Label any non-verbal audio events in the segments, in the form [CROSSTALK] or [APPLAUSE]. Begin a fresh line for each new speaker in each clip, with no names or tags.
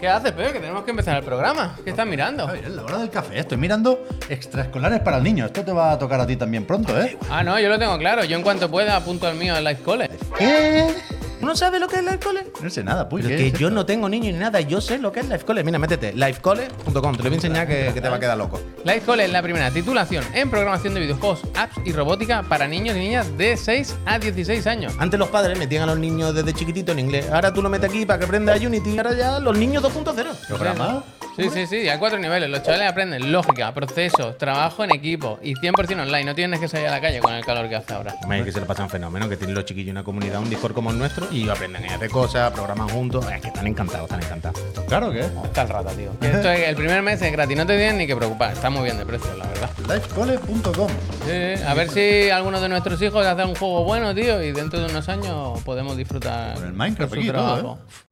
¿Qué haces, Pepe? Que tenemos que empezar el programa. ¿Qué estás mirando?
A ver, es la hora del café. Estoy mirando extraescolares para el niño. Esto te va a tocar a ti también pronto, ¿eh?
Ah, no, yo lo tengo claro. Yo en cuanto pueda apunto al mío en la escuela.
¿Qué?
¿No sabes lo que es Life Cole?
No sé nada, pues.
Pero
¿qué
que
es
yo
esto?
no tengo niños ni nada, yo sé lo que es Life Cole. Mira, métete, lifecole.com, te lo voy a enseñar que, que te va a quedar loco.
La escuela es la primera titulación en programación de videojuegos, apps y robótica para niños y niñas de 6 a 16 años.
Antes los padres metían a los niños desde chiquitito en inglés. Ahora tú lo metes aquí para que aprenda Unity. Ahora ya los niños 2.0.
¿Programado?
Sí, sí, sí, hay cuatro niveles. Los chavales aprenden lógica, procesos, trabajo en equipo y 100% online. No tienes que salir a la calle con el calor que hace ahora.
Hombre, que se le pasan fenómeno, que tienen los chiquillos una comunidad, un Discord como el nuestro, y aprenden a hacer cosas, programan juntos. Es que están encantados, están encantados.
Claro que es.
Está el rato, tío. Esto es [LAUGHS] el primer mes es gratis, no te tienes ni que preocupar. Está muy bien de precio, la verdad.
Lifecole.com.
Sí, sí. a ver si alguno de nuestros hijos hace un juego bueno, tío, y dentro de unos años podemos disfrutar
Con el
de su
Minecraft aquí y todo,
trabajo.
¿eh?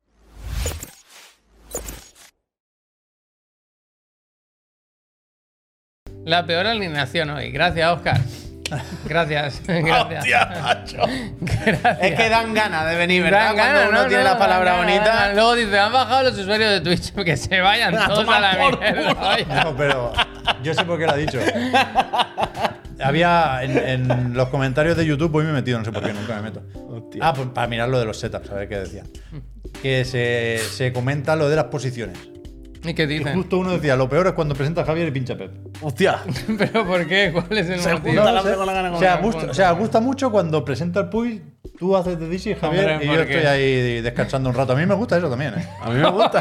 La peor alineación hoy. Gracias, Oscar.
[LAUGHS]
Gracias. Gracias.
macho!
[LAUGHS] Gracias.
Es que dan ganas de venir, ¿verdad?
Dan
Cuando
ganas,
uno
¿no?
tiene
No,
la palabra
dan ganas,
bonita.
dan ganas. Luego dice, han bajado los usuarios de Twitch, que se vayan
[LAUGHS] A
todos a
tomar
la
por
mierda.
culo.
vaya.
No, pero yo sé por qué lo ha dicho. Había en, en los comentarios de YouTube, hoy me he metido, no sé por qué, nunca me meto. Ah, pues para mirar lo de los setups, a ver qué decía. Que se, se comenta lo de las posiciones.
[LAUGHS] ¿Y qué
Y
dicen?
justo uno decía, lo peor es cuando presenta a Javier y pincha a Pep.
Hostia.
[LAUGHS] ¿Pero por qué? ¿Cuál es el
Se
motivo?
junta la hambre con la gana de
o, sea,
comer.
gusta, o sea, gusta mucho cuando presenta el Puy, tú haces de Dizzy, Javier,
Hombre,
y yo
¿por qué?
estoy ahí descansando un rato. A mí me gusta eso también, ¿eh?
A mí me
[LAUGHS]
gusta.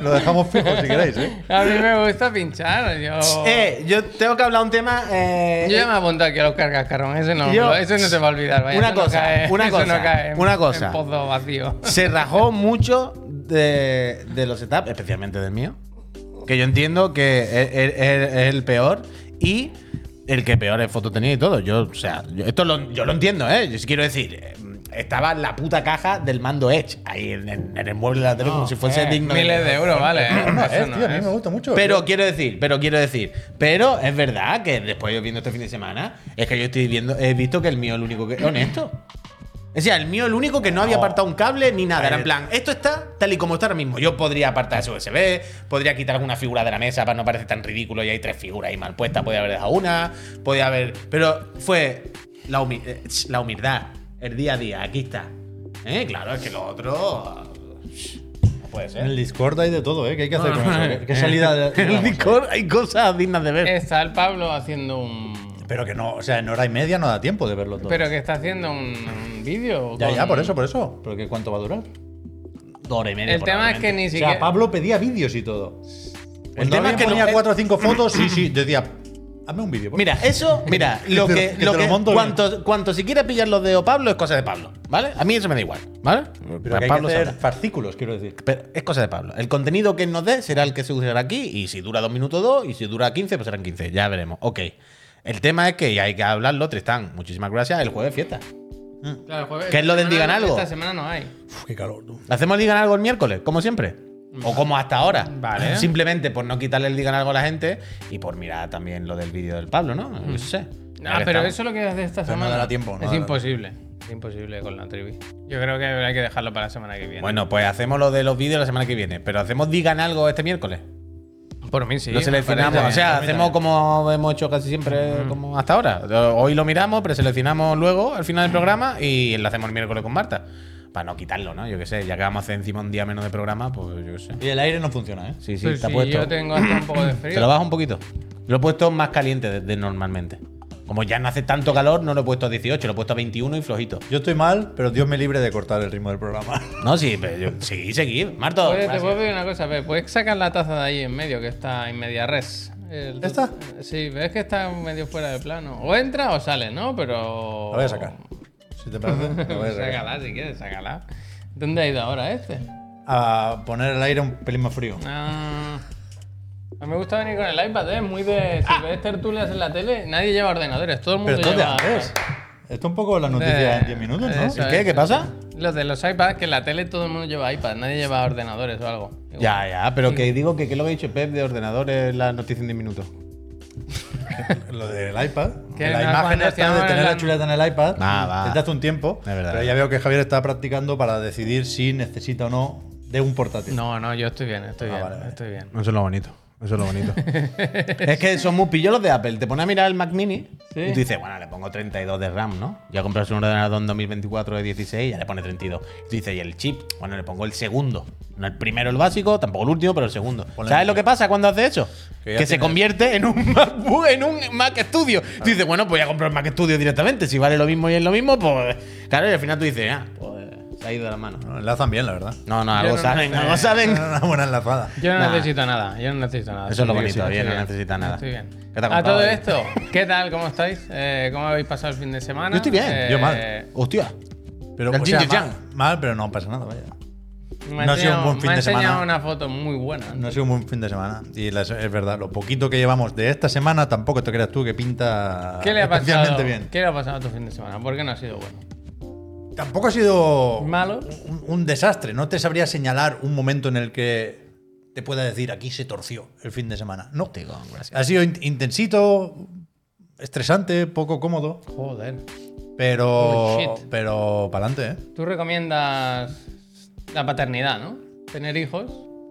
Lo dejamos fijo si queréis, ¿eh?
A mí me gusta pinchar. Yo,
Eh, yo tengo que hablar un tema. Eh,
yo ya me apunto aquí a los cargascarrón. Ese no,
Yo-
ese no se va a olvidar. Vaya,
Una
eso no
cosa,
cae-
una
eso
cosa,
no cae en-
una cosa.
En pozo vacío.
se rajó mucho de, de los setups, especialmente del mío. Que yo entiendo que es, es- es- es el peor y el que peor es foto tenía y todo. Yo, o sea, yo- esto lo, yo lo entiendo, ¿eh? Yo sí quiero decir, eh, estaba la puta caja del mando Edge ahí en, en- en el mueble de la tele como si fuese
Eh,
digno.
Miles de euros, vale.
[COUGHS]
eh,
Eh,
eso no
tío, a mí
es.
me gusta mucho.
Pero quiero decir, pero quiero decir, pero es verdad que después yo viendo este fin de semana, es que yo estoy viendo, he visto que el mío es el único que. Honesto. O sea, el mío el único que no Eh, había
No.
apartado un cable ni nada. Era en
Ahí-
plan, esto está tal y como está ahora mismo. Yo podría apartar ese USB, podría quitar alguna figura de la mesa para no parecer tan ridículo y hay tres figuras ahí mal puestas. Podría haber dejado una, podía haber. Pero fue la, humi- eh, la humildad, el día a día, aquí está. ¿Eh? Claro, es que lo otro. No puede
En el
ser.
Discord hay de todo, ¿eh? ¿Qué hay que hacer con eso? ¿Qué- ¿Qué salida de.?
En [LAUGHS] el
digamos?
Discord hay cosas dignas de ver.
Está el Pablo haciendo un.
Pero que no, o sea, en hora y media no da tiempo de verlo todo.
Pero que está haciendo un, un vídeo.
ya,
con-
ya, por eso, por eso. ¿Pero que cuánto va a durar?
Dos horas y media,
El tema es que
probablemente.
ni
o sea,
siquiera.
Pablo pedía vídeos y todo.
El tema es que no-
tenía cuatro o cinco
[CLEARS THROAT]
fotos, sí, sí, decía, hazme un vídeo. por
Mira, eso, mira, lo
Que te
que,
lo- que
lo
te lo
que
monto bien.
cuanto, cuanto si quiera pillar los de Pablo es cosa de Pablo, ¿vale? A mí eso me da igual, ¿vale?
Pero que hay
Pablo
que hacer
sabrá.
fascículos, quiero decir.
Pero es cosa de Pablo. El contenido que nos dé será el que se usará aquí. Y si dura dos minutos, dos. Y si dura 15, pues serán 15. Ya veremos. Ok. El tema es que hay que hablarlo, Tristán. Muchísimas gracias. El jueves fiesta.
Claro, el jueves-
¿Qué es lo del
semana-
Digan Algo?
Esta semana no hay.
Uf, qué calor, tú.
¿Hacemos el Digan Algo el miércoles? Como siempre. O como hasta ahora.
Vale.
Simplemente por no quitarle el Digan Algo a la gente y por mirar también lo del vídeo del Pablo, ¿no?
Mm.
No sé.
Ah,
Ya que
pero
estamos.
eso lo que es de esta
Pero no
semana.
dará tiempo, no
es
dará-
imposible. Es imposible con la trivi. Yo creo que hay que dejarlo para la semana que viene.
Bueno, pues hacemos lo de los vídeos la semana que viene. Pero hacemos digan algo este miércoles.
por mí sí.
lo
me
seleccionamos.
parece
O sea,
bien.
hacemos como hemos hecho casi siempre, como hasta ahora. Hoy lo miramos, pero seleccionamos luego al final del programa y lo hacemos el miércoles con Marta. Para no quitarlo, ¿no? Yo qué sé, ya que vamos a hacer encima un día menos de programa, pues yo qué sé.
Y el aire no funciona, ¿eh?
Sí, sí,
Pero
está
si
puesto.
Pues Yo tengo hasta un poco de
[CLEARS THROAT]
Te lo
frío.
bajo un poquito. Lo he puesto más caliente de, de normalmente. Como ya no hace tanto calor, no lo he puesto a 18, lo he puesto a 21 y flojito.
Yo estoy mal, pero Dios me libre de cortar el ritmo del programa.
No, sí, pero yo, seguid, seguid. Marto.
Oye, te
gracias.
puedo pedir una cosa, Pe. Puedes sacar la taza de ahí en medio, que está en media res. El-
¿Esta?
Sí, pero es que está medio fuera de plano. O entra o sale, ¿no? Pero.
La voy a sacar. Si te parece, la voy a sacar.
sácala si quieres, sácala. ¿Dónde ha ido ahora este?
A poner el aire un pelín más frío.
Ah. A mí me gusta venir con el iPad, ¿eh? Muy de. Si ves tertulias en la tele, nadie lleva ordenadores. Todo el
Ah. Pero
mundo
esto es de
lleva.
antes. Esto un poco la noticia en 10 minutos, ¿no?
Eh, Eso
¿El qué?
es,
¿Qué
eso
pasa?
es. Los de los iPads, que en la tele todo el mundo lleva iPad, nadie lleva ordenadores o algo.
Ya, ya, pero que digo que, que lo que ha dicho Pep de ordenadores la noticia en 10 minutos.
Lo del iPad.
Que
la
no,
imagen
cuando
esta de
hacíamos
tener
la-
la chuleta en el iPad.
Ah, va.
Desde hace un tiempo.
Es verdad.
Pero ya veo que Javier está practicando para decidir si necesita o no de un portátil.
No, no, yo estoy bien, estoy
Ah,
bien,
vale, vale.
estoy bien.
Eso es lo bonito. Eso es lo bonito. es que son muy pillos los de Apple. Te pones a mirar el Mac Mini
Sí.
y tú dices, bueno, le pongo 32 de RAM, ¿no? Ya compras un ordenador en 2024 de 16 ya le pone 32. Y tú dices, y el chip, bueno, le pongo el segundo. No el primero, el básico, tampoco el último, pero el segundo.
Ponle
¿Sabes
el
lo que
primero.
pasa cuando hace eso?
Que
Que,
ya
se
tiene-
convierte en un [LAUGHS] MacBook, en un Mac Studio. Tú dices, bueno, pues voy a comprar un Mac Studio directamente. Si vale lo mismo y es lo mismo, pues. Claro, y al final tú dices, ah, pues se ha ido de la mano.
No, Enlazan bien, la verdad.
No, no,
Yo
algo
no
saben,
sé.
algo
[LAUGHS]
saben.
Una buena enlazada.
Yo no
Nah.
necesito nada, yo no necesito nada.
Eso es lo
Sí,
bonito,
sí,
bien,
estoy
no necesita nada.
Estoy bien.
¿Qué te ha
A todo
comprado, eh?
esto, ¿qué tal? ¿Cómo estáis? Eh, ¿Cómo habéis pasado el fin de semana?
Yo estoy bien,
Eh,
yo mal.
Hostia.
Pero,
La
o sea,
Ginger
mal, mal, pero no pasa nada, vaya.
Me ha
No ha sido un
enseñado-
buen fin
me ha
de semana.
enseñado una foto muy buena.
No ha sido un buen fin de semana. Y las- es verdad, lo poquito que llevamos de esta semana tampoco te creas tú que pinta
¿Qué le ha pasado?
especialmente bien.
¿Qué le ha pasado a tu fin de semana? ¿Por qué no ha sido bueno?
Tampoco ha sido
¿Malo?
un, un desastre. No te sabría señalar un momento en el que te pueda decir aquí se torció el fin de semana. No. Ha sido in- intensito, estresante, poco cómodo,
Joder.
pero,
Oh, shit.
pero para adelante. ¿eh?
Tú recomiendas la paternidad, ¿no? Tener hijos.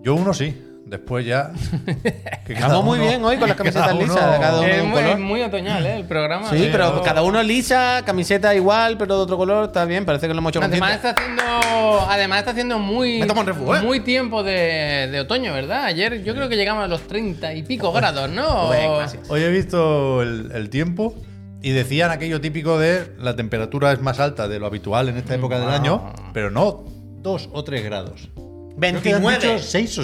Yo uno sí, después
[LAUGHS]
ya. que cada
Vamos muy
uno-
bien hoy con
[LAUGHS]
las
que
camisetas
cada uno-
lisas de cada uno de
Es
un
Eh, muy,
color.
muy otoñal, ¿eh? El programa.
Sí, pero
Yo-
cada uno lisa, camiseta igual, pero de otro color, está bien, parece que lo hemos hecho
Además
consciente.
está haciendo, además está haciendo muy,
Me tomo un refugio, ¿eh?
muy tiempo de, de otoño, ¿verdad? Ayer yo creo que llegamos a los 30 y pico grados, ¿no?
Joder, gracias.
Hoy he visto el, el tiempo y decían aquello típico de la temperatura es más alta de lo habitual en esta época
Ah.
del año, pero no 2 o 3 grados.
29,
6 o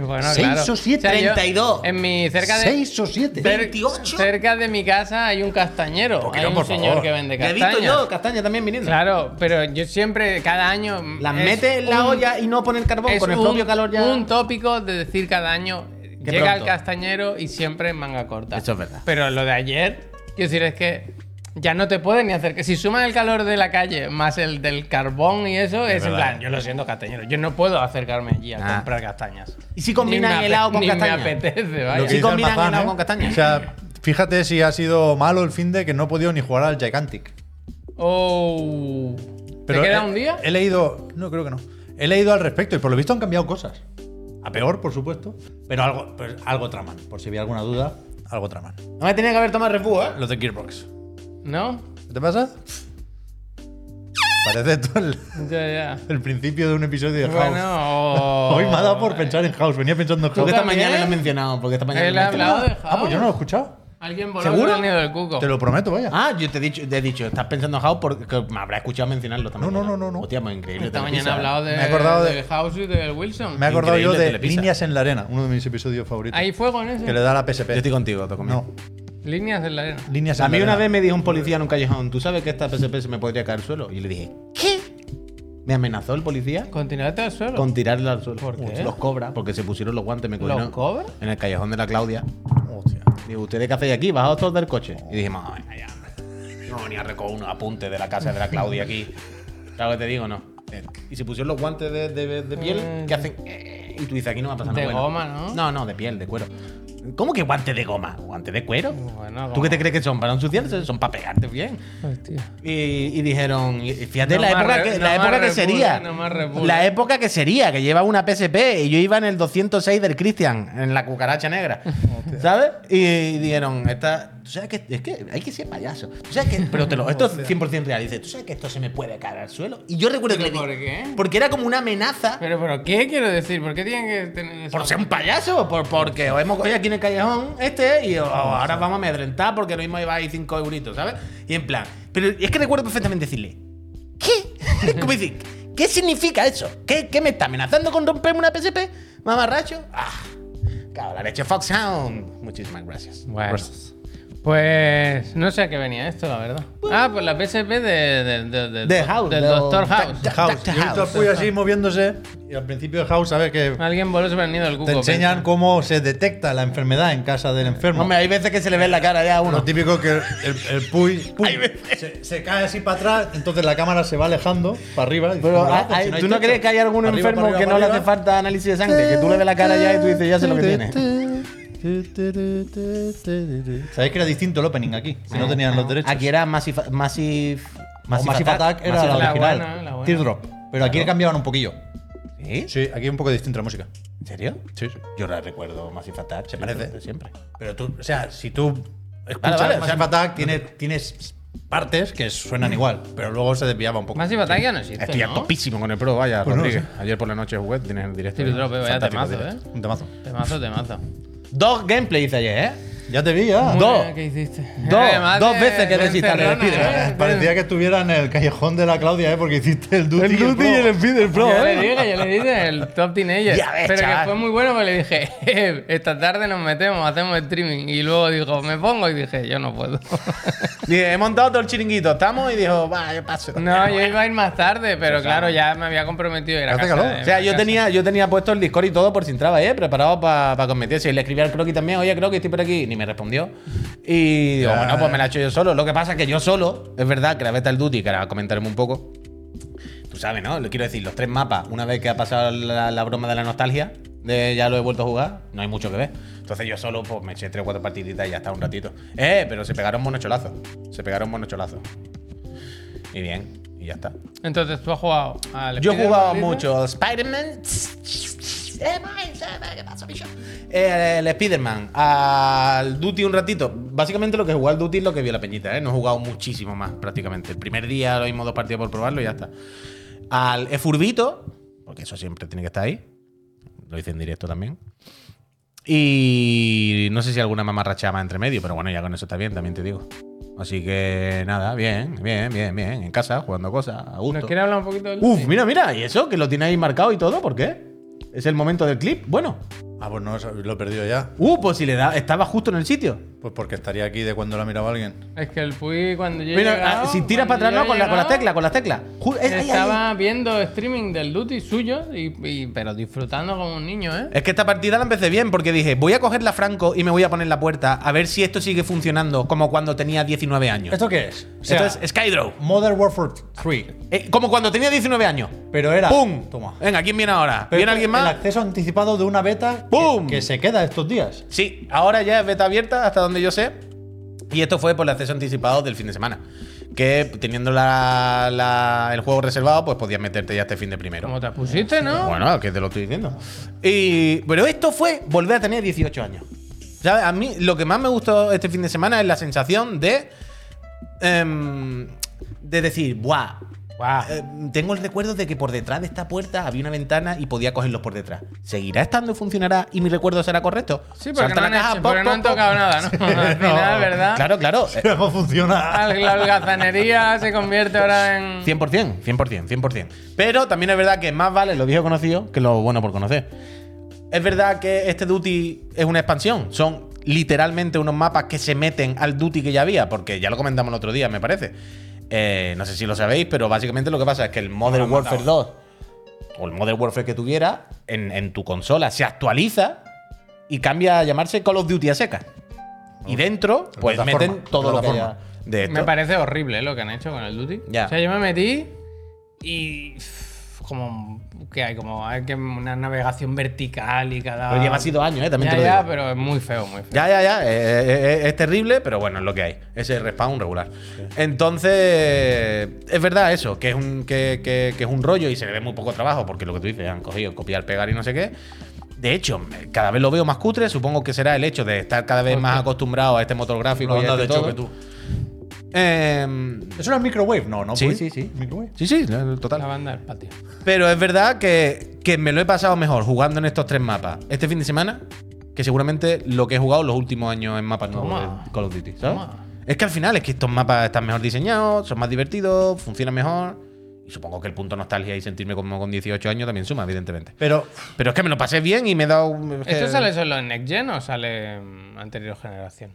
[LAUGHS] Bueno,
Seis
claro.
o siete.
O sea, yo-
32.
en mi cerca de
6 o 7.
cer-
28.
cerca de mi casa hay un castañero,
Pues
Poquito,
hay un
por
señor
favor.
que vende
Ya he visto
castañas.
yo, castaña también viniendo.
Claro, pero yo siempre cada año
Las
es
mete en la
un-
olla y no pone el carbón,
es
con el
un-
propio calor ya.
un tópico de decir cada año
Que
llega el
pronto.
castañero y siempre en manga corta.
Eso es verdad.
Pero lo de ayer, quiero decir, es que ya no te pueden ni hacer que si sumas el calor de la calle más el del carbón y eso, es, en
verdad.
plan, yo lo siento castañero, yo no puedo acercarme allí a
Ah.
comprar castañas.
¿Y si
Ni me
combinan
ape-
helado con
ni
castaña?
Me apetece,
Lo
vaya.
que
Sí
dice
combinan
Almazán,
helado
¿eh?
con castaña.
O sea, fíjate si ha sido malo el fin de que no he podido ni jugar al Gigantic.
Oh.
Pero
¿Te queda
he-
un día?
He leído. No, creo que no. He leído al respecto y por lo visto han cambiado cosas. A peor, por supuesto. Pero algo, pues, algo traman. Por si había alguna duda, algo traman.
No me tenía que haber tomado refugio, ¿eh?
Los de Gearbox.
¿No?
¿Qué te pasa? Parece todo el,
Ya, ya.
el principio de un episodio de House.
[LAUGHS]
Bueno.
Hoy me ha dado por pensar en House. Venía pensando en
Porque
House.
esta
también?
mañana lo he mencionado, porque esta mañana
Él
lo he
ha
mencionado.
hablado de
Ah, pues yo no lo he escuchado.
Alguien voló
¿Seguro?
el nido del cuco.
Te lo prometo, vaya.
Ah, yo te he dicho, te he dicho, estás pensando en House porque me habrá escuchado mencionarlo también.
No, no, no, no, no.
Hostia, pues increíble.
Esta mañana
Telepisa,
he
¿eh?
hablado de,
Me he acordado de-
del House y del Wilson.
Me he acordado yo
Increíble
de
Telepisa.
Líneas en la Arena, uno de mis episodios favoritos.
¿Hay fuego en
Que
ese?
le da la PSP.
Yo estoy contigo, te conmigo.
No,
Líneas en la arena.
Líneas en
A mí
la
una
Arena.
vez me dijo un policía en un callejón, ¿tú sabes que esta PSP se me podría caer al suelo? Y le dije, ¿qué? Me amenazó el policía
Continuate al suelo.
con tirarla al suelo.
¿Por qué?
Los cobra, porque se pusieron los guantes, me
¿Los
cogieron.
cobra?
En el callejón de la Claudia.
Hostia.
Digo, ¿ustedes qué hacéis aquí? Bajaos todos del coche. Y dije, mamá, venga ya. No venía a recoger unos apuntes de la casa de la Claudia aquí. ¿Sabes lo que te digo? No. Y se pusieron los guantes de, de- de piel que hacen. eh, Y tú dices, aquí no va a pasar
De
nada. bueno.
goma, ¿no?
No, no, de piel, de cuero. ¿Cómo que guante de goma? ¿Guante de cuero?
Bueno,
¿Tú qué te
como-
crees que son? ¿Para ensuciarse? Son para pegarte bien.
Hostia.
Y, y dijeron, y- y fíjate
No
la
más
época
re-
que,
no
la
más
época que
repul,
sería.
eh, no más repul.
la época que sería, que lleva una PSP y yo iba en el 206 del Christian, en la
[LAUGHS]
cucaracha negra. ¿Sabes? Y dijeron, esta, tú sabes que es que hay que ser payaso. Tú sabes que, pero te lo, esto es 100% real. Dice, tú sabes que esto se me puede caer al suelo. Y yo recuerdo que
¿Pero
le
por
dije-
qué?
Porque era como una amenaza.
Pero, pero, ¿qué quiero decir? ¿Por qué tienen que tener eso?
Por ser un payaso, por, porque os hemos cogido aquí en el callejón este y os- ahora vamos a amedrentar porque lo mismo lleváis 5 euritos, ¿sabes? Y en plan, pero es que recuerdo perfectamente decirle, ¿qué? [LAUGHS] Como dice, ¿qué significa eso? ¿Qué, qué me está amenazando con romperme una PSP? Mamarracho. Ah, cago en la leche Foxhound. Muchísimas gracias.
Bueno. Pues no sé a qué venía esto, la verdad. Ah, pues la PSP de, de, de, de-
De House,
del
de-
Doctor House.
Doctor-
House. Yo
Doctor
he visto al
House. Ah,
Puyo así moviéndose y al principio de House sabes que
Alguien voló sobre el nido del cuco.
te enseñan
piensa.
cómo se detecta la enfermedad en casa del enfermo.
Hombre, hay veces que se le ve en la cara ya a
Lo
uno.
típico que el, el Puy puy, se, se cae así para atrás, entonces la cámara se va alejando para arriba. y dice,
Pero
"¿Cómo lo
ah,
hacen
ah,
pues si hay
¿tú no
techo?".
crees que hay algún
Para arriba,
enfermo
para arriba,
que no
para
le hace
arriba.
falta análisis de sangre? Que tú le ves la cara ya y tú dices, ya sé lo que tiene.
Sabéis que era distinto el opening aquí, si no tenían los derechos.
Aquí era Massive, Massive,
O Massive Attack era
Massive
la
Attack.
original,
La buena, la buena.
Teardrop. Pero aquí le cambiaban un poquillo.
¿Sí?
Sí, aquí un poco distinta la música.
¿En serio?
Sí, sí.
Yo la recuerdo más Attack. Se
parece?
Siempre.
Pero tú, o sea, si tú escuchas
vale, o sea,
Massive Attack, tiene- tienes partes que suenan igual, pero luego se desviaba un poco.
Massive Attack ya no existe.
Estoy a
¿no?
topísimo con el pro, vaya,
Pues no lo
Rodríguez. Ayer por la noche jugué, tienes el directo.
Steel Drop, eh, vaya
Fantástico
temazo,
directo.
eh.
Un temazo.
Temazo, temazo.
Dos gameplays ayer, ¿eh?
Ya te vi, ya.
Muy
Dos.
bien, ¿Qué hiciste?
Dos.
Además
Dos
de-
veces que
de
desinstalé el
encerrona,
Spider-Man.
¿eh?
Parecía que estuviera en el callejón de la Claudia, ¿eh? Porque hiciste el duty,
El Duty y el Speed, [LAUGHS] el pro,
Yo
¿eh?
le dije, yo le dije, el top teenager.
Ya ves,
pero
chaval.
que fue muy bueno porque le dije, "Eh, esta tarde nos metemos, hacemos streaming. Y luego dijo, me pongo y dije, yo no puedo. [LAUGHS]
Dije, he montado todo el chiringuito, estamos, y dijo, va, yo paso. [LAUGHS]
no, yo iba a ir más tarde, pero claro, ya me había comprometido a ir a
Hace
casa
calor.
de-
O sea, yo
casa.
tenía, yo tenía puesto el Discord y todo por si entraba, ¿eh? Preparado para pa convertirse. Y le escribí al Croqui también, oye, Croqui, estoy por aquí. Ni me respondió. Y digo,
Ya.
bueno, pues me la echo yo solo. Lo que pasa es que yo solo, es verdad, que la beta del Duty, que ahora comentaremos un poco. Tú sabes, ¿no? Lo quiero decir, los tres mapas, una vez que ha pasado la, la broma de la nostalgia, de ya lo he vuelto a jugar, no hay mucho que ver. Entonces yo solo pues, me eché tres o cuatro partiditas y ya está un ratito. Eh, pero se pegaron monocholazos. Se pegaron monocholazos. Y bien, y ya está.
Entonces tú has jugado al
Yo he
Spider-Man,
jugado
dices?
mucho al Spider-Man. Eh, El Spider-Man, al Duty un ratito. Básicamente lo que jugué al Duty es lo que vio la peñita, ¿eh? No he jugado muchísimo más, prácticamente. El primer día lo mismo dos partidos por probarlo y ya está. Al Efurbito, porque eso siempre tiene que estar ahí. Lo hice en directo también. Y no sé si alguna mamarrachada más entre medio, pero bueno, ya con eso está bien, también te digo. Así que nada, bien, bien, bien, bien. En casa, jugando cosas, a gusto.
¿Nos quieres hablar un poquito del
Uf,
Duty?
mira, mira, y eso, que lo tiene ahí marcado y todo, ¿por qué? Es el momento del clip. Bueno,
Ah, pues no, eso lo he perdido ya.
uh, pues si le da, estaba justo en el sitio.
Pues porque estaría aquí de cuando la miraba alguien.
Es que el Puy cuando yo he
Mira,
llegado,
ah, si tiras para
cuando
atrás,
yo
no,
he
con, la, con las
llegado,
teclas, con las teclas. Ju- eh, es, ahí, ahí, ahí.
Estaba viendo streaming del Duty suyo, y, y- pero disfrutando como un niño, ¿eh?
Es que esta partida la empecé bien porque dije, voy a coger la Franco y me voy a poner la puerta a ver si esto sigue funcionando como cuando tenía 19 años.
¿Esto qué es? O sea,
Esto es Skydrow.
Modern Warfare 3.
Eh, como cuando tenía 19 años.
Pero era.
¡Pum!
Toma.
Venga, ¿quién viene ahora?
Pero
¿Viene alguien
El
más?
acceso anticipado de una beta que-
¡Pum!
Que, se queda estos [LAUGHS] días.
Sí, ahora ya es beta abierta, hasta donde yo sé. Y esto fue por el acceso anticipado del fin de semana. Que teniendo la- la- el juego reservado, pues podías meterte ya este fin de primero.
Como te pusiste, ¿no?
Bueno, que te lo estoy diciendo. Y, pero esto fue volver a tener 18 años. ¿Sabes? A mí lo que más me gustó este fin de semana es la sensación de. em, de decir, ¡buah!
Guau.
Eh, tengo el recuerdo de que por detrás de esta puerta había una ventana y podía cogerlos por detrás. ¿Seguirá estando y funcionará y mi recuerdo será correcto?
Sí, porque no
Salta la
han,
caja,
hecho-
pop,
porque no
pop,
han
pop.
tocado nada,
[LAUGHS]
¿no? [LAUGHS] Al final, ¿verdad?
Claro, claro. eh,
Pero no funciona.
Al- La holgazanería se convierte ahora en.
100%, 100%, 100%. Pero también es verdad que más vale lo viejo conocido que lo bueno por conocer. Es verdad que este Duty es una expansión. Son literalmente unos mapas que se meten al Duty que ya había, porque ya lo comentamos el otro día, me parece. Eh, no sé si lo sabéis, pero básicamente lo que pasa es que el Modern Warfare 2 o el Modern Warfare que tuviera en, en tu consola se actualiza y cambia a llamarse Call of Duty a secas. Y dentro, pues
Plataforma,
meten todo lo que
plataforma.
haya de esto.
Me parece horrible ¿eh? lo que han hecho con el Duty.
Ya.
O sea, yo me metí y. pff, Como. que hay? Como hay que una navegación vertical y cada.
Pero lleva así dos años, ¿eh? También
Ya,
te lo
ya,
digo.
pero es muy feo, muy feo.
Ya, ya, ya. eh, eh, eh, es terrible, pero bueno, es lo que hay. Es el respawn regular. Entonces, es verdad eso, que es, un, que, que- que es un rollo y se le ve muy poco trabajo, porque lo que tú dices, han cogido copiar, pegar y no sé qué. De hecho, me- cada vez lo veo más cutre. Supongo que será el hecho de estar cada vez más acostumbrado a este motor gráfico.
Una
y a
onda
este
de
todo.
choque, tú.
Em,
Es una microwave, no, ¿no?
Sí,
Puy?
sí, sí.
Microwave.
sí, sí, no, total.
La banda del patio.
Pero es verdad que, que me lo he pasado mejor jugando en estos tres mapas este fin de semana que seguramente lo que he jugado los últimos años en mapas nuevos
Toma.
de Call of Duty, ¿sabes?
Toma.
Es que al final es que estos mapas están mejor diseñados, son más divertidos, funcionan mejor. Y supongo que el punto nostalgia y sentirme como con 18 años también suma, evidentemente.
Pero
Pero es que me lo pasé bien y me he dado. es que-
¿Esto sale solo en Next Gen o sale en anterior generación?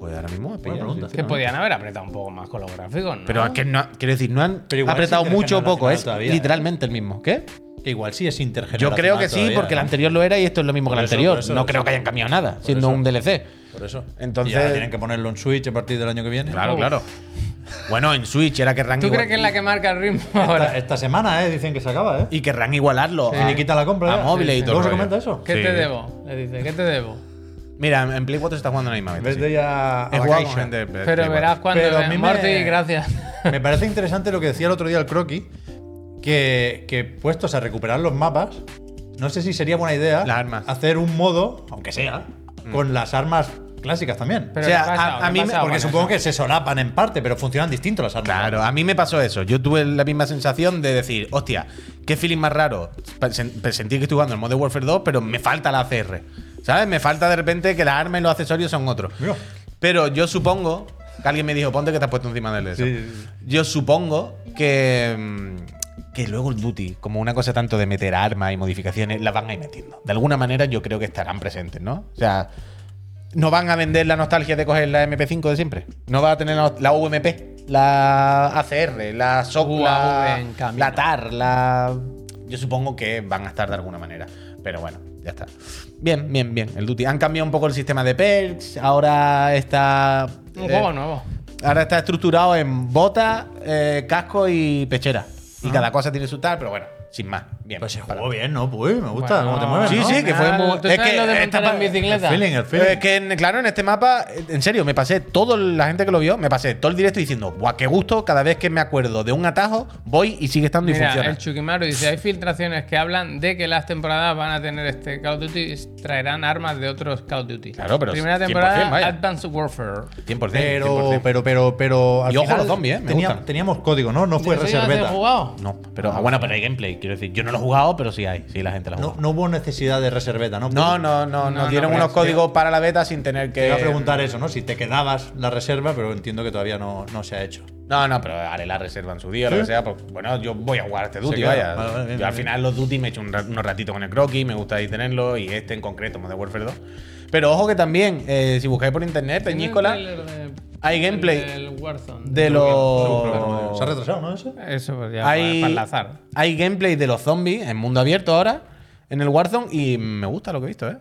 Pues ahora mismo es
Buena pregunta.
Que podían haber apretado un poco más con los gráficos, ¿no?
Pero es que no, quiero decir, no han
Pero igual
apretado
sí,
mucho o poco,
intergeneracional
es
todavía, ¿eh?
literalmente el mismo. ¿Qué?
que igual sí es
Yo
intergeneracional.
creo que sí,
todavía,
porque el
¿no?
anterior lo era y esto es lo mismo que el
Por eso,
anterior.
por eso,
no
por
creo
eso.
que hayan cambiado nada, siendo
eso.
un DLC.
Por eso.
Entonces-
Y ahora tienen que ponerlo en Switch a partir del año que viene.
Claro,
Uf.
claro. Bueno, en Switch era que
Oh. ¿Tú crees que es la que marca el ritmo [LAUGHS] ahora?
Esta, esta semana, ¿eh? Dicen que se acaba, ¿eh?
Y querrán igualarlo.
Y le quita la compra.
A
¿eh?
móviles y todo
Luego se
el rollo.
comenta eso.
¿Qué
Sí.
te debo? Le dice, ¿qué te debo?
Mira, en- en Play 4 se está jugando en la misma
En
vez.
vez de
sí.
ir a, a
He
la
jugado con
Caixa.
gente de Play
Pero
4.
verás cuando.
Pero a mí me-
Morty, gracias.
Me parece interesante lo que decía el otro día el Croqui, que, que puestos a recuperar los mapas, no sé si sería buena idea
Las armas.
hacer un modo, aunque sea, con las armas clásicas también.
Pero
o sea,
¿qué pasa?
a-
¿Qué
a mí me-
pasa
porque
con
supongo
eso?
que se solapan en parte, pero funcionan distinto las armas.
Claro, a mí me pasó eso. Yo tuve la misma sensación de decir, hostia, qué feeling más raro. Pa- sen- pe- Sentí que estoy jugando en Modern Warfare 2, pero me falta la ACR. ¿Sabes? Me falta de repente que las armas y los accesorios son otros.
Mira.
Pero yo supongo que alguien me dijo, ponte que te has puesto encima del eso.
Sí, sí, sí.
Yo supongo que. mm, Que luego el duty, como una cosa tanto de meter armas y modificaciones, las van a ir metiendo. De alguna manera yo creo que estarán presentes, ¿no? O sea, no van a vender la nostalgia de coger la MP5 de siempre. No va a tener la, la UMP, la ACR, la SOC,
UAV
la,
en camino.
la TAR, la. Yo supongo que van a estar de alguna manera. Pero bueno, ya está. Bien, bien, bien. El Duty. Han cambiado un poco el sistema de perks. Ahora está.
Un
eh,
juego nuevo.
Ahora está estructurado en bota, eh, casco y pechera. Y cada cosa tiene su tal, pero bueno, sin más. Bien.
Pues se
Para-
jugó bien, ¿no? Pues me gusta
Bueno,
cómo te mueves.
Sí,
¿no?
sí, que fue
Claro,
muy.
¿tú sabes lo de
eh,
montar
está
en
pa-
bicicleta?
El feeling, el feeling.
Es que, en- claro, en este mapa, eh, en serio, me pasé todo, la gente que lo vio, me pasé todo el directo diciendo, guau, qué gusto, cada vez que me acuerdo de un atajo, voy y sigue estando y
Mira,
funciona.
el Chukimaru dice, hay filtraciones que hablan de que las temporadas van a tener este Call of Duty, traerán armas de otros Call of Duty.
Claro, pero
Primera
100%,
temporada,
vaya.
Advanced Warfare.
100%.
Pero,
100%.
pero, pero, pero. al
Y ojo a los
final
zombies, eh, me
tenía-
gustan.
Teníamos código, ¿no? No fue
¿Eso ya lo has
reserveta.
jugado?
no, pero ah, bueno, pero hay gameplay, quiero decir, yo no lo he jugado, pero sí hay, sí la gente lo ha
No,
jugado.
no hubo necesidad de reserveta, ¿no? Eh,
No, no, no,
No,
nos
no,
dieron
pero
unos
es-
códigos para la beta sin tener que.
Te iba a preguntar eso, ¿no? Si te quedabas la reserva, pero entiendo que todavía no, no se ha hecho.
No, no, pero haré la reserva en su día, lo que sea. Pues, bueno, yo voy a jugar a este Duty,
queda.
vaya.
Vale, vale, bien,
yo al
bien.
final los Duty me he hecho un ra- unos ratitos con el croquis, me gusta ahí tenerlo, y este en concreto, Modern Warfare 2. Pero ojo que también, eh, si buscáis por internet, Peñíscola,
Tiene un trailer de-
hay gameplay
del Warzone.
de
Se ha
los.
retrasado, ¿no? Eso?
Eso pues ya para,
Hay,
para enlazar.
hay gameplay de los zombies en mundo abierto ahora, en el Warzone, y me gusta lo que he visto, ¿eh?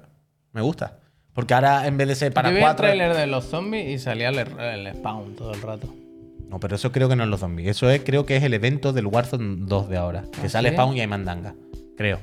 Me gusta. Porque ahora en vez de ser para
Yo vi
cuatro.
el trailer de los zombies y salía el, el spawn todo el rato.
No, pero eso creo que no es los zombies. Eso es, creo que es el evento del Warzone 2 de ahora. Que
¿Ah,
sale
sí?
Spawn y hay mandanga. Creo.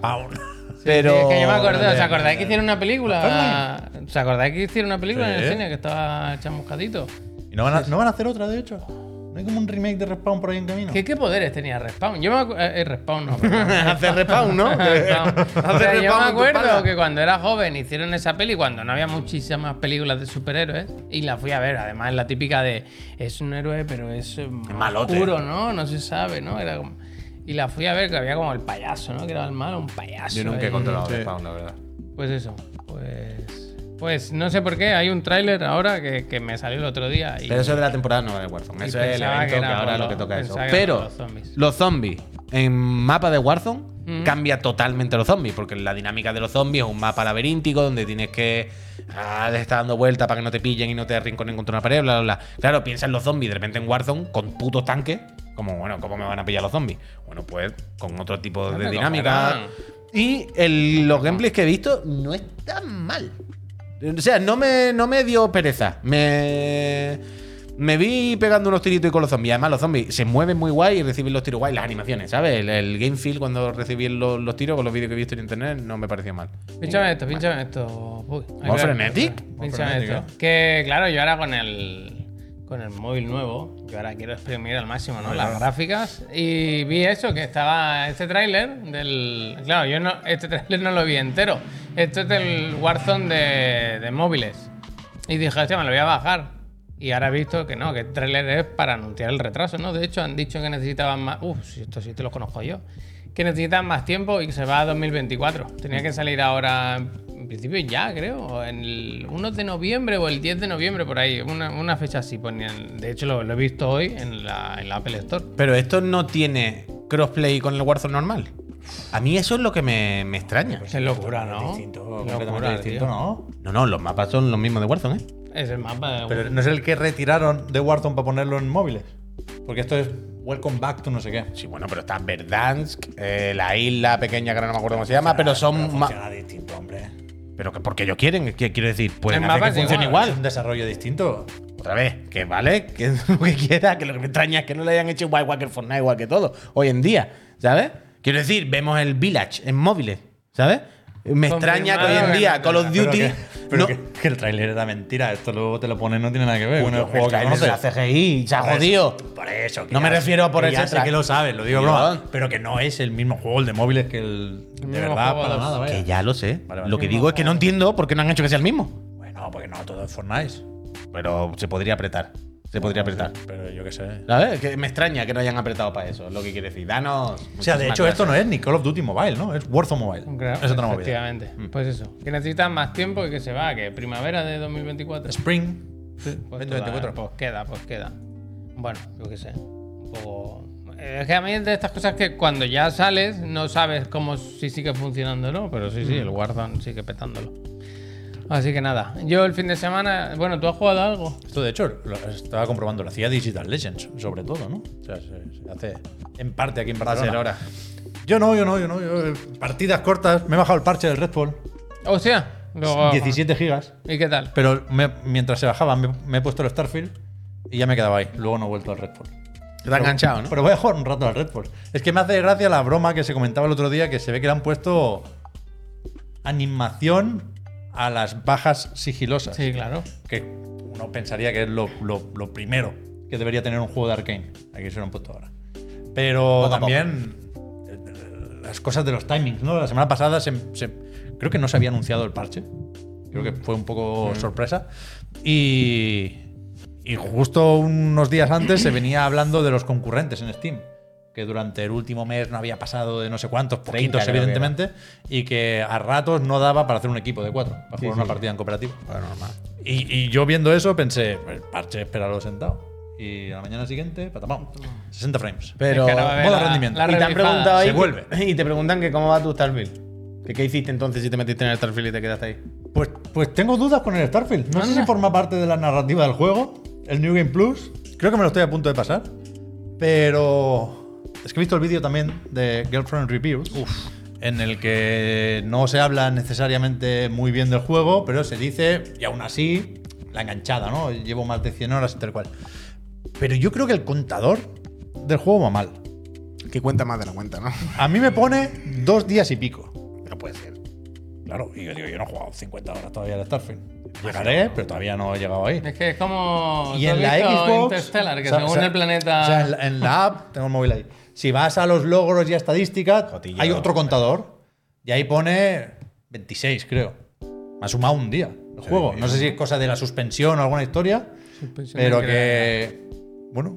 Paun.
pero.
Sí, es que yo me acordé,
pero-
¿os acordáis que hicieron una película? ¿Os acordáis que hicieron una película en
Sí.
el cine que estaba chamuscadito?
¿Y no van, a, no van a hacer otra, de hecho? ¿No hay como un remake de Respawn por ahí en camino?
¿Qué, qué poderes tenía Respawn? Yo me acuerdo. Respawn no, perdón.
[LAUGHS] Hace
[LAUGHS]
respawn, ¿no?
No. O sea, yo
respawn
me
en tu espalda.
acuerdo que cuando era joven hicieron esa peli cuando no había muchísimas películas de superhéroes y la fui a ver. Además, es la típica de es un héroe, pero es eh,
Malote.
oscuro, ¿no? No se sabe, ¿no? Era como- Y la fui a ver que había como el payaso, ¿no? Que era el malo, un payaso.
Yo nunca he
ahí.
controlado
Sí.
respawn, la verdad.
Pues eso, pues. Pues no sé por qué, hay un tráiler ahora que, que me salió el otro día. Y,
Pero eso es de la temporada nueva de Warzone.
y
Eso es el
pensaba
evento que,
era
ahora
por
lo
los-
que toca eso.
pensaba que era por
Pero
los zombies.
los zombies en mapa de Warzone
Mm.
cambia totalmente los zombies. Porque la dinámica de los zombies es un mapa laberíntico donde tienes que ah, le estás dando vueltas para que no te pillen y no te arrinconen contra una pared, bla, bla, bla. Claro, piensa en los zombies de repente en Warzone con putos tanques. Como, bueno, ¿cómo me van a pillar los zombies? Bueno, pues con otro tipo
Ya
de
me
dinámica.
cogerán.
Y el- los gameplays que he visto no están mal. O sea, no me, no me dio pereza. Me, me vi pegando unos tiritos y con los zombies. Además, los zombies se mueven muy guay y reciben los tiros guay. Las animaciones, ¿sabes? El, el game feel cuando recibí los, los tiros con los vídeos que he visto en internet no me pareció mal.
Pínchame esto, pínchame esto. Uy, ahí
¿More
va.
frenetic?
Pínchame
frenetic,
esto. Que claro, yo ahora con el con el móvil nuevo, yo ahora quiero exprimir al máximo, ¿no? Las gráficas. Y vi eso, que estaba este tráiler del. Claro, yo no. Este tráiler no lo vi entero. Esto es del Warzone de, de móviles. Y dije, hostia, me lo voy a bajar. Y ahora he visto que no, que el tráiler es para anunciar el retraso, ¿no? De hecho, han dicho que necesitaban más... Uf, si esto sí te lo conozco yo. Que necesitan más tiempo y que se va a 2024. Tenía que salir ahora, en principio ya, creo. o En el 1 de noviembre o el 10 de noviembre, por ahí. Una, una fecha así ponían. De hecho, lo, lo he visto hoy en la, en la Apple Store.
Pero esto no tiene crossplay con el Warzone normal. A mí eso es lo que me, me extraña.
Qué locura, ¿no?
Pues Distinto,
Qué
completamente
locura,
distinto,
tío.
¿no?
No, no, los mapas son los mismos de Warzone, ¿eh?
Es el mapa de...
Pero no es el que retiraron de Warzone para ponerlo en móviles. Porque esto es Welcome Back to no sé qué.
Sí, bueno, pero está Verdansk, eh, la isla pequeña que ahora no me acuerdo cómo se llama, pero son. ma-
Funciona distinto, hombre. Ah,
Pero que porque ellos quieren, que quiero decir, pueden
El
hacer
mapa
que
es
funcione
igual.
Es
igual.
un desarrollo distinto.
Otra vez, que vale, que [LAUGHS] es lo que quiera, que lo que me extraña es que no le hayan hecho igual, igual que el Fortnite, igual que todo, hoy en día, ¿sabes? Quiero decir, vemos el Village en móviles, ¿sabes? Me extraña que hoy en
que
día
no.
Call of
Pero
Duty
que- Pero
No.
que, que el tráiler era mentira. Esto luego te lo ponen, no tiene nada que ver con el
El
juego que
trailer de la
conoces.
CGI, se ha
Por eso-
jodido.
Por eso. que
No me refiero a por
que
ese
Ya sé
tra-
que lo sabes, lo digo
Yo-
broma. Pero que no es el mismo juego el de móviles que el.
El
de
mismo
verdad,
juego
para
de-
nada, vaya.
Que ya lo sé.
Vale, vale.
Lo que digo es que no entiendo por qué no han hecho que sea el mismo.
Bueno, porque no, todo es Fortnite.
Pero se podría apretar. Se podría apretar.
Pero yo qué sé.
¿Sabes? Que me extraña que no hayan apretado para eso. es Lo que quiere decir. Danos.
O sea, de hecho, esto no es ni Call of Duty Mobile, ¿no? Es Warzone Mobile.
Claro,
es otra movida. Mm.
efectivamente. Pues eso. Que necesitan más tiempo y que se va, que primavera de 2024.
Spring.
Sí, pues,
2024.
total, pues queda, pues queda. Bueno, yo qué sé. Un poco. Eh, Es que a mí es de estas cosas que cuando ya sales no sabes cómo si sigue funcionando o no, pero sí,
Mm.
sí, el Warzone sigue petándolo. Así que nada, yo el fin de semana, bueno, ¿tú has jugado a algo?
Esto, de hecho, lo estaba comprobando. Lo hacía Digital Legends, sobre todo, ¿no? O sea, se, se hace en parte aquí en Barcelona. Yo no, yo no, yo no. yo, eh, partidas cortas. Me he bajado el parche del Red Bull.
O sea, luego.
17 gigas.
¿Y qué tal?
Pero me- mientras se bajaba, me, me he puesto el Starfield y ya me quedaba ahí. Luego no he vuelto al Red Bull.
Está enganchado, ¿no?
Pero voy a jugar un rato al Red Bull. Es que me hace gracia la broma que se comentaba el otro día que se ve que le han puesto animación a las bajas sigilosas.
Sí, claro.
Que uno pensaría que es lo, lo- lo primero que debería tener un juego de Arkane. Aquí se lo han puesto ahora. Pero
Poco a
también eh, las cosas de los timings, ¿no? La semana pasada se, se- creo que no se había anunciado el parche. Creo que fue un poco
Mm.
sorpresa. Y, y justo unos días antes se venía hablando de los concurrentes en Steam. Que durante el último mes no había pasado de no sé cuántos,
30
poquitos
creo que era.
evidentemente, y que a ratos no daba para hacer un equipo de cuatro, para jugar una
sí.
partida en cooperativo.
Bueno, normal.
Y, y yo viendo eso pensé, el parche, espéralo sentado. Y a la mañana siguiente, patapam, 60 frames.
Pero.
Es que ahora va a haber
modo
la-
rendimiento.
la
y te han
revifada.
preguntado ahí.
Se vuelve.
[LAUGHS] Y te preguntan que cómo va tu Starfield. Que qué hiciste entonces si te metiste en el Starfield y te quedaste ahí.
Pues, pues tengo dudas con el Starfield. No sé si forma parte de la narrativa del juego, el New Game Plus. Creo que me lo estoy a punto de pasar. Pero es que he visto el vídeo también de Girlfriend Reviews, en el que no se habla necesariamente muy bien del juego, pero se dice, y aún así, la enganchada, ¿no? Llevo más de 100 horas y tal cual. Pero yo creo que el contador del juego va mal.
Que cuenta más de la cuenta, ¿no?
A mí me pone dos días y pico.
No puede ser.
Claro, y yo digo, yo no he jugado 50 horas todavía al Starfield. Llegaré, pero todavía no he llegado ahí.
Es que es como.
Y
¿tú has
en la
visto
Xbox.
Interstellar, que
o sea,
según
o sea,
el planeta.
o sea, en la, en la app, tengo el móvil ahí. Si vas a los logros y a estadísticas,
Jotilla,
hay otro contador. Y ahí pone 26, creo. Me ha sumado un día el juego. No sé si es cosa de la suspensión o alguna historia,
Suspensión
pero
de
que. Bueno,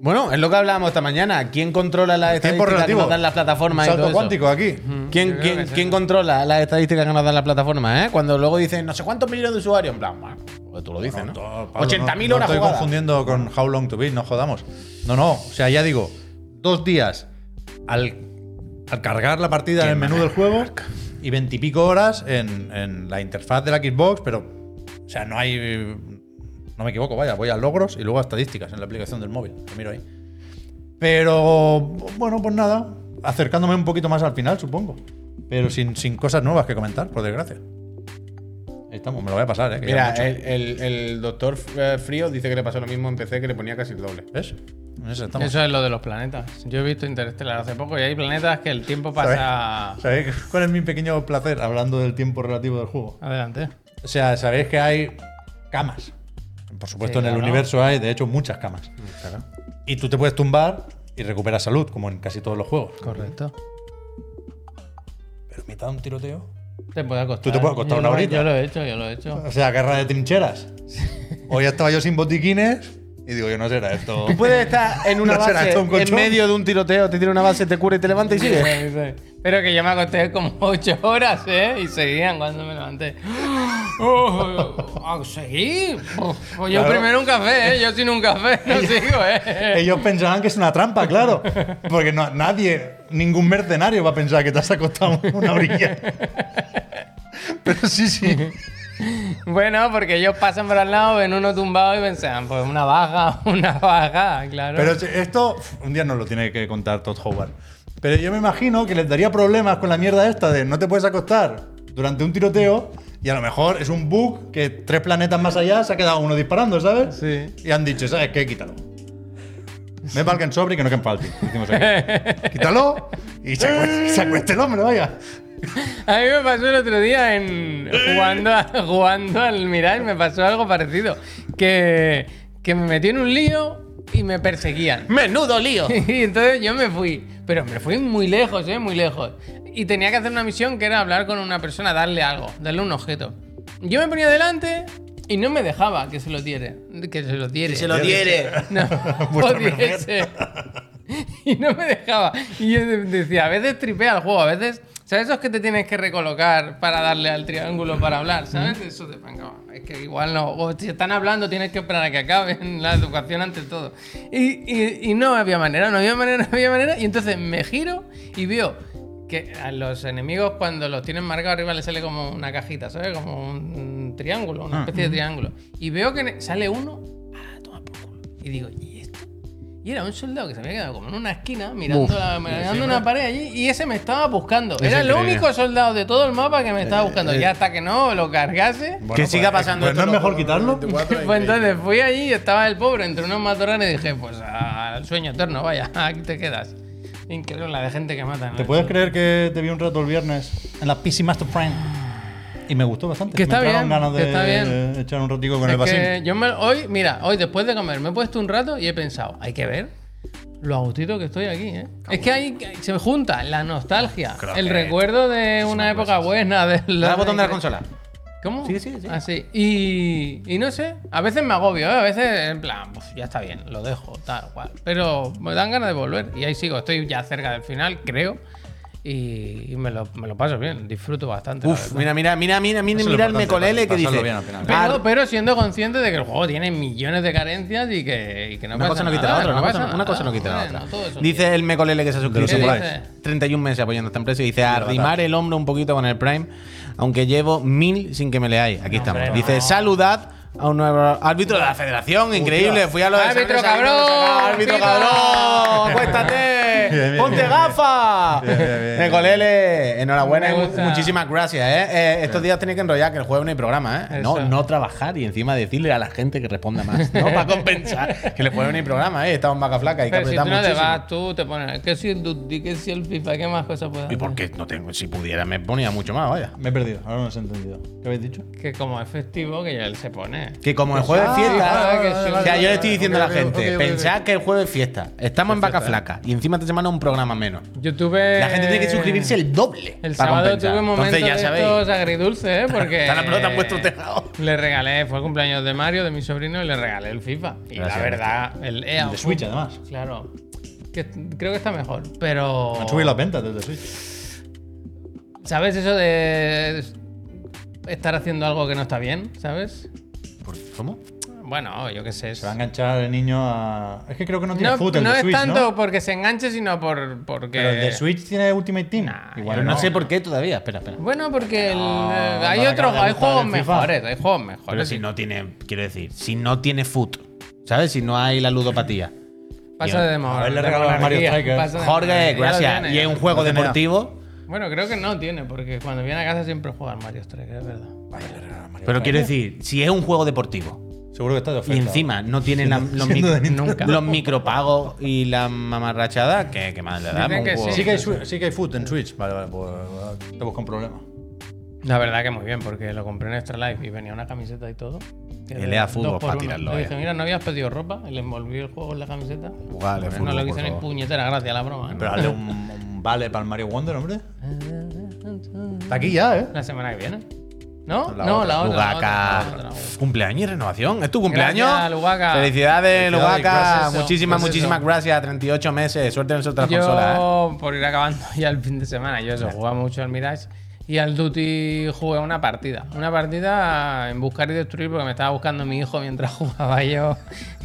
Bueno, es lo que hablábamos esta mañana. ¿Quién controla las
El tiempo
estadísticas que
relativo.
nos dan las
un
plataformas y todo
salto
eso? Mm,
cuántico aquí.
Yo
¿Quién,
creo
quién,
que sí.
quién controla las estadísticas que nos dan las plataformas, eh? Cuando luego dicen no sé cuántos millones de usuarios, en plan, bueno, pues tú lo dices, ¿no?
No, Pablo,
80.000
no- no
horas
estoy
jugadas.
confundiendo con How Long to Beat, no jodamos. No, no, o sea, ya digo, dos días al, al cargar la partida en el menú del juego y veintipico horas en, en la interfaz de la Xbox, pero, o sea, no hay. No me equivoco, vaya, voy a logros y luego a estadísticas en la aplicación del móvil, lo miro ahí. Pero, bueno, pues nada, acercándome un poquito más al final, supongo. Pero sin, sin cosas nuevas que comentar, por desgracia. Ahí estamos, me lo voy a pasar, ¿eh? que ya
Mira,
mucho.
el, el- el doctor eh, Frío dice que le pasó lo mismo en PC, que le ponía casi el doble.
¿Ves? En eso estamos.
Eso es lo de los planetas. Yo he visto Interstellar hace poco y hay planetas que el tiempo pasa.
¿Sabéis cuál es mi pequeño placer hablando del tiempo relativo del juego?
Adelante.
O sea, sabéis que hay camas. Por supuesto,
Sí,
en el
claro.
universo hay, de hecho, muchas camas. Y tú te puedes tumbar y recuperas salud, como en casi todos los juegos.
Correcto.
Pero en mitad de un tiroteo.
Te puede acostar.
Tú te puedes acostar
Yo
una
lo-
horita.
Yo lo he hecho, yo lo he hecho.
O sea, guerra de trincheras. Hoy estaba yo sin botiquines y digo, yo no será esto.
Tú puedes estar en [LAUGHS] una
¿No será
base,
esto un
en
colchón?
medio de un tiroteo, te tira una base, te cura y te levanta y sigue.
Sí, sí. Pero que yo me acosté como [LAUGHS] 8 horas, ¿eh? Y seguían cuando me levanté. [GASPS] Oh, oh, seguí. Oh, pues yo
Claro.
primero un café, ¿eh? Yo sin un café
[LAUGHS]
no sigo, ¿eh?
Ellos pensarán que es una trampa, claro. Porque no- nadie, ningún mercenario va a pensar que te has acostado en una orilla. [LAUGHS] Pero sí, sí.
Bueno, porque ellos pasan por al lado, ven uno tumbado y pensan, pues una baja, [LAUGHS] una baja, claro.
Pero esto un día nos lo tiene que contar Todd Howard. Pero yo me imagino que les daría problemas con la mierda esta de no te puedes acostar durante un tiroteo y a lo mejor es un bug que tres planetas más allá se ha quedado uno disparando, ¿sabes?
Sí.
Y han dicho, ¿sabes qué? Quítalo. Me
[LAUGHS]
valga en sobre y que no que en falti. Decimos aquí. Quítalo y se acueste, se acueste el hombre, vaya.
A mí me pasó el otro día en jugando, a- [LAUGHS] jugando al Mirage, me pasó algo parecido. Que, que me metí en un lío y me perseguían.
[LAUGHS] ¡Menudo
[LAUGHS]
lío!
Y entonces yo me fui, pero me fui muy lejos, ¿eh? Muy lejos. Y tenía que hacer una misión que era hablar con una persona, darle algo, darle un objeto. Yo me ponía delante y no me dejaba que se lo diere. Que se lo diere.
Se lo diere.
No, [LAUGHS]
Vuestra
pudiese. Y no me dejaba. Y yo de- decía, a veces tripea el juego, a veces... ¿Sabes esos que te tienes que recolocar para darle al triángulo para hablar? ¿Sabes? Eso de venga, es que igual no. O si están hablando, tienes que esperar a que acaben la educación ante todo. Y, y- y no había manera, no había manera, [LAUGHS] no había manera. Y entonces me giro y veo que a los enemigos, cuando los tienen marcados arriba, les sale como una cajita, ¿sabes? Como un triángulo, una especie de triángulo. Y veo que sale uno y digo, ¿y esto? Y era un soldado que se había quedado como en una esquina mirando, la- mirando una pared allí y ese me estaba buscando. era el
increíble. Eh,
único soldado de todo el mapa que me estaba buscando. y hasta que no lo cargase.
que siga pasando
Pues no
esto,
es
loco.
mejor quitarlo.
24
[LAUGHS] Pues entonces fui allí y estaba el pobre entre unos matorrales y dije, pues al sueño eterno, vaya, [LAUGHS] aquí te quedas. Increíble la de gente que mata.
¿Te puedes creer que te vi un rato el viernes en la PC Master Friend? Y me gustó bastante.
Que está
me entraron
bien,
ganas de
que está bien.
eh, echar un ratico con el
Es
Basim.
que yo me- hoy, mira, hoy después de comer me he puesto un rato y he pensado, hay que ver lo agustito que estoy aquí, ¿eh? Es que ahí se me junta la nostalgia, el recuerdo de una época buena. De
Dale al botón de la consola.
¿Cómo?
Sí, sí, sí.
Así. Y, y no sé, a veces me agobio, ¿eh? a veces en plan, pues ya está bien, lo dejo, tal cual. Pero me dan ganas de volver y ahí sigo, estoy ya cerca del final, creo. Y, y me, lo, me lo paso bien, disfruto bastante. la
Uf,
verdad.
mira, mira, mira, mira, mira,
Eso es lo
mira el
importante,
mecolele que
pasarlo
dice.
bien al final.
Pero,
"Ar-
pero siendo consciente de que el juego tiene millones de carencias y que, y que no
Una
pasa
cosa no quita la
nada,
otra,
no
una
pasa
cosa, una cosa
nada,
no quita la
hombre,
otra.
no todo eso
Dice
tiene.
el Mecolele que se ha suscrito.
¿Qué
Dice,
dice?
31 meses apoyando esta empresa y dice arrimar el hombro un poquito con el Prime, aunque llevo mil sin que me leáis. Aquí
No,
estamos.
hombre,
dice
no.
saludad a un nuevo árbitro de la federación, increíble. Fui a los
Árbitro
exámenes, ahí no lo
cabrón,
sacaba. árbitro
pipa.
cabrón,
Bien,
acuéstate,
bien,
ponte
bien,
gafas.
Bien, bien, bien.
Mecolele, enhorabuena,
Me
y mu-
gusta.
muchísimas gracias. ¿eh? Eh, estos días tenéis que enrollar que el jueves no hay programa, ¿eh? No,
Eso.
no trabajar y encima decirle a la gente que responda más,
[LAUGHS]
¿no? Para compensar. Que le puede venir programa, ¿eh? Estamos en vaca flaca y que
Pero si tú
apretar
no te
muchísimo.
vas, tú te pones. ¿Qué si el Duty? ¿Qué si el FIFA? ¿Qué más cosas puedes
¿Y
hacer?
por qué no tengo? Si pudiera, me ponía mucho más, vaya.
Me he perdido, ahora no os he entendido. ¿Qué habéis dicho?
Que como es festivo, que ya él se pone.
Que como el jueves
Ah,
fiesta.
vale, vale,
o
vale,
sea, yo le
vale,
estoy diciendo
ok,
a la gente,
ok, ok,
pensad que el jueves es fiesta. Estamos en vaca flaca y encima esta semana un programa menos.
Yo tuve.
La gente tiene que suscribirse el doble.
Eh, [LAUGHS] El
para
sábado
compensar.
tuve momentos
Entonces, ya
de
sabéis.
estos agridulces, ¿eh? Porque.
Está la pelota en vuestro tejado.
Le regalé, fue el cumpleaños de Mario, de mi sobrino, y le regalé el FIFA. Y
Gracias,
la verdad, el EA.
El de Switch, además.
Claro. Que creo que está mejor, pero.
Han subido las ventas desde Switch.
¿Sabes eso de estar haciendo algo que no está bien? ¿Sabes?
¿Por- ¿Cómo?
Bueno, yo qué sé. es-
Se va a enganchar el niño a. Es que creo que no tiene
No,
fútbol
no
de
es
Switch,
tanto
¿no?
porque se enganche, sino por, porque.
Pero el de Switch tiene Ultimate Team.
Nah,
Igual
Pero no sé por qué todavía. Espera, espera.
Bueno, porque el- eh,
No,
hay
no le
otros,
acaba de
hay juegos
gustar el FIFA.
mejores, hay juegos
Pero
mejores.
si no tiene, quiero decir, si no tiene foot, ¿sabes? Si no hay la ludopatía.
Pasa de demora.
ver, le regalo al Mario Striker.
Jorge, gracias. Y es un juego
tiene nada.
deportivo.
Bueno, creo que no tiene, porque cuando viene a casa siempre juega al Mario Striker, es verdad.
Pero quiero decir, si es un juego deportivo
Seguro que está de
y
oferta.
encima no tiene la- los,
siendo
mic-
de Nintendo.
nunca. los micropagos y la mamarrachada, que, que más le da.
Dicen
Un
que
juego-
Sí que, hay, Swi- sí que hay foot en Switch. Vale, vale, pues te busco un problema.
La verdad que muy bien, porque lo compré en Extra Life y venía una camiseta y todo. que
El
era
EA
dos
Fútbol
por
pa'
uno.
tirarlo,
Le
eh.
dije, mira, no habías pedido ropa, y le envolví el juego en la camiseta. Pues
Vale,
no
fútbol,
lo
por
quise ni
favor.
puñetera gracia la broma. ¿no?
Pero dale un, un vale para el Mario Wonder, hombre. Está aquí ya, ¿eh?
La semana que viene. ¿No?
La
no,
otra.
la otra. la
Lugaca.
otra, la otra, la otra.
Cumpleaños y renovación. ¿Es tu cumpleaños?
Gracias, Lugaca.
Felicidades,
Felicidades,
Lugaca.
gracias.
Muchísimas,
Pues eso.
muchísimas gracias. 38 meses. Suerte en las otras
yo,
consolas. ¿eh?
por ir acabando [LAUGHS] ya el fin de semana, yo eso, jugaba mucho al Mirage y al Duty jugué una partida. Una partida en buscar y destruir porque me estaba buscando mi hijo mientras [LAUGHS] jugaba yo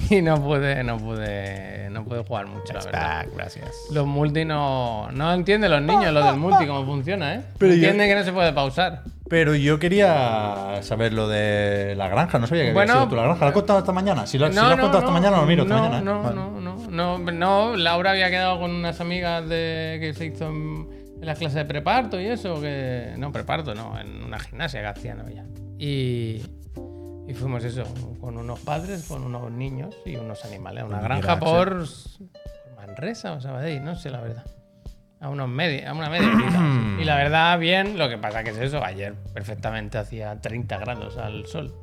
y no pude, no pude, no pude jugar mucho, la verdad.
Ah, gracias.
Los multi no, no entienden los niños lo del multi, cómo funciona, ¿eh?
Pero yo-
entienden que no se puede pausar.
Pero yo quería saber lo de la granja. No sabía que
Bueno,
había sido tú la granja. ¿La has contado esta mañana? Si, la, si lo has contado esta mañana, lo miro esta
no,
mañana. ¿eh?
No,
Vale.
no, no, no, no, Laura había quedado con unas amigas de que se hizo en, en las clases de preparto y eso, que no, preparto, no, en una gimnasia que hacían ella. Y, y fuimos eso, con unos padres, con unos niños
Pues
y unos animales, a una granja por Manresa o Sabadell, no sé la verdad. a, unos medi- a una media horita.
[CLEARS THROAT]
y la verdad, bien, lo que pasa que es eso, ayer perfectamente hacía 30 grados al sol.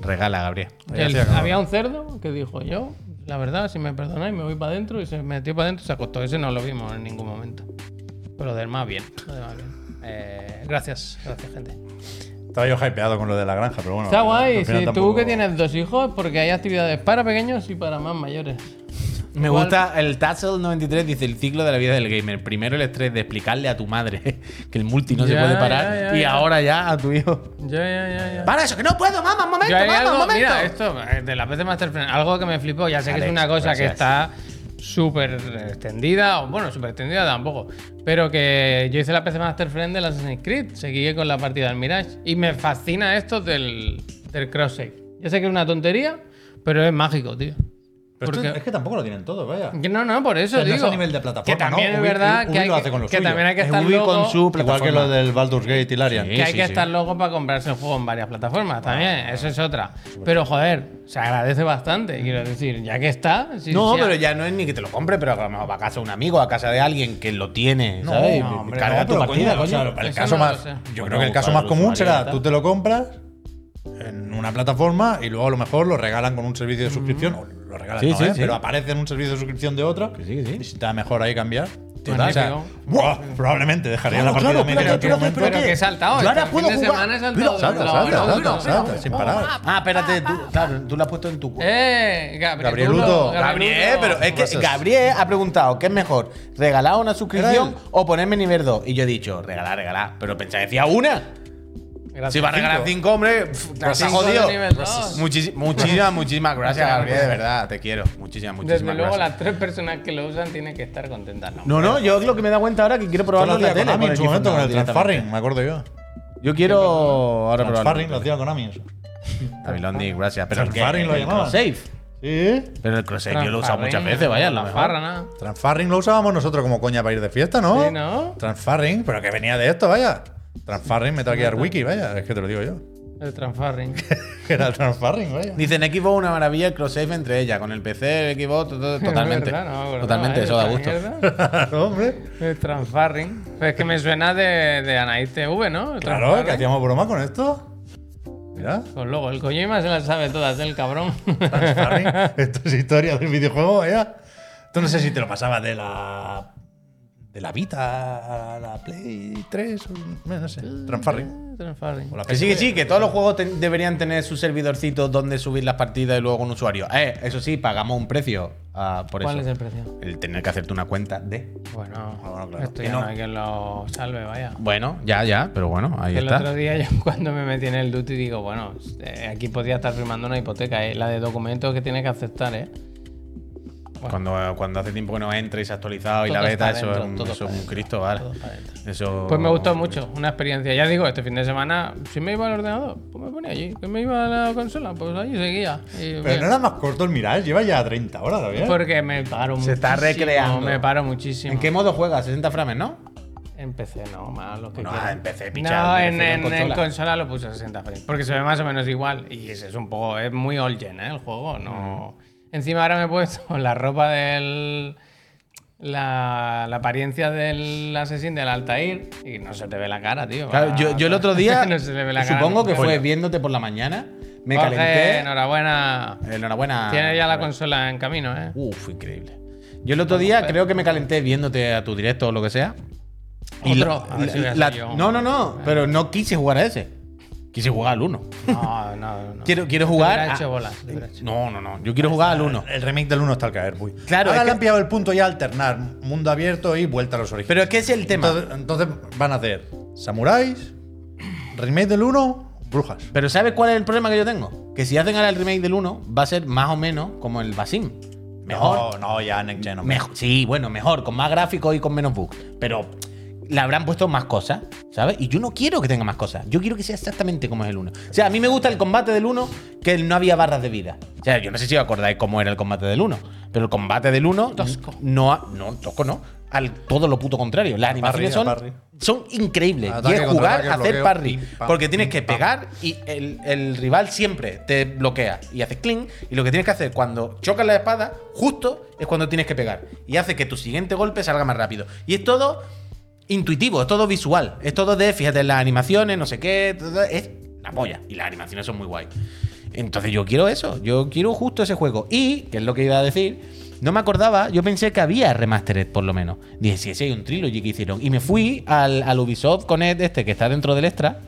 Regala, Gabriel.
El- había un cerdo que dijo yo, la verdad, si me perdonáis, me voy para adentro y se metió para adentro y se acostó. Ese no lo vimos en ningún momento. Pero del más bien. lo demás bien. Eh, gracias, gracias, gente.
Estaba yo hypeado con lo de la granja, pero bueno.
Está guay.
al
Si
final
tú
tampoco-
que tienes dos hijos, porque hay actividades para pequeños y para más mayores.
Me
Igual-
gusta el Tassel 93, dice el ciclo de la vida del gamer. Primero el estrés de explicarle a tu madre [LAUGHS] que el multi no se
Ya,
puede parar
ya, ya,
y
ya.
ahora ya a tu hijo.
Ya, ya, ya, ya.
Para eso, que no puedo, mamá, un momento,
Yo hay
mamá, un
algo,
momento.
mira, esto eh, de las veces Master Plan, algo que me flipó, ya sé que es
Alex,
una cosa que
gracias.
está súper extendida, o bueno, súper extendida tampoco, pero que yo hice la PC Master Friend del Assassin's Creed, seguí con la partida del Mirage, y me fascina esto del, del cross-save. Yo sé que es una tontería, pero es mágico, tío.
Pero esto-
Porque-
es que tampoco lo tienen todo, vaya.
Que No, no, por eso
O sea, no es
digo.
a nivel de plataforma,
que también
¿no?
es
Ubi-
verdad
Ubi
que, hay,
lo hace
que-
con lo
que
suyo.
también hay que
Es
estar
Ubi
loco.
con su
Igual que
plataforma.
lo del Baldur's Gate y Larian.
Sí. Ah,
Que hay que estar loco para comprarse el juego en varias plataformas también, eso es otra. Pero joder, se agradece bastante, quiero decir, eh, ya que está. si-
No,
si-
pero ya no es ni que te lo compre, pero a lo mejor va a casa de un amigo, a casa de alguien que lo tiene, ¿sabes?
no, hombre,
Carga
No,
tu
pero
partida,
coño, o sea,
coño.
el
Eso
caso
no lo
más,
sé.
yo
Bueno,
creo que el caso
buscar
más
el
común
usuario,
será
tal.
tú te lo compras en una plataforma y luego a lo mejor lo regalan con un servicio de suscripción. O lo regalan,
Sí,
no,
sí,
¿eh?
sí.
pero aparece en un servicio de suscripción de otro.
Que sí, que sí.
Y si está mejor ahí cambiar.
Magnífico.
o sea, ¡buah! probablemente dejaría
Claro,
la partida
claro,
media
pero-
en otro
pero-
momento.
Pero que he saltado.
Yo ahora
este
puedo
fin de
jugar.
semana he
Mira,
saltado.
Salta,
de la
salta,
hora.
salta, salta, sin parar.
Ah,
[LAUGHS]
espérate, tú, claro, tú lo has puesto en tu cu-
Eh,
Gabrieluto.
Gabrieluto.
Gabriel, eh, pero es que
Gracias.
Gabriel ha preguntado ¿qué es mejor? ¿Regalar una suscripción
Era él.
o ponerme nivel 2? Y yo he dicho, regalar, regalar. Pero pensaba que decía una.
Gracias.
Si va a regalar cinco, hombre,
Pero
se ha
cinco de
jodido.
nivel dos.
Muchis- Muchísimas, muchísimas gracias,
Gracias,
Gabriel, de
gracias.
verdad, te quiero. Muchísimas, muchísimas
Desde luego,
gracias.
las tres personas que lo usan tienen que estar contentas. ¿no?
No, no, yo lo que me da cuenta ahora es que quiero
Esto lo
probarlo en
hacía
la tele.
Konami
con
en
el
su momento con el
directamente.
Transfarring, me acuerdo yo.
Yo quiero ahora
Transfarring lo
probarlo.
hacía Konami. eso.
Babilondi, gracias. Pero el que-
Transfarring lo
el
llamaban.
cross-save.
Sí.
Pero el cross-save Eh, yo lo he usado muchas
Farrina,
veces, vaya, la
farra,
mejor.
nada.
Transfarring lo usábamos nosotros como coña para ir de fiesta, ¿no?
Sí, ¿no?
Transfarring, pero que venía de esto, vaya. Transfarring Metal Gear Wiki, vaya, es que te lo digo yo. [LAUGHS]
El transfarring. [LAUGHS]
Era el Transfarring, vaya.
[LAUGHS] Dicen Xbox una maravilla el cross-save entre ellas. Con el PC, el Xbox, to- to- [LAUGHS] totalmente.
[LAUGHS] Es verdad, no me acordaba,
totalmente,
¿eh?
eso da
Esta
gusto.
mierda.
Claro, hombre.
El transfarring. Pues es que me suena de, de Anaís TV, ¿no? El
Claro, que
transfarring.
hacíamos broma con esto. Mira,
Pues luego, el Kojima se las sabe todas, el
[LAUGHS]
cabrón.
Transfarring. esto es historia del videojuego, vaya. Tú no sé si te lo pasabas de la. de la Vita a la Play 3, o- bueno, no sé. Transfarring.
Transfarring.
O la
Que sí, que sí, que todos los juegos ten- deberían tener su servidorcito donde subir las partidas y luego un usuario. Eh, eso sí, pagamos un precio ah, por
¿Cuál es
eso.
el precio?
el tener que hacerte una cuenta de.
Bueno,
Ah, bueno, claro.
esto
Que
ya
no.
no hay quien lo salve, vaya.
Bueno, ya, ya, pero bueno, ahí
Que El otro
está.
día yo [LAUGHS] cuando me metí en el duty digo, bueno, eh, aquí podría estar firmando una hipoteca, eh, la de documentos que tiene que aceptar, ¿eh?
Cuando, cuando hace tiempo que no entra y se ha actualizado y la
Todo
beta,
está
eso es
dentro,
un,
todo
eso
está
es un
dentro,
Cristo, vale.
todo está dentro.
Eso,
Pues me gustó mucho, una experiencia. Ya digo, este fin de semana, si me iba al ordenador, pues me ponía allí. Que me iba a la consola, pues allí seguía. Y bien.
Pero no era más corto el Mirage, lleva ya 30 horas todavía.
Porque me paro muchísimo.
¿Eh? Se está recreando.
Me paro muchísimo.
¿En qué modo juegas? 60 frames, ¿no?
Pues Empecé, no, más lo que
Bueno,
quieras.
en PC,
No,
pichar,
en,
me refiero
en,
en
en consola.
consola.
lo puse a 60 frames. Porque se ve más o menos igual. Y ese es un poco. Es muy old gen, ¿eh? El juego. No.
Mm.
Encima ahora me he puesto [LAUGHS] la ropa del. La, la apariencia del asesino del Altair. Y no se te ve la cara, tío.
Claro,
Va,
yo, yo el
[LAUGHS]
otro día,
no se le ve la cara
supongo que
nunca.
fue viéndote por la mañana, me
Jorge,
calenté. Ah,
Enhorabuena.
Enhorabuena.
Tiene ya la consola en camino, ¿eh?
Uf, increíble. Yo el otro día creo que me calenté viéndote a tu directo o lo que sea.
Otro. A ver si voy a
la-
ser yo.
no, no, no, pero no quise jugar a ese. Quise jugar al 1.
No, no, no.
Quiero, quiero
Te
jugar.
hubiera
a-
hecho bolas, te hubiera hecho.
No, no, no. Yo quiero jugar al 1.
El remake del 1 está al caer, muy.
Claro,
Ahora
es
le
que-
han pillado el punto ya a alternar mundo abierto y vuelta a los orígenes.
Pero es que ese es el tema.
Entonces, entonces van a hacer samuráis, remake del 1, brujas.
Pero ¿sabes cuál es el problema que yo tengo? Que si hacen ahora el remake del 1, va a ser más o menos como el Basim. Mejor.
No, no, ya Next Gen. hombre.
Mejor- sí, bueno, mejor, con más gráficos y con menos bugs. Pero le habrán puesto más cosas, ¿sabes? Y yo no quiero que tenga más cosas. Yo quiero que sea exactamente como es el 1. O sea, a mí me gusta el combate del 1 que no había barras de vida. O sea, yo no sé si os acordáis cómo era el combate del 1, pero el combate del 1
Tosco.
No, ha- no, tosco no. al todo lo puto contrario. Las animaciones
parry, a parry.
son, son increíbles.
Ataque,
y es jugar,
contraataque,
hacer
bloqueo,
parry.
pim, pam,
porque tienes
pim,
que
pam.
pegar y el, el rival siempre te bloquea y haces clean. Y lo que tienes que hacer cuando chocas la espada, justo es cuando tienes que pegar. Y hace que tu siguiente golpe salga más rápido. Y es todo intuitivo, es todo visual. Es todo de, fíjate, en las animaciones, no sé qué. todo- Es la polla. Y las animaciones son muy guay. Entonces yo quiero eso, yo quiero justo ese juego. Y, que es lo que iba a decir, no me acordaba, yo pensé que había remastered por lo menos. Dije, sí, ese hay un trilogy que hicieron. Y me fui al, al Ubisoft Connect este que está dentro del Extra.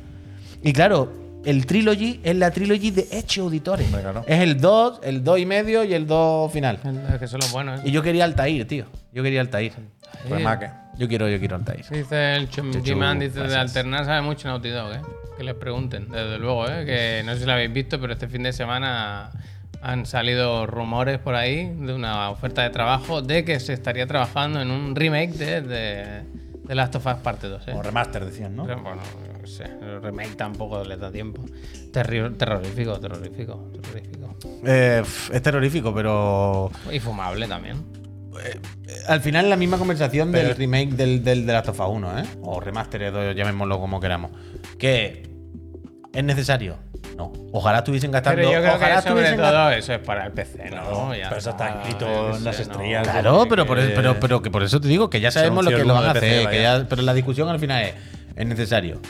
Y claro, el trilogy es la trilogy de Hecho Auditores.
Hombre, claro.
Es el 2, el 2 y medio y el 2 final.
Es que son los buenos.
Y pues
¿eh?
yo quería Altair, tío. Yo quería Altair.
Remaque.
Yo quiero, yo quiero Altair.
Dice el
Chuchu,
Chumjiman, dice de
gracias.
alternar sabe mucho Naughty Dog, ¿eh? Que les pregunten, desde luego, ¿eh? Que no sé si lo habéis visto, pero este fin de semana han salido rumores por ahí de una oferta de trabajo de que se estaría trabajando en un remake de, de, de Last of Us Parte 2, ¿eh?
O remaster, decían, ¿no?
Pero, Bueno, no sé, el remake tampoco les da tiempo. Terri- terrorífico, terrorífico, terrorífico.
Eh, pf, es terrorífico, pero. eh,
Y fumable también.
Al final es la misma conversación del remake del, del, de Last of Us 1, ¿eh? O remastered, o llamémoslo como queramos. Que es necesario. No. Ojalá estuviesen gastando.
Pero yo creo
ojalá
que sobre
estuviesen
todo eso es para el PC, ¿no? Ya
pero eso está escrito
yo qué
en las
sé,
estrellas.
No.
Claro, pero
que-
por, eso- pero, pero que por eso te digo que ya sabemos lo que lo
cielo
van a
de PC,
hacer. que
vaya.
ya- pero la discusión al final es, ¿es necesario?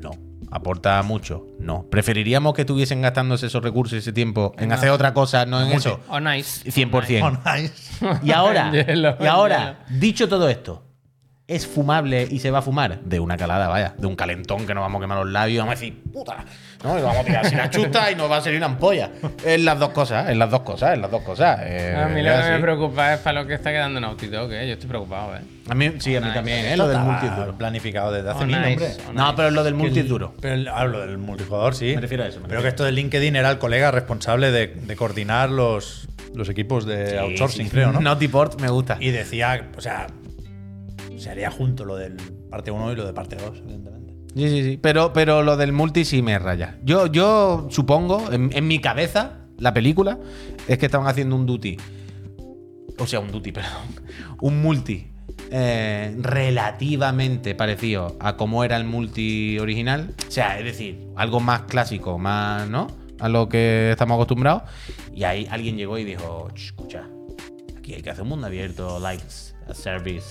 No. ¿Aporta mucho? No. ¿Preferiríamos que estuviesen gastándose esos recursos y ese tiempo en hacer otra cosa, no en eso?
O nice.
100%.
Oh, nice. [LAUGHS]
Y ahora,
En hielo,
y
en
ahora dicho todo esto, ¿es fumable y se va a fumar? De una calada, vaya. De un calentón que nos vamos a quemar los labios. Vamos a decir, puta. ¿no? Y nos vamos a tirar sin la chusta y nos va a salir una ampolla. Es las dos cosas, es las dos cosas, es las dos cosas. eh,
A mí
es
lo que me
así.
preocupa es para lo que está quedando Naughty Dog, ¿eh? Yo estoy preocupado, ¿eh?
A mí, sí, a mí
Nice.
también, ¿eh?
Esto
[LAUGHS] Lo del
estaba
multiduro.
planificado desde hace
Oh,
mil,
nice.
hombre.
Oh,
No, pero lo del multi
El-
es duro.
Pero el- hablo del multijugador, sí.
Me refiero a eso, me
pero
refiero
que
a
esto de LinkedIn era el colega responsable de, de coordinar los, los equipos de outsourcing,
Sí, sí.
creo, ¿no?
Naughty Port me gusta.
Y decía, o sea, se haría junto lo del parte 1 y lo de parte 2, evidentemente. [LAUGHS]
Sí, sí, sí. Pero, pero lo del multi sí me raya. Yo, yo supongo, en, en mi cabeza, la película, es que estaban haciendo un duty. O sea, un duty, [LAUGHS] perdón. Un multi. eh, relativamente parecido a como era el multi original. O sea, es decir, algo más clásico, más, ¿no? A lo que estamos acostumbrados. Y ahí alguien llegó y dijo, "Ch, escucha, aquí hay que hacer un mundo abierto, like a service,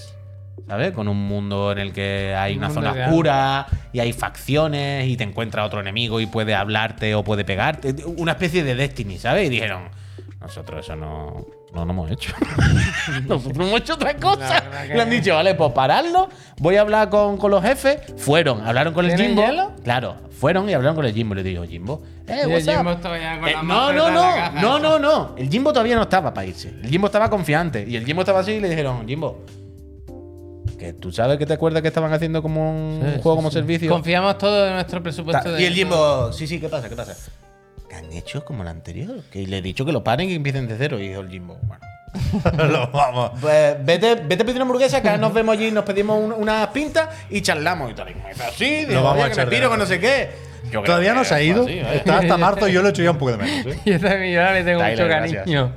¿sabes? Con un mundo en el que hay
Un
una
mundo
zona
real.
oscura y hay facciones y te encuentra otro enemigo y puede hablarte o puede pegarte. Una especie de Destiny, ¿sabes? Y dijeron, nosotros eso no, no lo hemos hecho. [LAUGHS] nosotros hemos hecho otra cosa.
verdad que-
Le han dicho, vale, pues paradlo, voy a hablar con, con los jefes. Fueron, hablaron con el
¿Tienen
Jimbo.
hielo?
Claro, fueron y hablaron con el Jimbo. Le digo, Jimbo, eh,
Yo,
what's up?"
Jimbo, estoy ya con
Eh,
la
no,
maleta
no,
en
no,
la caja.
no, no, no. El Jimbo todavía no estaba para irse. El Jimbo estaba confiante. Y el Jimbo estaba así y le dijeron, Jimbo, que tú sabes que te acuerdas que estaban haciendo como un
Sí,
juego
sí,
como
sí.
servicio.
Confiamos todo en nuestro presupuesto.
Ta-
de-
y el Jimbo, sí, sí, ¿qué pasa? ¿Qué pasa? Que han hecho como el anterior. Que le he dicho que lo paren y que empiecen de cero. Y dijo el Jimbo, bueno.
Lo vamos.
Pues vete, vete a pedir una hamburguesa, que ahora nos vemos allí, nos pedimos un- unas pintas y charlamos. Y tal. Y me dice, sí, digo,
vamos
"Oye,
a
que
echar
me
de
piro, que no
menos".
sé qué. Yo creo
Todavía
que
no se ha ido.
fue así, ¿eh?
Está hasta marzo y yo lo he hecho ya un poco de menos. ¿eh?
[LAUGHS] Y esta millona le tengo
Tyler,
mucho
gracias.
cariño.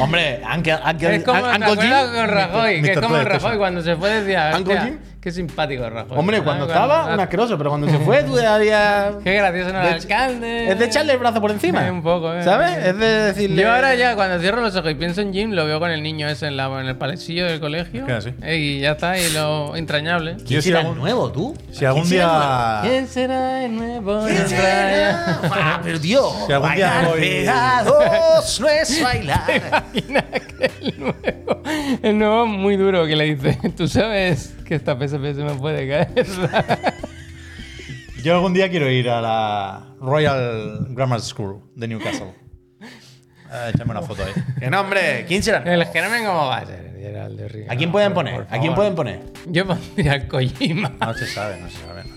Hombre, Uncle, Uncle,
Es como, ¿te
Uncle Jim.
acuerdas con Rajoy? Que es
Mr.
como
Presto,
Rajoy
sí.
cuando se fue decía,
¿Uncle
hostia,
Jim?
qué simpático Rajoy.
Hombre,
Ah,
cuando estaba, un asqueroso, pero cuando se fue, tú había.
Qué gracioso era el
De hecho,
alcalde.
Es de echarle el brazo por encima.
Sí, un poco, eh.
¿Sabes? Es de decirle.
Yo ahora ya, cuando cierro los ojos y pienso en Jim, lo veo con el niño ese en, la, en el palecillo del colegio.
Queda así.
Eh, Y ya está, y lo entrañable.
¿Quién
Yo si
será el
algún-
nuevo, tú?
Si algún
¿Quién será
día.
¿Quién será el nuevo
el nuevo? Ah. ¿Quién será?
Ryan?
Ah, pero tío,
Si algún día
bailar
voy-
pegados no
[LAUGHS]
es bailar.
El nuevo, el nuevo es muy duro que le dice, tú sabes que esta PSP se me puede caer. [LAUGHS]
Yo algún día quiero ir a la Royal Grammar School de Newcastle. Eh, échame una foto ahí.
¿Qué nombre? ¿Quién será? el
el
nuevo?
germen cómo va a ser, Gerald de Río.
¿A quién pueden
Por-
poner?
por
¿A quién
favor. Pues
pueden poner?
Yo pondría a Kojima.
No se sabe, no se sabe. No se sabe.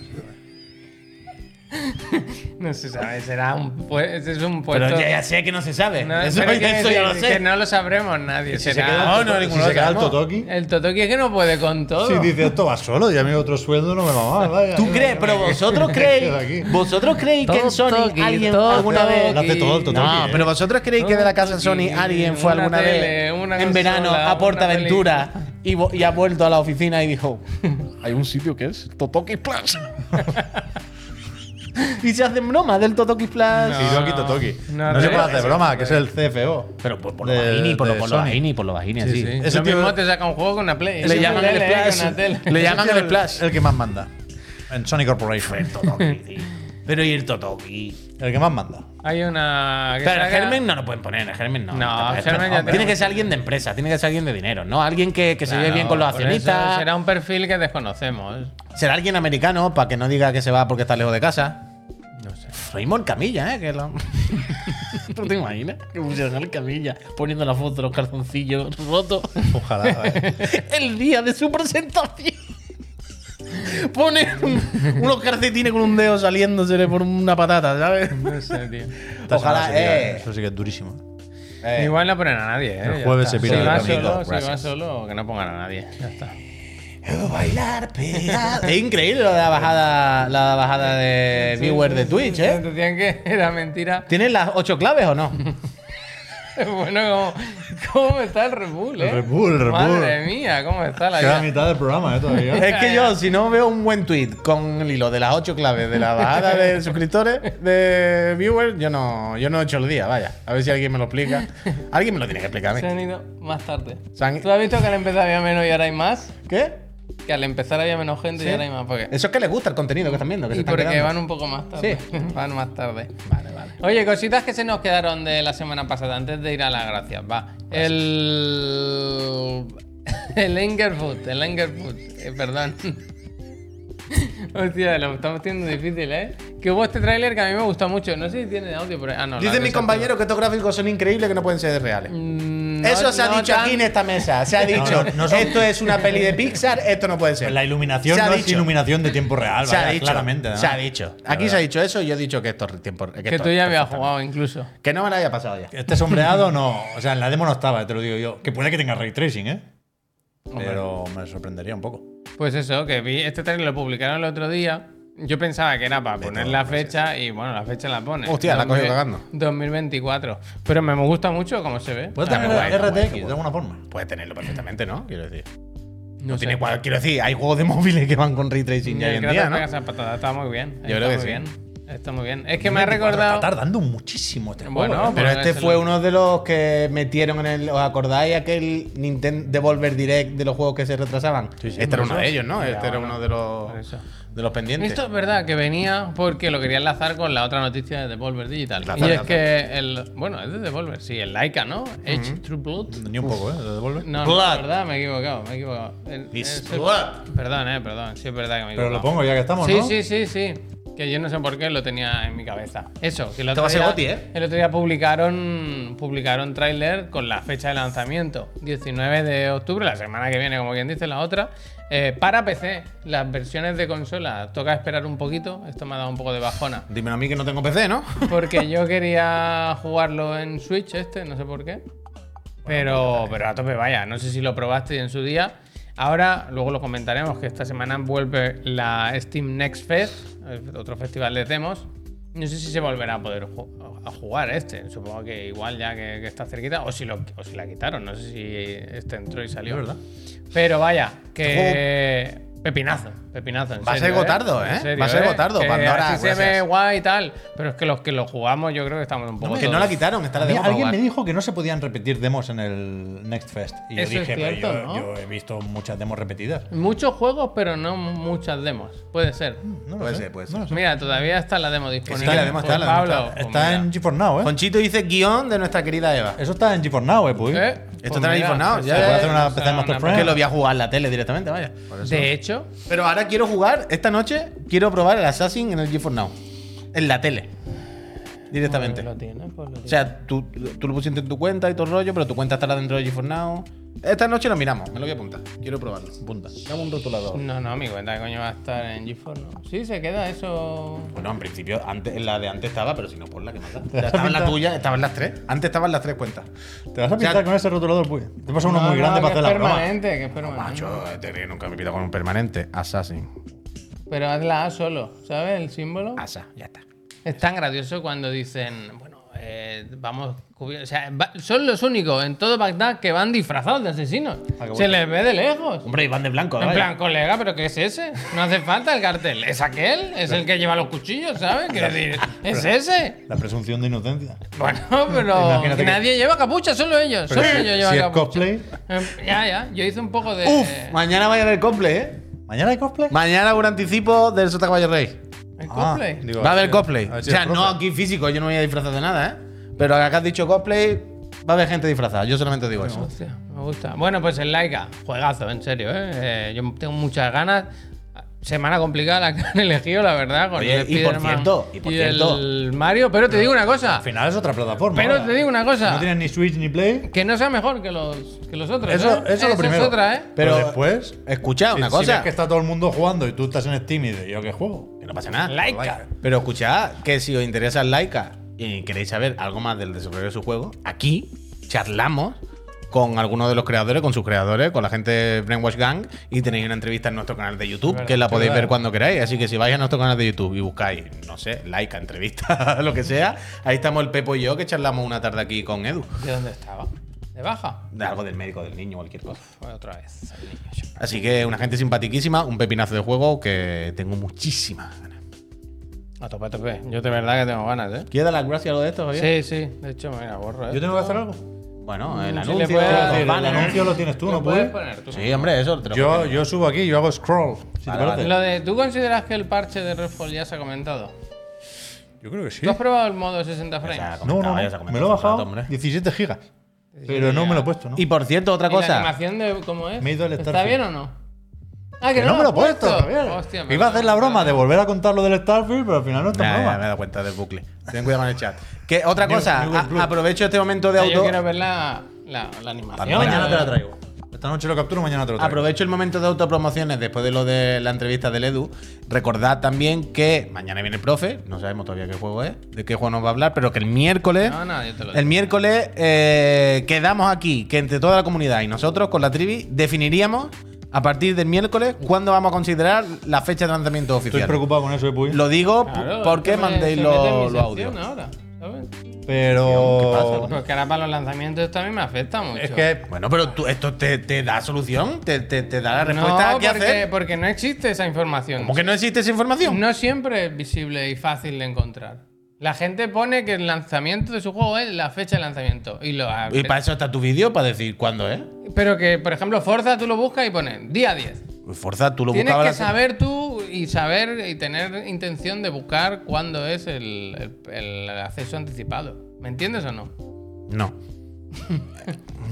No se sabe, será un pue- ese es un puesto.
Pero ya, ya sé que no se sabe.
No,
eso
pero que-
eso ya lo
Que
sé.
no lo sabremos nadie.
Si se
será-
queda el
no,
Totoki-
ninguno
si
lo
se queda el
sabemos.
Totoki.
El Totoki es que no puede con todo.
Si dice esto va solo, ya me otro sueldo, no me va mal. Vaya.
¿Tú crees? Pero vosotros creéis.
aquí.
¿Vosotros creéis que en Sony
Totoki,
alguien
Totoki.
alguna vez.
Lo hace todo el Totoki,
No,
¿eh?
pero vosotros creéis que de la casa Sony
Totoki,
alguien fue
una
alguna
tele,
vez
Eh, una
en verano
consola,
a
una
Portaventura Y, vo- y ha vuelto a la oficina y dijo: Hay un sitio que es Totoki Plus. y se hacen bromas del Totoki Plus.
Hiroki Totoki.
no,
No, se
no,
puede hacer
no,
broma, que es el CFO.
Pero por, por
de-
lo bajini, por lo,
de
por lo
Sony.
bajini, por lo bajini,
Sí,
así.
sí.
Ese
Lo
tío-
mismo te saca un juego con una Play.
Le llaman el
LLA
Splash.
con una tele.
Le llaman
Ese
el
tío
Splash.
El que más manda. En Sony Corporation.
Pero y el Totoki.
El que más manda.
Hay una. que
Pero el
saca-
Germen no lo pueden poner, el Germen no.
No,
el
Germen ya
Tiene
tenemos-
que ser alguien de empresa, tiene que ser alguien de dinero, ¿no? Alguien que, que se lleve
Claro,
bien con los
por eso
accionistas.
Será un perfil que desconocemos.
Será alguien americano para que no diga que se va porque está lejos de casa.
No sé.
Raymond Camilla, ¿eh? Que lo- [LAUGHS] ¿Tú te imaginas? Que pusieron al Camilla poniendo la foto de los calzoncillos
[LAUGHS]
rotos
Ojalá. [LAUGHS] eh.
[LAUGHS] el día de su presentación. Pone un- unos calcetines con un dedo saliéndosele por una patata, ¿sabes?
No sé,
[LAUGHS]
tío.
Esta
Ojalá,
semana se pira,
eh.
Eso sí que es durísimo.
Igual no ponen a nadie, ¿eh?
El
Ya
jueves
está.
se pira
Si
el
va
domingo,
solo, si va
gracias.
solo, que no pongan a nadie. Ya está.
Bailar pegado. Es increíble lo de la bajada, la bajada de viewers de Twitch, ¿eh?
Decían que era mentira. [LAUGHS]
¿Tienes las ocho claves o no?
Bueno, ¿cómo, cómo está el Red Bull, eh?
El Red Bull, el Red
Madre mía, ¿cómo está la
Queda la
vida?
mitad del programa, ¿eh? [LAUGHS] Todavía.
Es que yo, si no veo un buen tweet con el hilo de las ocho claves de la bajada de suscriptores, de viewers, yo no, yo no he hecho el día, vaya. A ver si alguien me lo explica. Alguien me lo tiene que explicar a
Se
mí.
han ido más tarde.
Se han-
¿Tú has visto que al empezar había menos y ahora hay más?
¿Qué?
Que al empezar había menos gente y
Sí.
ahora hay más. ¿Por qué?
Eso es que les gusta el contenido que están viendo, que se
Y
están
porque
quedando.
van un poco más tarde.
Sí.
[LAUGHS] van más tarde.
Vale, vale.
Oye, cositas que se nos quedaron de la semana pasada antes de ir a las gracias. Va. El. [LAUGHS] El Engerfoot, el Engerfoot, eh, perdón. [LAUGHS] Hostia, lo estamos teniendo difícil, ¿eh? Que hubo este tráiler que a mí me gustó mucho. No sé si tiene audio, pero. Ah, no. lo
Dice
han
mi
desactivado.
compañero que estos gráficos son increíbles que no pueden ser reales.
Mm, no-
Eso se ha
no
dicho
tan-
aquí en esta mesa. Se ha dicho,
no, no son-
esto es una peli de Pixar, esto no puede
Pues
ser.
La iluminación
Se ha
no es
dicho.
iluminación de tiempo real,
se ha
vaya,
dicho.
claramente. ¿no?
Se ha dicho. Aquí se ha dicho eso y yo he dicho que esto es tiempo. Que,
Que
esto-
tú ya habías jugado incluso.
Que no me lo haya pasado ya.
Este sombreado no. O sea, en la demo no estaba, te lo digo yo. Que puede que tenga ray tracing, ¿eh? Pero me sorprendería un poco.
Pues eso, que vi este trailer lo publicaron el otro día. Yo pensaba que era para poner la fecha y bueno, la fecha la pone.
Hostia, la ha cogido
2000
cagando.
2024. Pero me gusta mucho cómo se ve.
Pues
Puede Pues,
La
tener
verdad.
RTX de alguna forma.
Puede tenerlo perfectamente, ¿no? Quiero decir.
No sé.
Tiene cual- quiero decir, hay juegos de móviles que van con ray
Y
tracing ya hoy
el
en día,
Kratos
¿no?
pega esa patada, está muy bien. está
Yo creo que
muy
sí.
bien. Está muy bien. Es que me ha
24,
recordado.
Está tardando muchísimo este
Bueno,
juego. ¿eh?
Pero
Bueno,
este
ese
fue
lo-
uno de los que metieron en el. ¿Os acordáis aquel Nintendo Devolver Direct de los juegos que se retrasaban? Este era uno de ellos, ¿no? Este era uno de los,
Por eso.
de los pendientes.
Esto es verdad que venía porque lo quería enlazar con la otra noticia de Devolver Digital.
Enlazar,
y es
enlazar.
que el. Bueno, es de Devolver, sí, el Laika, ¿no? Edge True Blood.
Ni un poco, ¿eh? ¿Lo devuelve?
No, no, la verdad, me he equivocado, me he equivocado. El-
This
el-
blood.
Perdón, eh, perdón, sí es verdad que me he
Pero lo
equivocado.
pongo ya que estamos,
Sí,
¿no?
sí, sí, sí. Que yo no sé por qué lo tenía en mi cabeza. Eso, que el otro
Esto va a ser
día,
goti, ¿eh?
el otro día publicaron, publicaron tráiler con la fecha de lanzamiento, 19 de octubre, la semana que viene, como quien dice, la otra, eh, para PC. Las versiones de consola, toca esperar un poquito, esto me ha dado un poco de bajona.
Dímelo a mí que no tengo PC, ¿no?
Porque yo quería jugarlo en Switch este, no sé por qué. Pero, pero a tope vaya, no sé si lo probaste en su día. Ahora, luego lo comentaremos, que esta semana vuelve la Steam Next Fest, eh, otro festival de demos. No sé si se volverá a poder ju- a jugar este. Supongo que igual ya que, que está cerquita. O si, lo, o si la quitaron. No sé si este entró y salió.
Es verdad.
Pero vaya, que. Pepinazo, pepinazo. en
Va a ser
serio,
gotardo, ¿eh?
En serio,
Va a ser
¿eh?
gotardo,
Que
Pandora,
así se
gracias.
ve guay y tal. Pero es que los que lo jugamos, yo creo que estamos un poco.
que no la
todos.
quitaron, está la
A mí
demo para
alguien
jugar.
me dijo que no se podían repetir demos en el Next Fest. Y yo
Eso es
dije, pero
cierto,
yo,
¿no?
yo he visto muchas demos repetidas.
Muchos juegos, pero no muchas demos. Puede ser.
No lo
Puede
sé,
ser, puede
no lo sé.
Mira, todavía está la demo disponible.
la demo Mm, está,
Pues
la demo
Pablo, pues
Está en
mira.
G4 Now, ¿eh?
Conchito dice guión de nuestra querida Eva.
Eso está en G4 Now, ¿eh, Puy?
¿Eh?
Esto
Pues
está en
mira,
iPhone Now,
pues
ya
Se
está
puede
es
hacer una
una-
PC en Master
una-
Friend.
Que lo voy a jugar en la tele directamente, vaya.
De hecho,
Pero ahora quiero jugar, esta noche, quiero probar el Assassin en el GeForce Now. En la tele. Directamente.
lo tienes, pues lo tienes.
O sea, tú, tú lo pusiste en tu cuenta y todo el rollo, pero tu cuenta estará dentro de GeForce Now. Esta noche lo miramos, me lo voy a apuntar. Quiero probarlo. Apunta. Dame un rotulador.
No, no, mi cuenta coño va a estar en GeForce, ¿no? Sí, se queda eso.
Bueno, en principio, antes, en la de antes estaba, pero si no, por la que más da.
vas
Ya
a
estaban la
pintar?
tuya, estaban las tres. Antes estaban las tres cuentas.
¿Te vas a pintar con ese rotulador, Puy? Te pasa uno
No,
muy
no,
grande
que
para hacer
es
la broma.
permanente, que es permanente.
Macho, este que nunca me pido con un permanente. Assassin.
Pero haz la A solo, ¿sabes? El símbolo.
Asa, ya está.
Es tan gracioso cuando dicen, bueno, eh, eh, vamos, cubi- o sea, va- son los únicos en todo Bagdad que van disfrazados de asesinos.
Ah, qué
Se
bueno.
les ve de lejos.
Hombre, Iván de blanco,
En
vaya.
plan, colega, ¿pero qué es ese? No hace falta el cartel. Es aquel, es el que lleva los cuchillos, ¿sabes? Quiero decir, es ese.
La presunción de inocencia.
Bueno, pero
Imagínate que-
nadie lleva capucha, solo ellos.
Pero
solo
si-
ellos llevan
si es
capucha.
cosplay.
Eh, Ya, ya. Yo hice un poco de.
Uf, mañana va a ir el cosplay, ¿eh?
¿Mañana hay cosplay?
Mañana un anticipo del Sota Caballo Rey.
¿El
Ah,
cosplay?
digo,
va a haber
ver,
cosplay.
a ver
o
si
sea,
el
no
profe.
aquí físico, yo no me voy a disfrazar de nada, ¿eh? Pero acá has dicho cosplay, va a haber gente disfrazada. Yo solamente digo eso.
Hostia, me gusta. Bueno, pues el Laika, juegazo, en serio, ¿eh? Eh, Yo tengo muchas ganas. Semana complicada la que han [LAUGHS] elegido, la verdad, con
Oye,
el
y por
Spider-Man
cierto, y por cierto.
el Mario. Pero te digo una cosa,
Al final es otra plataforma.
pero
ahora.
te digo una cosa,
No tienes ni Switch ni Play.
que no sea mejor que los, que los otros.
Eso-
¿eh?
eso es lo primero.
es otra, ¿eh?
Pero-
Pero después.
Escucha
si-
una
Si
cosa.
ves que está todo el mundo jugando y tú estás en Steam y dices, ¿yo qué juego?
Que no pasa nada.
Laika.
Pero escuchad que si os interesa el Laika y queréis saber algo más del desarrollo de su juego, aquí charlamos con algunos de los creadores, con sus creadores, con la gente de Brainwash Gang y tenéis una entrevista en nuestro canal de YouTube que la podéis ver cuando queráis. Así que si vais a nuestro canal de YouTube y buscáis, no sé, Laika, entrevista, [LAUGHS] lo que sea, ahí estamos el Pepo y yo que charlamos una tarde aquí con Edu.
¿De dónde estaba? ¿De baja?
De algo del médico, del niño, cualquier cosa.
Fue otra vez. el niño siempre.
Así que una gente simpaticísima, un pepinazo de juego que tengo muchísimas ganas.
A tope, a tope. Yo de verdad que tengo ganas, ¿eh?
¿Quieres dar las gracias a lo de esto, Javier?
Sí, sí. De hecho, mira, borro. ¿eh?
¿Yo tengo que hacer algo?
Bueno, el
Mm, sí,
anuncio,
le puedo
los
dar-
Ah, Sí, el
banners.
anuncio lo tienes tú,
Lo
¿no
puedes
puedes?
poner tú.
Sí, hombre, eso te lo
Yo,
pongo.
yo subo aquí, yo hago scroll. Si te
Vale,
parece.
Lo de, ¿Tú consideras que el parche de Redfall ya se ha comentado?
Yo creo que sí.
¿Tú has probado el modo 60
Ya se ha
frames?
No,
comentado,
no,
ya se ha
no.
comentado
Me lo he
hace rato,
bajado
hombre.
17 gigas. Pero no me lo he puesto, ¿no?
Y por cierto, otra
¿Y la
cosa.
animación de cómo es?
Me he ido al
¿Está
Starfield.
bien o no? Ah,
Que no me lo he puesto. Javier.
Hostia,
Iba a hacer la broma
Ah,
de volver a contar lo del Starfield, pero al final no es
Ya,
tan
ya,
broma.
me he dado cuenta del bucle. Ten cuidado con el chat. Que otra
New-
cosa,
New
a-
Blue.
aprovecho este momento de
Ah, Yo
auto.
quiero ver la, la, la animación.
Mañana te la
Eh,
traigo. Esta noche lo capturo, mañana te lo traigo.
Aprovecho el momento de autopromociones después de lo de la entrevista del Edu. Recordad también que mañana viene el profe, no sabemos todavía qué juego es, de qué juego nos va a hablar, pero que el miércoles
No, no, yo te lo
El
digo.
miércoles eh, quedamos aquí, que entre toda la comunidad y nosotros con la trivi definiríamos a partir del miércoles cuándo vamos a considerar la fecha de lanzamiento
Estoy
oficial.
preocupado con eso de Puy.
Lo digo p-
Claro,
porque
es que me-
mandéis
se mete en mi
los los
sección
audios.
ahora, ¿sabes?
Pero.
Porque ahora para los lanzamientos también me afecta mucho.
Es que.
Bueno, pero tú, esto te, te da solución, te, te- te da la respuesta
no,
a qué
porque,
hacer.
porque no existe esa información.
¿Cómo que no existe esa información?
No siempre es visible y fácil de encontrar. La gente pone que el lanzamiento de su juego es la fecha de lanzamiento. Y lo ha-
Y para eso está tu vídeo, para decir cuándo ¿eh? es.
Pero que, por ejemplo, Forza tú lo buscas y pones día 10.
Pues Forza, tú lo
Tienes
buscabas.
que
la-
saber tú y saber y tener intención de buscar cuándo es el, el- el acceso anticipado. ¿Me entiendes o no?
No.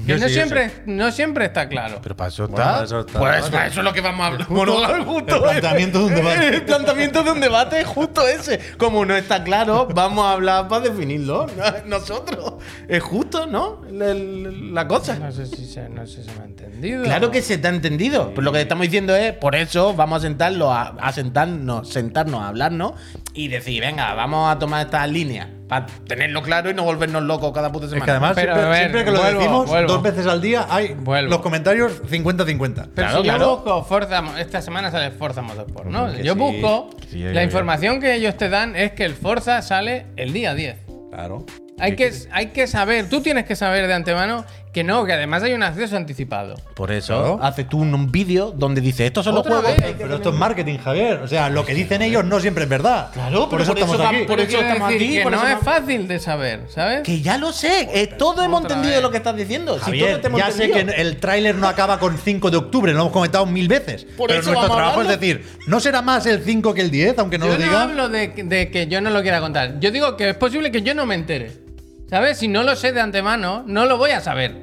Que no,
sí, yo
siempre, no siempre está claro.
Pero para eso
Bueno,
está.
para eso está.
Pues para eso es lo que vamos a hablar. Bueno, justo
el planteamiento de un debate.
[LAUGHS] El planteamiento de un debate es justo ese. Como no está claro, vamos a hablar para definirlo. [LAUGHS] Nosotros. Es justo, ¿no? El- el- la cosa.
No sé si se, no sé si me ha entendido.
Claro que se te ha entendido. Pero lo que estamos diciendo es, por eso vamos a sentarlo, a, a sentarnos, sentarnos, a hablarnos y decir, venga, vamos a tomar esta línea para tenerlo claro y no volvernos locos cada puta
Es
semana.
que además,
Pero,
siempre,
a ver,
siempre que lo
vuelvo,
decimos
vuelvo.
dos veces al día, hay
Vuelvo.
los comentarios 50-50.
Pero
Claro,
si
claro.
yo busco Forza, Mo- esta semana sale Forza Motorsport, ¿no?
Que
Yo
sí,
busco,
que sí, ya, ya,
la
ya.
información que ellos te dan es que el Forza sale el día 10.
Claro.
Hay que, hay que saber, tú tienes que saber de antemano que no, que además hay un acceso anticipado.
Por eso,
Claro.
haces tú un, un vídeo donde dices, estos son los
Otra
juegos.
vez.
Pero esto es marketing, Javier. O sea, lo que dicen ellos no siempre es verdad.
Claro, pero por eso va- por
Pero
eso
quiero
estamos
decir
aquí,
que
por
no
eso
es
no-
fácil de saber, ¿sabes?
Que ya lo sé, eh, todo hemos
otra
entendido
vez.
lo que estás diciendo. si todo
Javier,
te hemos
ya sé que
entendido.
el tráiler no acaba con 5 de octubre, lo hemos comentado mil veces.
Por
pero
eso
nuestro
vamos
trabajo es
hablando.
decir, no será más el 5 que el 10, aunque no
yo
lo
no
digan.
hablo de, de que yo no lo quiera contar. Yo digo que es posible que yo no me entere. ¿Sabes? Si no lo sé de antemano, no lo voy a saber.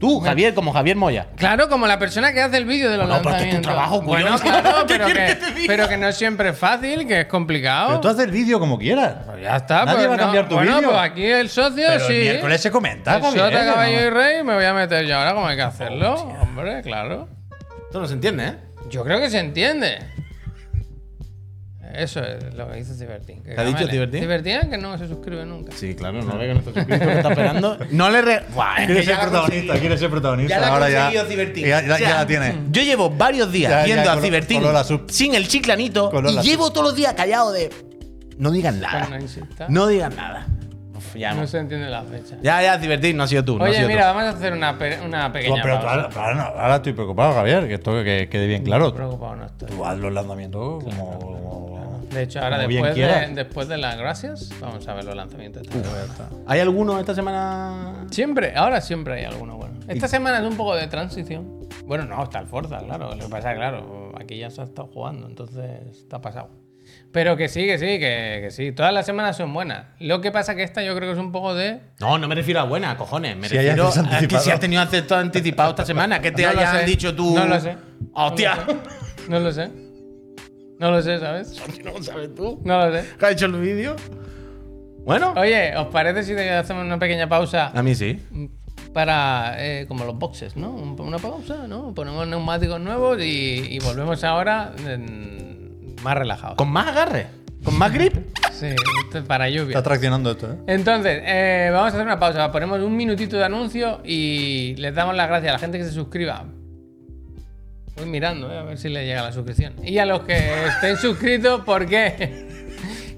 Tú, Javier, como Javier Moya.
Claro, como la persona que hace el vídeo de los
Bueno,
pues
pero esto es tu
lanzamientos.
trabajo, cuyo.
bueno,
[LAUGHS]
claro, pero,
quieres
que,
que te diga?
pero que no siempre es fácil, que es complicado.
Pero tú haces el vídeo como quieras.
Pues ya está,
Nadie
pues
va a
no.
cambiar tu
Bueno,
vídeo.
pues aquí el socio
Pero
sí.
el miércoles se comenta,
El sota,
Javier. ¿no?
caballo y rey, me voy a meter yo ahora como hay que hacerlo. Hombre, claro.
Esto no se entiende, ¿eh?
Yo creo que se entiende. Eso es lo que dice Tibertín. que
¿Te ha dicho
camele.
Tibertín?
Tibertín es que no se suscribe nunca.
Sí, claro, no ve que no está suscrito, que está esperando. [LAUGHS] No le re. Buah,
[LAUGHS]
es
Quiere
que ya
ser
la
protagonista,
conseguí.
quiere ser protagonista.
Ya la ha
Ahora ya,
conseguido Cibertín.
ya, ya-
O sea,
ya la tiene.
Yo llevo varios días
Ya, ya,
viendo a
coló-
Cibertín
coló la sub.
sin el chiclanito
Coló
y
la
llevo todos los días callado de. No digan nada.
Bueno, insista.
No digan nada. ya.
No se entiende la fecha.
Ya, ya, Cibertín, no ha sido tú. no ha
Oye,
sido
mira, vamos a hacer una, pe- una
Tú,
pequeña
pero tú
pausa.
ahora, ahora no, ahora estoy preocupado, Javier, que esto que quede bien claro.
Preocupado no estoy.
Tú haz los lanzamientos como. como-
De hecho, ahora
como bien
después de,
quieras.
después de las gracias, vamos a ver los lanzamientos.
tú. ¿Hay alguno esta semana?
Siempre, ahora siempre hay alguno bueno. Esta semana es un poco de transición. Bueno, no, está el Forza, claro. Lo que pasa, claro, aquí ya se ha estado jugando, entonces está pasado. Pero que sí, que sí, que, que sí. Todas las semanas son buenas. Lo que pasa que esta yo creo que es un poco de.
No, no me refiero a buena, cojones. Me
Si hay
refiero
acceso
a que
anticipado.
si has tenido acceso anticipado esta semana. ¿Qué te
No lo
hayan
sé.
dicho tú?
No lo sé.
Ah, ¡Hostia!
No lo sé. No lo sé. No lo sé, ¿sabes?
[LAUGHS] ¿No lo sabes tú?
No lo sé.
[LAUGHS] ¿Qué ha hecho el vídeo? Bueno.
Oye, ¿os parece si hacemos una pequeña pausa
A mí sí.
para eh, como los boxes, ¿no? Un- Una pausa, ¿no? Ponemos neumáticos nuevos y, y volvemos ahora en- más relajados.
Con más agarre. Con más
[LAUGHS]
grip.
Sí, esto es para
Está
lluvia.
traccionando esto, ¿eh?
Entonces, eh, vamos a hacer una pausa. Ponemos un minutito de anuncio y les damos las gracias a la gente que se suscriba. Voy mirando, eh, a ver si le llega la suscripción. Y a los que estén suscritos, ¿por qué?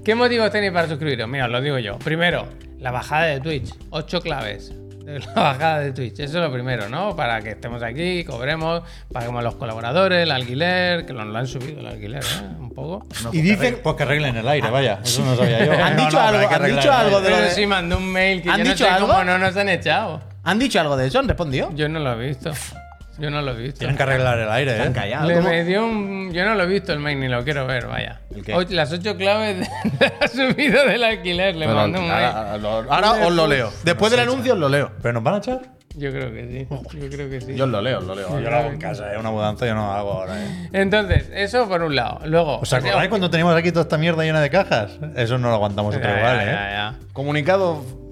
¿Qué motivos tenéis para suscribiros? Mira, os lo digo yo. Primero, la bajada de Twitch. Ocho claves de la [LAUGHS] bajada de Twitch. Eso es lo primero, ¿no? Para que estemos aquí, cobremos, paguemos a los colaboradores, el alquiler, que lo, lo han subido el alquiler, ¿eh? Un poco.
y dicen. Pues que arreglen el aire, vaya. Eso no [LAUGHS] sabía yo.
¿Han
No,
dicho
no, pero
algo-
hay que
han
arreglar
dicho
el aire.
algo de-
Pero sí mandó un mail que
¿Han
yo no
dicho
sé
algo?
cómo no nos han echado.
¿Han dicho algo de eso? ¿Han respondido?
Yo no lo he visto. Yo no lo he visto.
Tienen que arreglar el aire,
Han
¿eh?
callado.
Le
¿Cómo?
me dio un... Yo no lo he visto el mail ni lo quiero ver, vaya.
¿El qué?
Ocho- las ocho claves de [LAUGHS] la subida del alquiler. Le
Pero
mandó un mail.
ahora, lo-
eh.
ahora os lo leo. Después del anuncio os lo leo.
¿Pero nos van a echar?
Yo creo que sí. Yo creo que sí.
Yo os lo leo, os lo leo.
Yo lo hago en casa, ¿eh? Una mudanza yo no hago ahora, ¿eh?
Entonces, eso por un lado. Luego.
¿Os acordáis cuando teníamos aquí toda esta mierda llena de cajas? Eso no lo aguantamos
Ya,
otro igual,
ya,
¿eh?
ya, ya.
Comunicado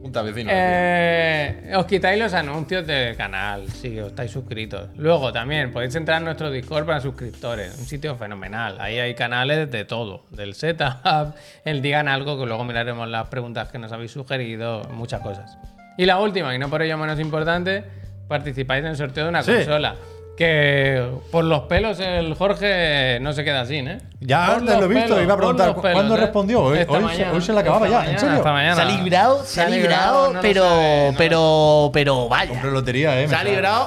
junta vecino.
Eh, os quitáis los anuncios del canal, si os estáis suscritos. Luego también podéis entrar en nuestro Discord para suscriptores, un sitio fenomenal. Ahí hay canales de todo, del setup, [LAUGHS] el digan algo, que luego miraremos las preguntas que nos habéis sugerido, muchas cosas. Y la última, y no por ello menos importante, participáis en el sorteo de una consola. Que por los pelos el Jorge no se queda sin, ¿eh?
Ya
Por
antes
los
lo he visto,
pelos,
iba a
por los
preguntar, ¿cuándo respondió? Hoy-
Esta
hoy se-
mañana,
hoy se la acababa
esta
ya, ¿en
mañana,
serio?
esta mañana.
Se ha librado, se ha librado,
no lo
pero,
sabe, no lo
pero, pero vaya.
Compré lotería, ¿eh?
Se ha librado.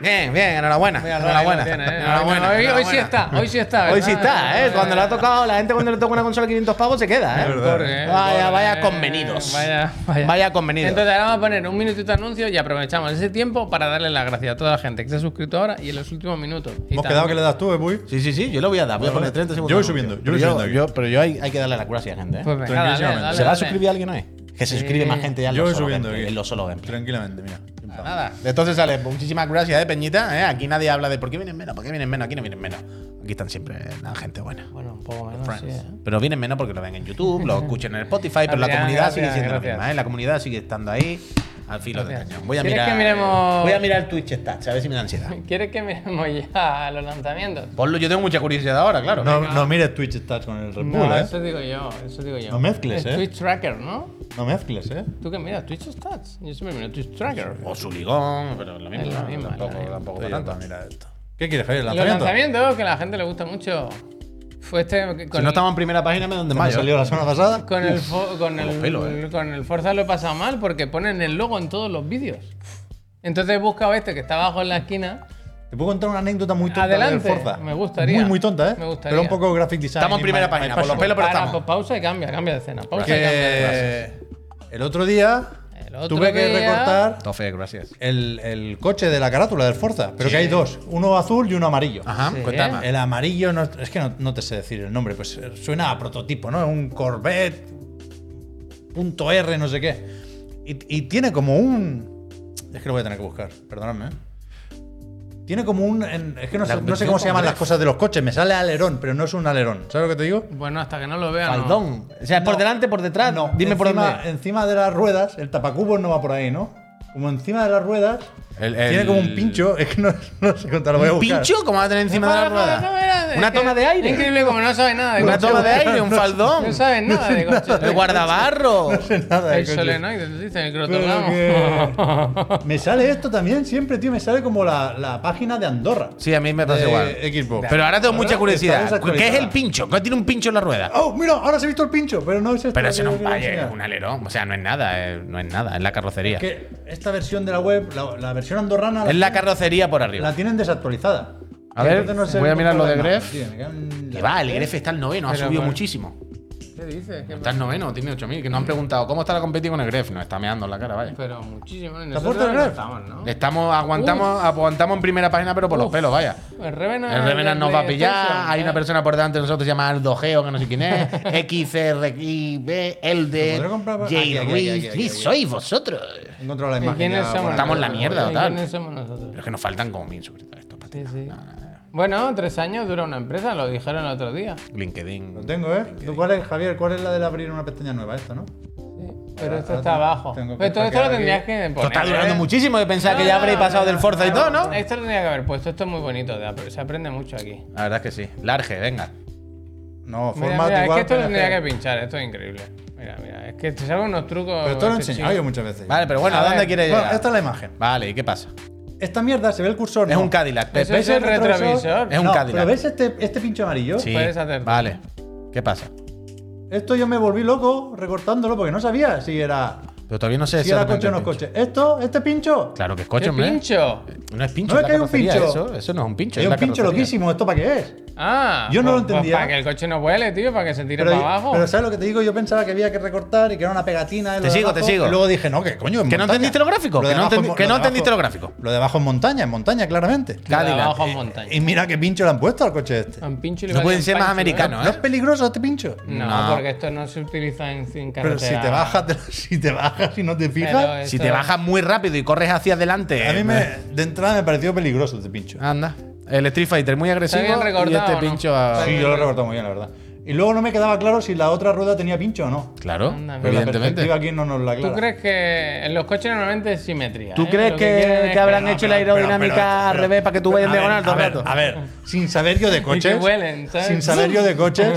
Bien, bien, enhorabuena.
Mira,
enhorabuena.
ahí lo tiene, ¿eh?
enhorabuena,
Hoy, hoy sí
enhorabuena.
está, hoy sí está.
Hoy sí
¿verdad?
está, ¿eh? Cuando le ha tocado, la gente cuando le toca una consola 500 pavos se queda, ¿eh?
Es verdad.
Porque,
Vaya, vaya
eh,
convenidos.
Vaya, vaya.
Vaya convenidos.
Entonces ahora vamos a poner un minutito de anuncio y aprovechamos ese tiempo para darle las gracias a toda la gente que se ha suscrito ahora y en los últimos minutos. Y
Hemos
también-
quedado que le das tú, ¿eh, Puy?
Sí, sí, sí, yo lo voy a dar. Voy a
Vale,
poner
vale.
30 segundos.
Yo voy
de
subiendo,
anuncio.
yo voy
Pero
subiendo aquí.
yo- pero yo hay, hay que darle las gracias a la gente. ¿eh?
Pues venga, dale,
Tranquilísimamente.
dale,
¿Se va a
dale.
suscribir alguien hoy? Que se suscribe más gente ya en
Yo
los
voy
solo
subiendo
gameplay,
aquí.
en los solo gameplay.
Tranquilamente, mira.
Nada. Entonces sale, muchísimas gracias, eh, Peñita. eh. Aquí nadie habla de por qué vienen menos, por qué vienen menos, aquí no vienen menos. Aquí están siempre eh, la gente buena.
Bueno, un poco menos, sí, ¿eh?
Pero vienen menos porque lo ven en YouTube, lo escuchan en Spotify, pero la
Adrián,
comunidad sigue
gracias,
siendo la
gracias.
misma, ¿eh? La comunidad sigue estando ahí al filo del
Gracias.
cañón. Voy a
¿Quieres
mirar.
que miremos-
eh, Voy a mirar el Twitch Stats, a ver si me da ansiedad.
[LAUGHS] ¿Quieres que miremos ya a los lanzamientos?
Ponlo, yo tengo mucha curiosidad ahora, claro.
No, no mires Twitch Stats con el Red Bull,
No,
¿eh?
eso digo yo, eso digo yo.
No mezcles,
Es
¿eh?
Twitch Tracker, ¿no?
No mezcles, ¿eh?
¿Tú qué miras? ¿Twitch Stats? Yo siempre miro Twitch Tracker.
O su ligón, pero lo mismo.
Es la
¿no?
misma,
tampoco,
la misma.
tampoco
Estoy
para
yo,
tanto.
Mira esto. ¿Qué quieres, Javier? ¿El
Los
lanzamiento?
lanzamientos que a la gente le gusta mucho. Fue este con
Si
el-
no estamos en primera página, me donde
¿Me
más.
salió la semana pasada?
Con el, fo- con, el,
los pelos, eh.
con el Forza lo he pasado mal porque ponen el logo en todos los vídeos. Entonces he buscado este que está abajo en la esquina.
Te puedo contar una anécdota muy tonta
Adelante,
del Forza.
me gustaría.
Muy, muy tonta, ¿eh?
Me gustaría.
Pero un poco graphic design.
Estamos en
y
primera
my-
página,
my
por los
passion.
pelos, pero
Para,
estamos.
pues pausa y cambia, cambia de escena. Pausa y cambia de escena.
Que Eh, el otro día
El otro
tuve que
día-
recortar
Tofe, gracias.
el, el coche de la carátula del Forza, pero que hay dos, uno azul y uno amarillo.
Ajá,
Sí.
cuéntame.
El amarillo, no, es que no, no te sé decir el nombre, pues eh, suena a prototipo, ¿no? Un Corvette, punto R, no sé qué. Y, y tiene como un... Es que lo voy a tener que buscar, perdonadme. ¿eh? Tiene como un... en- es que no,
La
sé, no sé cómo se llaman
conversación,
las cosas de los coches, me sale alerón, pero no es un alerón. ¿Sabes lo que te digo?
Bueno, hasta que no lo vean.
Faldón. O sea, ¿es por
No.
delante, por detrás?
No,
Dime por
encima-
dónde.
Encima de las ruedas, el tapacubos no va por ahí, ¿no? Como encima de las ruedas,
El-
Tiene
el-
como un pincho. Es que no, no sé contar, lo voy a
¿Un
buscar. [LAUGHS]
pincho? ¿Cómo va a tener encima de la rueda? Una toma de aire.
Increíble como no sabes nada de
Una
coche.
toma de aire, un faldón.
No sabes nada
[LAUGHS]
de coche.
El guardabarro.
Nada de
El
coche.
solenoide, te dicen, el
Pero
crotogramo.
[LAUGHS]
que- Me sale esto también siempre, tío. Me sale como la, la página de Andorra.
Sí, a mí me pasa
De
igual.
Xbox.
Pero ahora tengo mucha
Está
curiosidad. ¿Qué es
desactualizada.
el pincho? ¿Qué tiene un pincho en la rueda?
¡Oh, mira! Ahora se ha visto el pincho, pero no es esto.
Pero
que
ese no es
os
un
voy a
valle, es
enseñar.
un alerón. O sea, no es nada, eh, no es nada, es la carrocería.
Que esta versión de la web, la, la versión andorrana,
Es
la,
la carrocería por arriba.
la tienen desactualizada.
A ver,
Entonces sé
voy a mirar lo de
cómo está la
Gref.
imagen, tío, me cago en
Que
la-
va, el Gref está al noveno, ha
Pero
subido
bueno.
muchísimo.
¿Qué dices? ¿Qué
Está al noveno, tiene 8000. Que no han preguntado cómo está la competición con el Gref. Nos está meando en la cara, vaya.
Pero muchísimo. ¿Te
puesto el
no
ref?
estamos, ¿no?
Le Estamos, aguantamos, aguantamos en primera página, pero por los pelos, vaya.
Ah, El eh. Revenant.
El Revenant nos va a pillar. Hay una
persona.
persona por delante de nosotros llamada Aldo Geo, que no sé quién es. XRIB,
¿Podré
Elder,
comprar-
J.
aquí, aquí, aquí, aquí,
Ruiz.
aquí.
¿Y sois vosotros?
He encontrado la
¿Y
imagen.
quiénes
ya
somos?
por ahí.
Estamos en la mierda,
¿Y
total.
¿Quiénes somos nosotros?
Pero es que nos faltan como mil suscriptores. Esto para
Sí, sí. Bueno, tres años dura una empresa, lo dijeron el otro día.
Lo
LinkedIn.
tengo, ¿eh? ¿Tú cuál es, Javier? ¿Cuál es la del abrir una pestaña nueva? Esta, ¿no?
Sí, Pero
Ahora-
esto
ahora
está
tengo-
abajo.
tengo que
Pero todo esto lo
sacar aquí.
tendrías que
Esto
poner.
está durando
¿eh?
muchísimo de pensar que
No,
ya
no,
habréis
no,
pasado
no,
del Forza y todo, ¿no?
Eh.
Esto lo tendría que haber puesto, esto es muy bonito de Apple, se aprende mucho aquí.
La verdad es que sí. Large, venga.
No,
Mira,
formato
mira,
igual.
es que esto lo
PNG.
tendría que pinchar, esto es increíble. Mira, mira, es que te sacan unos trucos.
Pero esto lo he
este
enseñado
chico.
yo muchas veces.
Vale, pero eh, bueno,
A
¿a dónde
ver.
quieres
Bueno,
llegar?
esta es la imagen.
Vale, ¿y qué pasa?
Esta mierda, ¿se ve el cursor?
Es
No.
un Cadillac.
Eso
Pepe.
es el retrovisor.
Es un
No,
Cadillac.
Pero ves este, este pincho amarillo.
Sí.
puedes hacer.
Vale. ¿Qué pasa?
Esto yo me volví loco recortándolo porque no sabía si era,
Pero todavía no sé
si era
exactamente
coche o no es
el pincho.
coche. Esto, este pincho.
Claro que es
¡Qué
coche, hombre.
pincho!
No es pincho,
No es
es la
que hay un
carrocería,
pincho.
Eso, eso no es un pincho.
Hay
es
un
la
pincho
carrocería.
loquísimo. ¿Esto para qué es?
Ah,
Yo no
pues-
lo
pues
entendía.
Para que el coche no vuele, tío, para que se tire
Pero,
para abajo.
pero ¿sabes lo que te digo? Yo pensaba que había que recortar y que era una pegatina. y lo
Te
de
sigo,
abajo,
te sigo.
Y luego dije, no, que coño. es
Que
montaña.
no entendiste los gráficos,
de
que no
abajo es
entendi-
mo-
que
lo de
no
abajo-
entendiste los gráficos.
Lo de abajo es montaña, en montaña, claramente.
Lo de
Cadillac,
abajo
eh,
es montaña.
Y mira qué pincho le han puesto al coche este.
A un pincho le
No
vale
pueden
un
ser más
pancho, ¿eh?
americanos,
¿No es peligroso este pincho?
No,
No.
porque esto no se utiliza en, en
Pero si
carretera.
te bajas, te- si te bajas y no te
Pero
fijas.
es-
Si te bajas muy rápido y corres hacia adelante.
A mí
eh,
me, de entrada me pareció peligroso este pincho.
Anda. El Street Fighter muy agresivo
bien
y
recortado,
este
¿no?
pincho a...
Está
Sí, yo lo he recortado muy bien, la verdad. Y luego no me quedaba claro si la otra rueda tenía pincho o no.
Claro,
Anda, mira.
Pero la
evidentemente.
perspectiva aquí no nos la aclara.
¿Tú crees que en los coches normalmente es simetría?
¿Tú
¿eh?
crees
Lo
que-
quieren es
que habrán
no,
hecho la
Pero- pero-
aerodinámica
pero-
al
pero-
revés para que tú vayas en
a ver,
diagonal todo
a
el
ver,
rato?
A ver, sin saber
[LAUGHS]
yo de coches.
vuelen, ¿sabes?
Sin saber yo de coches.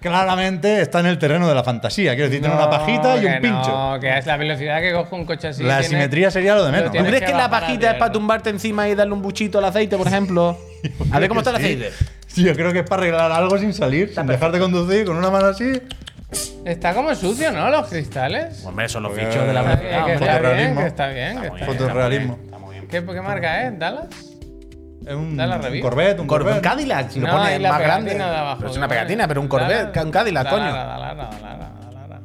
Claramente está en el terreno de la fantasía. Quiero decir, tiene
No,
una pajita y
que
un pincho.
No, que es la velocidad que coge un coche así.
la
tiene-
simetría sería lo de menos.
Pero
¿Tú
¿no?
tienes
crees
que
que, la
bajar a
pajita es
tierra.
para tumbarte encima y darle un buchito al aceite, por ejemplo? A ver cómo está
[LAUGHS]
el
Sí.
aceite.
[LAUGHS] Sí, yo creo que es para arreglar algo sin salir, sin dejar de conducir, con una mano así.
Está como sucio, ¿no? Los cristales.
Hombre, son los
Porque-
bichos de la
Está bien,
velocidad.
que
hombre.
está bien, que
fotorrealismo.
está bien. que
Está
está
muy bien,
bien.
Fotorrealismo.
está muy bien, está muy bien.
¿Qué, qué marca es? ¿Dallas?
Es un,
Dale a la
un
review.
Corvette, un
Un Corvette, un
Corvette.
Cadillac, si lo
No, ahí
pones
la
más grande.
pegatina de abajo,
Pero es
¿no?
una pegatina, pero un Corvette, un Cadillac,
Dallara,
coño.
Dallara, Dallara, Dallara.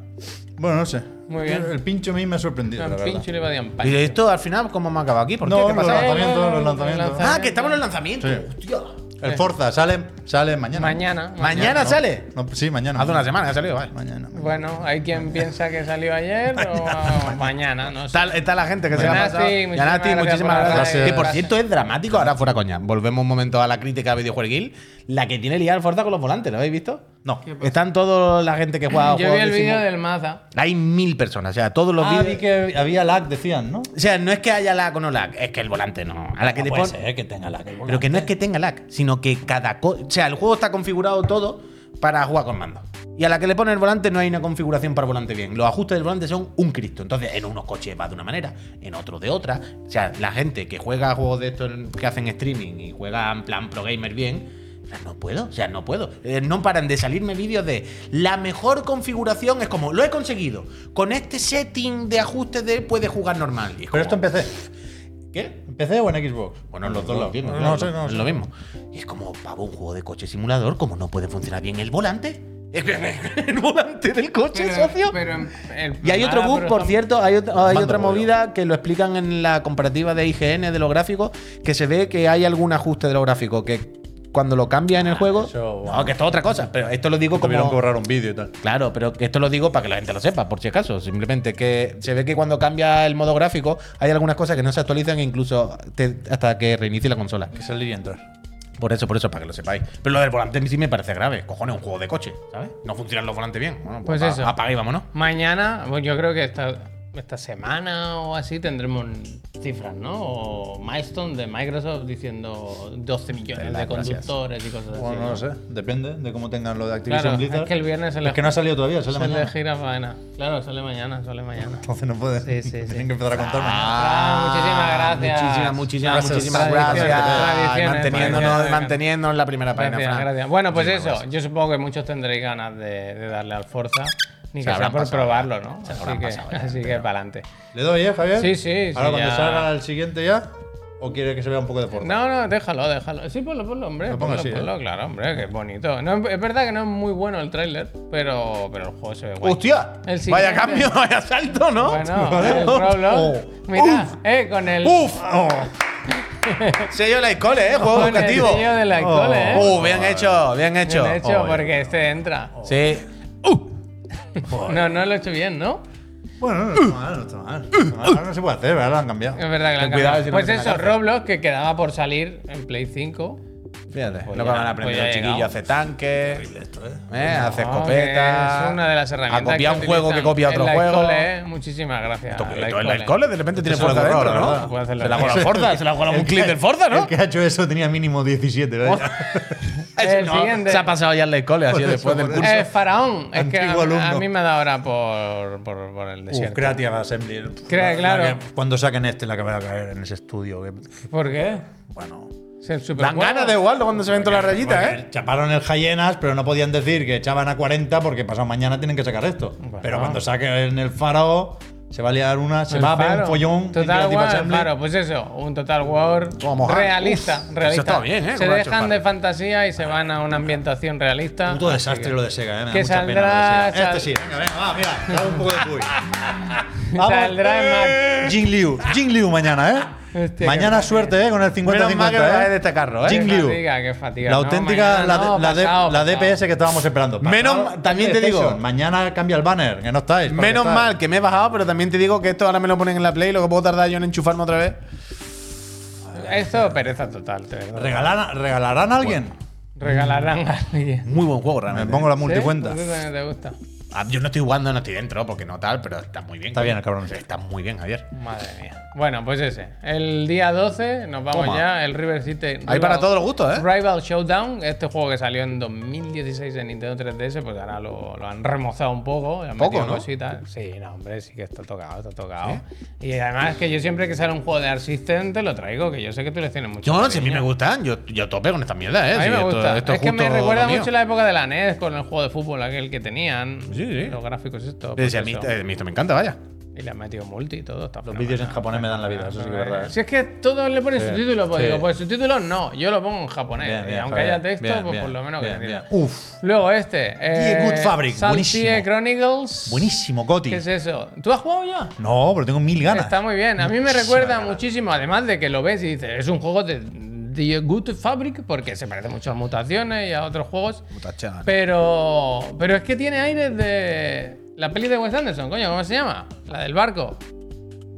Bueno, no sé.
Muy bien.
El pincho a mí me ha sorprendido, la
Un
verdad.
pincho y le va de ampallo.
¿Y esto al final cómo me acabado aquí? ¿Por qué?
No,
¿Qué
los
pasa?
Eh,
lanzamientos,
los
los lanzamientos.
lanzamientos.
Ah, que estamos en los lanzamientos.
Sí.
Hostia.
Eh.
El Forza sale, sale mañana.
Mañana.
Mañana
No,
sale.
no, sí, mañana.
Hace una semana que ha salido, vale.
Mañana.
Bueno, hay quien piensa que salió ayer
[LAUGHS]
o mañana, no sé.
Está, está la gente que se la ha
Ganati,
pasado.
muchísimas
Ganati,
gracias
muchísimas
por la
gracias.
radio.
Que por
Gracias.
cierto es dramático, ahora fuera coña. Volvemos un momento a la crítica videojueguil. La que tiene liada el Forza con los volantes, ¿lo habéis visto?
No.
Están toda la gente que juega
[LAUGHS]
a
Yo vi
juegos
el
de
vídeo
simu-
del Mazda.
Hay mil personas, o sea, todos los
Ah, vi
vídeos.
que había lag, decían, ¿no?
O sea, no es que haya lag o no lag, es que el volante no. A la que le
puede
pon-
ser que tenga lag.
Pero que no es que tenga lag, sino que cada co- O sea, el juego está configurado todo para jugar con mando. Y a la que le pone el volante no hay una configuración para volante bien. Los ajustes del volante son un cristo. Entonces, en unos coches va de una manera, en otros de otra. O sea, la gente que juega a juegos de estos en- que hacen streaming y juega en plan pro gamer bien, o sea, no puedo, o sea, no puedo. Eh, no paran de salirme vídeos de la mejor configuración es como, lo he conseguido. Con este setting de ajustes de puede jugar normal. Y es
Pero esto
como,
empecé.
¿qué?
¿Empecé o en Xbox?
Bueno,
En
los dos lo mismo.
No,
claro,
sé, no
es
sé.
lo mismo. Y es como, pavo, un juego de coche simulador, como no puede funcionar bien el volante. [LAUGHS] El volante del coche, socio.
pero en- el
y hay otro
Mazda,
bug, por
ejemplo,
cierto, hay, otra- hay
Mando,
otra
boludo.
movida que lo explican en la comparativa de IGN de los gráficos, que se ve que hay algún ajuste de los gráficos, que cuando lo cambia en el juego...
Ah, eso,
no, que esto es otra cosa, pero esto lo digo
Tuvieron
como...
que borrar un vídeo y tal.
Claro, pero que esto lo digo para que la gente lo sepa, por si acaso. Simplemente que se ve que cuando cambia el modo gráfico hay algunas cosas que no se actualizan e incluso te- hasta que reinicie la consola.
Que salir y entrar.
Por eso, por eso, para que lo sepáis. Pero lo del volante sí me parece grave. Cojones, un juego de coche, ¿sabes? No funcionan los volantes bien. Bueno,
Pues
a-
eso.
Apaga y vámonos.
Mañana, pues yo creo que está. esta semana o así tendremos cifras, ¿no? O milestone de Microsoft diciendo 12 millones de
Las gracias.
conductores y cosas así.
Bueno, no
¿no?
lo sé, depende de cómo tengan lo de Activision
Claro,
Blizzard.
es que el viernes se
Es
le,
que no ha salido todavía, sale
se le
mañana.
gira faena. Claro, sale mañana, sale mañana.
[LAUGHS] Entonces no pueden.
Sí, sí, sí.
Tienen que empezar a contar mañana.
Ah, Fran, muchísimas gracias.
Muchísimas, muchísimas,
Gracias.
muchísimas
Tradiciones,
gracias.
tradiciones,
Manteniéndonos,
tradiciones.
manteniéndonos en la primera página,
Gracias,
Fran.
gracias. Bueno, pues eso, yo supongo que muchos tendréis ganas de, de darle al Forza, ni que sea
habrán
por
pasado
probarlo, ¿no? así
habrán
que,
pasado ya,
así que para adelante.
¿Le doy, eh, Javier?
Sí, sí, sí,
Ahora cuando
ya.
salga el siguiente ya, ¿o quiere que se vea un poco de Forza?
No, no, déjalo, déjalo. Sí, ponlo, ponlo, hombre.
Lo pongo
ponlo,
así, ¿eh?
ponlo, claro, hombre, que es bonito. No, es verdad que no es muy bueno el tráiler, pero, pero el juego se ve guay.
¡Hostia!
El siguiente.
Vaya cambio, [LAUGHS] vaya salto, ¿no? [LAUGHS]
Bueno, el Roblox.
Oh.
Mira, eh, con el.
¡Uf! [LAUGHS] Sello de la escole, ¿eh? Juego
con el
educativo.
diseño de la Ecole, eh.
¡Uh! Bien hecho, bien hecho. Oh,
Bien hecho,
Oh,
porque este entra.
Sí.
No, no lo he hecho bien, ¿no?
Bueno, no está mal, no está mal. No está mal. Ahora no se puede hacer, ahora lo han cambiado.
Es verdad que lo han
Ten cuidado
cambiado.
si no
Pues
metes la
eso,
cárcel.
Roblox, que quedaba por salir en Play 5.
Fíjate,
Pues
lo que
ya,
van a
pues
aprender
ya
los
ha llegado.
chiquillos. Hace tanques,
Esto, eh.
¿eh? hace
No,
escopetas.
que Ah, Es una de las herramientas.
A copiar
que
un juego que
utilizan
copia otro
en la
juego.
Ecole, eh. Muchísimas gracias. eh.
Esto-
a
esto en la
Ecole.
escole de repente tiene
Esto es
fuerza
horror,
dentro,
la verdad.
Puede
¿no? Se
hacer la
la juega
verdad.
la Forza, se la juega un clip del Forza,
El
¿no?
que ha hecho eso tenía mínimo 17, ¿verdad?
El
No,
siguiente.
eh. Se ha pasado ya en la escole,
[LAUGHS] Por
así
eso,
después del
por
curso.
eso.
Eh, faraón. Es que a,
Antiguo alumno.
a mí me ha dado ahora por, por, por
Eh,
el desierto.
Creative Assembly.
Crea-
La-
claro.
la que- Cuando saquen este, la que va a caer en ese estudio. que-
¿Por qué?
bueno.
Es el
Dan
superjuego.
ganas de igual cuando se ven todas las rayitas,
Porque
¿eh?
Chaparon el Hyenas, pero no podían decir que echaban a 40 porque pasado mañana tienen que sacar esto.
Pues
Pero cuando saquen el Faro, se va a liar una, se
El
va a ver
Faro.
un follón.
Total
Creative
War,
Assembly.
claro, pues eso, un Total War
Todo mojado.
realista,
Uf,
realista.
eso está bien, ¿eh?
Se
Como lo ha
dejan
hecho
de
el
fantasía y se van a una ambientación realista.
Puto
Así
desastre
que-
lo de Sega, eh. Me da
que
mucha
saldrá-
pena lo de Sega.
sal-
Este sí, venga, venga, va, mira, le hago un poco de
[LAUGHS]
cuy.
Saldrá en
Jing Liu, Jing Liu mañana, ¿eh?
Hostia,
mañana
qué
suerte, ¿eh? Con el
Menos mal que me
50-50,
vais
¿eh?
de este carro, ¿eh?
Jing
Qué
Liu.
fatiga, qué fatiga.
La
No,
auténtica,
mañana
la, de-
no,
la de-
pasado,
la
pasado.
DPS que estábamos esperando.
Menos-
Pasado
también te digo-
PlayStation. mañana cambia el banner, que no estáis. porque
Menos
estáis.
mal que me he bajado, pero también te digo que esto ahora me lo ponen en la Play, lo que puedo tardar yo en enchufarme otra vez.
Esto pereza total, de verdad.
¿Regalarán, ¿Regalarán a alguien?
Regalarán a alguien.
Muy buen juego,
Me
realmente.
pongo la
¿Sí? Pues
multicuenta.
¿A ti también te gusta?
Ah, Yo no estoy jugando, no estoy dentro, porque no tal, pero está muy bien.
Está
coño.
bien el cabrón.
Está muy bien, Javier.
Madre mía. Bueno, pues ese. El día 12 nos vamos
Toma.
ya. El River City. Hay
Ahí para todos los gustos, ¿eh?
Rival Showdown, este juego que salió en 2016 en Nintendo 3DS, pues ahora lo, lo han remozado un poco, le han
Poco,
metido
¿no?
cositas. Sí, no, hombre, sí que está tocado, está tocado. Y además que yo siempre que sale un juego de Arsisten te lo traigo, que yo sé que tú les tienes mucho.
Yo, si a mí
cariño.
me gustan, yo, yo tope con esta mierda, ¿eh?
A mí
Sí,
me
esto-
gusta.
esto
es que me
justo
recuerda
lo mío.
mucho la época de la NES con el juego de fútbol aquel que tenían.
Sí, sí.
Los gráficos estos.
Eh,
pues
sí, a mí,
eso.
eh, a mí esto me encanta, vaya.
Y le han metido multi y todo. Está
Los
fenomenal.
vídeos en japonés me dan la vida, eso sí que es verdad. ¿eh?
Si es que todos le ponen
Sí,
subtítulos, pues
sí.
digo, pues subtítulos no, yo lo pongo en japonés.
Bien, bien,
y aunque
Javier.
haya texto,
Bien,
pues
bien,
por lo menos
bien,
que
bien.
tenga.
Uf,
Luego este. Eh,
Good Fabric,
Saltie
buenísimo.
Chronicles.
buenísimo, Coti.
¿Qué es eso? ¿Tú has jugado ya?
No, pero tengo mil ganas.
Está muy bien. A mí me recuerda
ganas.
muchísimo, además de que lo ves y dices, es un juego de, de Good Fabric porque se parece mucho a mutaciones y a otros juegos.
Mutachán.
Pero, pero es que tiene aire de la peli de Wes Anderson, coño, ¿cómo se llama? La del barco.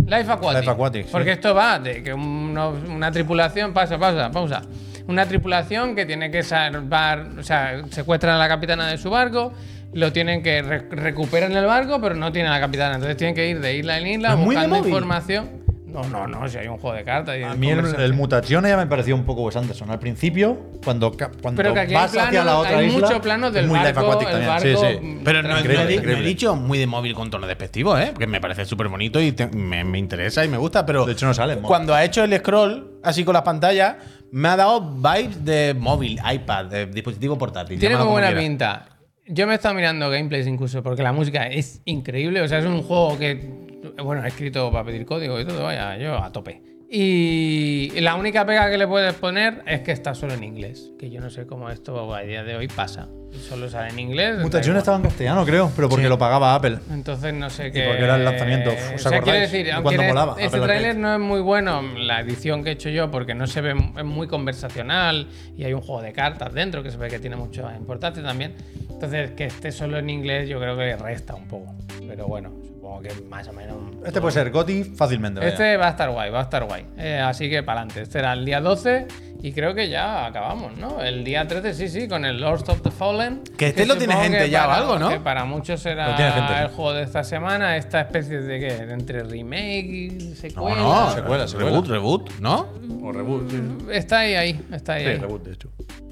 Life Aquatic.
Life Aquatic, sí.
Porque esto va de que uno- una tripulación, pausa, pausa, pausa. Una tripulación que tiene que salvar, o sea, secuestran a la capitana de su barco, lo tienen que re- recuperan el barco, pero no tienen a la capitana, entonces tienen que ir de isla en isla
¿Es muy de
buscando
móvil?
información. No, no, no, si hay un juego de cartas. y
A
de
mí el, el
conversación.
Mutaciones ya me pareció un poco Wes Anderson. Al principio, cuando, ca- cuando
Pero que aquí hay
vas hacia
planos-
la otra
hay
isla,
muchos planos del
es muy Life
barco,
Aquatic
el
también.
barco,
sí, sí.
mm,
Pero no,
Increíble,
no he di-
increíble.
no he dicho muy de móvil con tono despectivo, ¿eh? Porque me parece súper bonito y te- me, me interesa y me gusta, pero.
De hecho, no sale, móvil.
Cuando ha hecho el scroll, así con las pantallas, me ha dado vibes de móvil, iPad, de dispositivo portátil.
Tiene muy
llámalo como
buena
quieras.
pinta. Yo me he estado mirando gameplays incluso porque la música es increíble. O sea, es un juego que. Bueno, he escrito para pedir código y todo, vaya, yo a tope. Y la única pega que le puedes poner es que está solo en inglés. Que yo no sé cómo esto a día de hoy pasa. Solo sale en inglés.
Mutaciones
da
estaba en castellano, creo, pero porque lo pagaba Apple.
igual. Entonces no sé qué.
porque era el lanzamiento, ¿os
O sea, quiero
acordáis?
decir,
De
aunque
cuando
este-
molaba,
este
Apple Arcade.
tráiler no es muy bueno, la edición que he hecho yo, porque no se ve, es muy conversacional y hay un juego de cartas dentro que se ve que tiene mucha importancia también. Entonces, que esté solo en inglés yo creo que le resta un poco. Pero bueno, supongo supongo que más o menos.
Este puede ser Goti fácilmente. vaya.
Este va a estar guay, va a estar guay. Eh, así que para adelante. Este era el día 12 y creo que ya acabamos, ¿no? El día 13, sí, sí, con el Lords of the Fallen.
Que este lo tiene
supongo
gente
que
ya o
para-
algo, ¿no?
Que para muchos
Lo tiene gente,
será el
sí.
juego de esta semana, esta especie de que entre remake y
No,
secuela.
no.
Secuela, secuela.
Reboot, reboot, ¿no?
O reboot. Sí,
Está ahí, ahí, está ahí.
Sí,
ahí.
reboot, de hecho.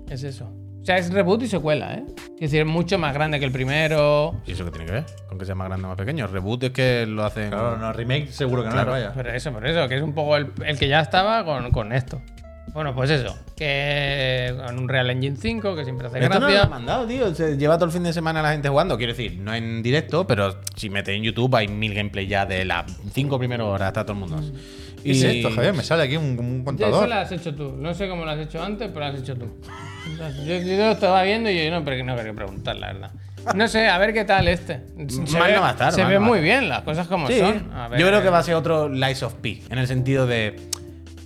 Es eso. O sea, es reboot y secuela, ¿eh? Es decir, es mucho más grande que el primero.
¿Y eso qué tiene que ver? ¿Con que sea más grande o más pequeño? Reboot es que lo hacen.
Claro, no, remake seguro que no es, vaya.
Pero eso, por eso, que es un poco el, el que ya estaba con, con esto. Bueno, pues eso. Que con un Real Engine 5, que siempre hace
Esto no lo
gracia.
han mandado, tío. Se lleva todo el fin de semana la gente jugando. Quiero decir, no en directo, pero si metes en YouTube hay mil gameplays ya de las cinco primeras horas. Está todo el mundo.
¿Qué es esto, Javier? Me sale aquí un, un
Ya, eso
contador.
lo has hecho tú. No sé cómo lo has hecho antes, pero lo has hecho tú. Entonces, yo, yo lo estaba viendo y yo no, pero que no quería preguntar, la verdad. No sé, a ver qué tal este. Se
Mal
ve,
no va a estar,
se
mal
ve
no va a
muy
estar.
bien las cosas como
Sí.
son. A ver.
Yo creo que va a ser otro Lies of P, en el sentido de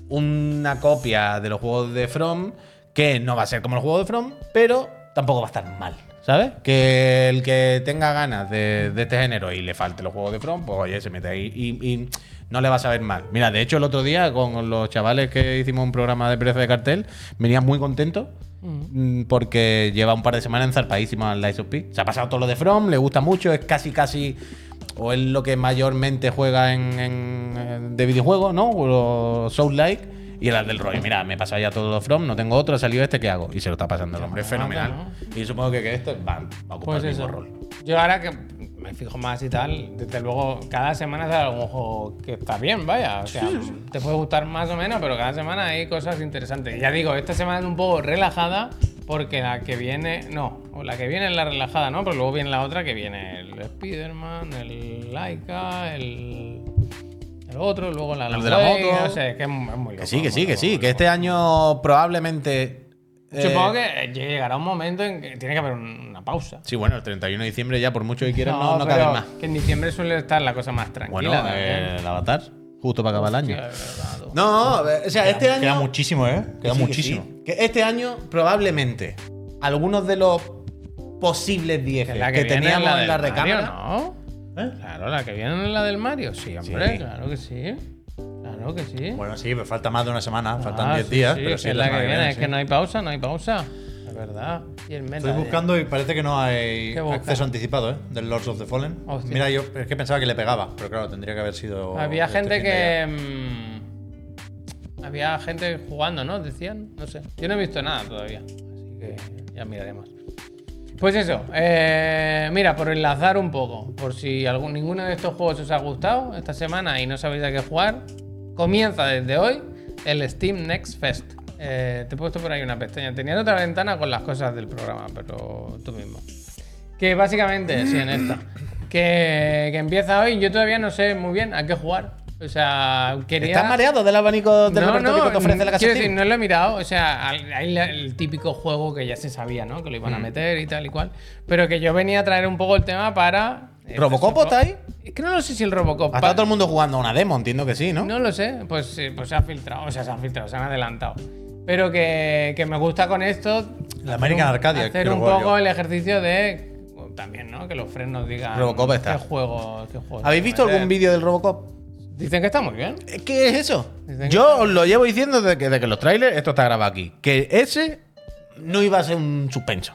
una copia de los juegos de From, que no va a ser como el juego de From, pero tampoco va a estar mal. ¿Sabes? Que el que tenga ganas de, de este género y le falte los juegos de From, pues oye, se mete ahí y, y no le va a saber mal. Mira, de hecho, el otro día con los chavales que hicimos un programa de precio de cartel, venían muy contentos mm, porque lleva un par de semanas enzarpadísimo al Lies of P. Se ha pasado todo lo de From, le gusta mucho, es casi, casi o es lo que mayormente juega en, en- en- de videojuegos, ¿no? O Soul Like. Y era el del rollo, mira, me he pasado ya todos los From, no tengo otro, ha salido este, ¿qué hago? Y se lo está pasando el hombre, es fenomenal. Y supongo que, que esto va, va a ocupar
Pues
el
eso.
mismo rol.
Yo ahora que me fijo más y tal, desde luego, cada semana sale algún juego que está bien, vaya. O sea, te puede gustar más o menos, pero cada semana hay cosas interesantes. Ya digo, esta semana es un poco relajada porque la que viene, no, o la que viene es la relajada, ¿no? Pero luego viene la otra que viene el Spider-Man, el Laika, el, el otro, luego la
El de la
Way,
moto.
No sé, es que es muy es muy loco.
Que sí, que
es
sí,
muy
que
loco,
sí,
muy
que
loco.
este año probablemente... eh,
Supongo que llegará un momento en que tiene que haber un- una pausa.
Sí, bueno, el 31 de diciembre ya por mucho que quieran no, no,
pero
cabe más.
Que en diciembre suele estar la cosa más
Bueno,
tranquila.
eh,
también.
el avatar, justo para acabar el año.
Hostia, de verdad, tú.
No, o sea, este año...
Queda muchísimo, ¿eh? Queda
sí,
muchísimo.
sí. Que este año, probablemente, algunos de los posibles 10 que,
La que, viene es
teníamos
del
en la
Mario,
recámara.
¿no? Claro, la que viene es la del Mario. Sí, hombre, claro que sí. Claro que sí.
Bueno, sí, pero falta más de una semana, faltan
Ah,
10
sí,
días.
sí,
pero
es
sí,
que es la que
semana
viene. Es
sí.
que no hay pausa, no hay pausa. Es verdad. Y el meta eh,
Estoy
de-
buscando y parece que no hay
¿Qué buscas?
acceso anticipado, ¿eh? Del Lords of the Fallen.
Hostia.
Mira, yo es que pensaba que le pegaba, pero claro, tendría que haber sido.
Había
este
gente
fin de ya.
que. mm, había gente jugando, ¿no? Decían. No sé. Yo no he visto nada todavía. Así que ya miraremos. Pues eso. eh, mira, por enlazar un poco. Por si algún, ninguno de estos juegos os ha gustado esta semana y no sabéis a qué jugar, comienza desde hoy el Steam Next Fest. Eh, te he puesto por ahí una pestaña. Tenía otra ventana con las cosas del programa, pero tú mismo. Que básicamente, sí, en esta. Que, que empieza hoy. Yo todavía no sé muy bien a qué jugar. O sea, quería.
¿Estás mareado del abanico del
No,
repertorio
no,
que te ofrece la casa
quiero
Steam?
decir, no lo he mirado. O sea, al- hay la- el típico juego que ya se sabía, ¿no? Que lo
Mm.
iban a meter y tal y cual. Pero que yo venía a traer un poco el tema para. eh, pues
¿Robocop está ahí?
Es que no lo sé si el Robocop.
Ha
pa-
estado todo el mundo jugando a una demo, entiendo que sí, ¿no?
no lo sé, pues, sí, pues se ha filtrado, o sea, se han filtrado, se han adelantado. Pero que, que me gusta con esto. hacer
American
un-
Arcadia,
Hacer
quiero
un
jugar
poco
yo.
el ejercicio de. bueno, También, ¿no? Que los frenos digan.
Robocop está.
¿Qué juego? Qué juego Eh,
¿Habéis visto algún vídeo del Robocop?
Dicen que está muy bien.
Eh, ¿Qué es eso?
Dicen que
Yo os lo llevo diciendo desde que, desde que los trailers, esto está grabado aquí, que ese no iba a ser un suspenso.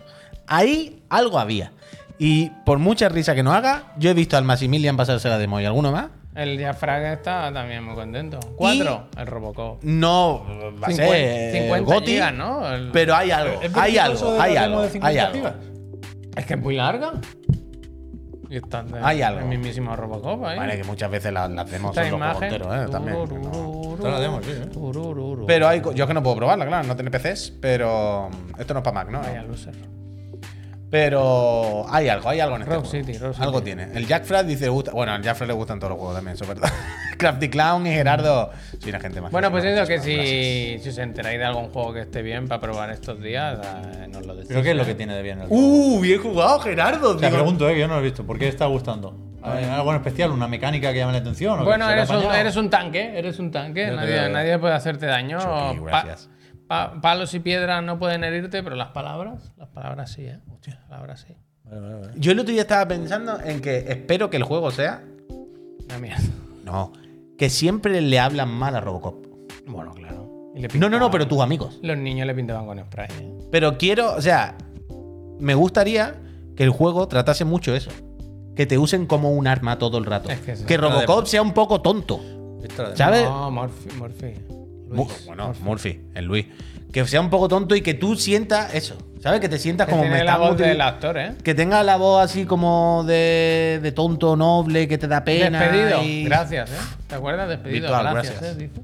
Ahí algo había. Y por mucha risa que no haga, yo he visto al Maximilian pasarse la demo y alguno más.
El Diafrag está también muy contento. Cuatro, el Robocop.
No va a ser eh,
50
Goti,
gigas, ¿no? El-
Pero hay algo,
¿Es
hay
verdad eso
algo,
de la
hay
demo
algo,
de
hay
50
algo.
gigas? ¿eh?
Es que es muy larga. Y está de-
Hay algo.
El mismísimo Robocop ahí.
Vale, que muchas veces la- las demos
Esta
son los juegos
imagen.
enteros, ¿eh? También. que no.
Esta la demo, sí, ¿eh?
Turururu.
Pero hay, co- yo es que no puedo probarla, claro, no tiene PCs, pero esto no es para Mac, ¿no?
Vaya loser.
Pero hay algo, hay algo en este
Rock
juego.
City, Rock City.
Algo tiene. El Jack Frat dice, gusta, bueno, al Jack Frat le gustan todos los juegos también, eso es verdad. [LAUGHS] Crafty Clown y Gerardo, sí, una gente más.
Bueno, pues eso, que
Muchísimas gracias.
si, si os enteráis de algún juego que esté bien para probar estos días, eh, nos lo decís.
¿Pero qué es lo que tiene de bien el
¡Uh, bien jugado, Gerardo!
Te
digo.
pregunto, eh, que yo no lo he visto. ¿Por qué está gustando? ¿Hay ¿Algo en especial? ¿Una mecánica que llame la atención? o que
Bueno,
se haya
eres un,
apañado?
eres un tanque, eres un tanque.
te
Nadie,
veo.
nadie puede hacerte daño.
Chucky,
Pa-
gracias.
pa- palos y piedras no pueden herirte, pero las palabras, las palabras sí, ¿eh? Las palabras sí.
Vale, vale, vale.
Yo el otro día estaba pensando en que espero que el juego sea
Una mierda.
No. Que siempre le hablan mal a Robocop.
Bueno, claro. Y le
No, no, no,
pintaban-
pero tus amigos.
Los niños le pintaban con spray. ¿eh?
Pero quiero, o sea, me gustaría que el juego tratase mucho eso. Que te usen como un arma todo el rato.
Es que eso-
que Robocop sea un poco tonto.
Esta era de-
¿Sabes?
No, Morphy. Morphy.
Bu- bueno, Murphy, el Luis. Que sea un poco tonto y que tú sientas eso. ¿Sabes? Que te sientas
Que
como
tiene
me
la
están
voz
util-
del actor, ¿eh?
Que tenga la voz así como de, de tonto noble, que te da pena.
Despedido.
y-
Gracias, ¿eh? ¿Te acuerdas? Despedido.
Virtual,
gracias,
gracias.
¿eh? Dice.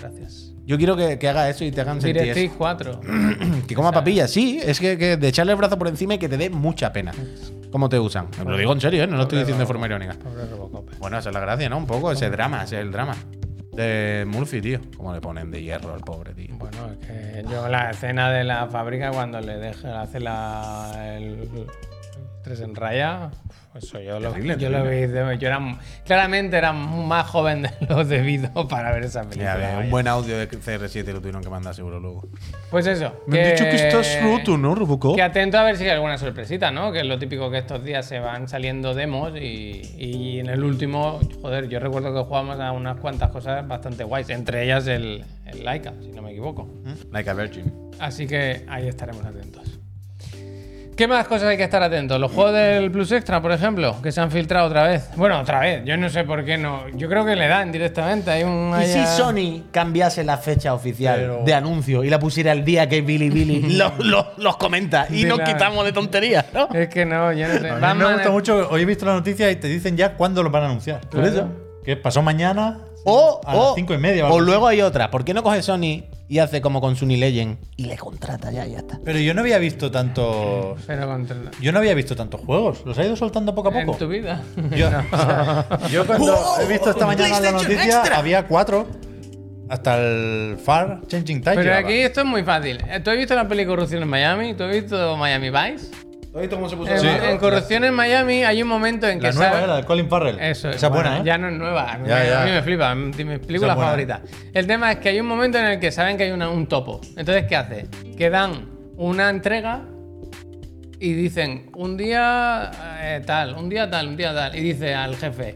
Gracias.
Yo quiero que, que haga eso y te hagan sentir eso.
DirectX 4.
Que coma papilla, sí, es que, que de echarle el brazo por encima y que te dé mucha pena. ¿Cómo te usan? Lo digo en serio, ¿eh? no lo estoy diciendo de forma irónica.
Pobre Robocop.
Bueno, esa es la gracia, ¿no? Un poco ese drama, ese es el drama. De Murphy, tío. Cómo le ponen de hierro al pobre, tío.
Bueno, es que yo la escena de la fábrica cuando le deja, hace la el, tres en raya, uf, eso yo lo,
Terrible,
yo lo vi, de- yo era claramente era más joven de lo debido para ver esa película.
Ya ves,
vaya.
un buen audio de CR7 lo tuvieron que mandar seguro luego.
Pues eso.
Me han dicho que estás roto, ¿no, Robocop?
Que atento a ver si hay alguna sorpresita, ¿no? Que es lo típico que estos días se van saliendo demos y, y en el último, joder, yo recuerdo que jugamos a unas cuantas cosas bastante guays, entre ellas el, el Laika, si no me equivoco.
Mm.
Like a Virgin.
Así que ahí estaremos atentos. ¿Qué más cosas hay que estar atentos? Los juegos del Plus Extra, por ejemplo, que se han filtrado otra vez. Bueno, otra vez. Yo no sé por qué no. Yo creo que le dan directamente. Hay un.
¿Y si
haya-
Sony cambiase la fecha oficial
Pero-
de anuncio y la pusiera el día que Billy [LAUGHS] Billy lo- lo- los comenta y
De
nos
la-
quitamos de tonterías, ¿no?
Es que no, yo no sé.
A mí
Batman
me gusta
es-
mucho. Hoy he visto la noticia y te dicen ya cuándo lo van a anunciar.
Por eso.
Que pasó mañana
Oh,
O,
a las
o-
cinco y media. o
o
algo
luego hay otra. ¿Por qué no coge Sony y hace como con Sony Legend y le contrata ya y ya está?
así. Pero yo no había visto tantos.
Pero contra.
Yo no había visto tantos juegos. Los ha ido soltando poco a
En tu
poco.
vida. [LAUGHS]
Yo, [LAUGHS] yo
[LAUGHS]
cuando he visto esta mañana la noticia había cuatro. Hasta el Far Changing Time.
Pero
llevaba.
aquí esto es muy fácil. Eh, ¿Tú has visto la peli Corrupción en Miami? ¿Tú has visto Miami Vice?
cómo se puso?
Eh,
En,
Sí.
en Corrupción en Miami hay un momento en que
La nueva
sale-
era de Colin Farrell.
Eso,
Esa es
bueno,
buena, ¿eh?
Ya no es nueva. A mí,
Ya, ya.
a mí me flipa, a mí- mi película
buena. ¿eh?
favorita. El tema es que hay un momento en el que saben que hay una- un topo. Entonces, ¿qué hace? Que dan una entrega y dicen, un día eh, tal, un día tal, un día tal. Y dice al jefe,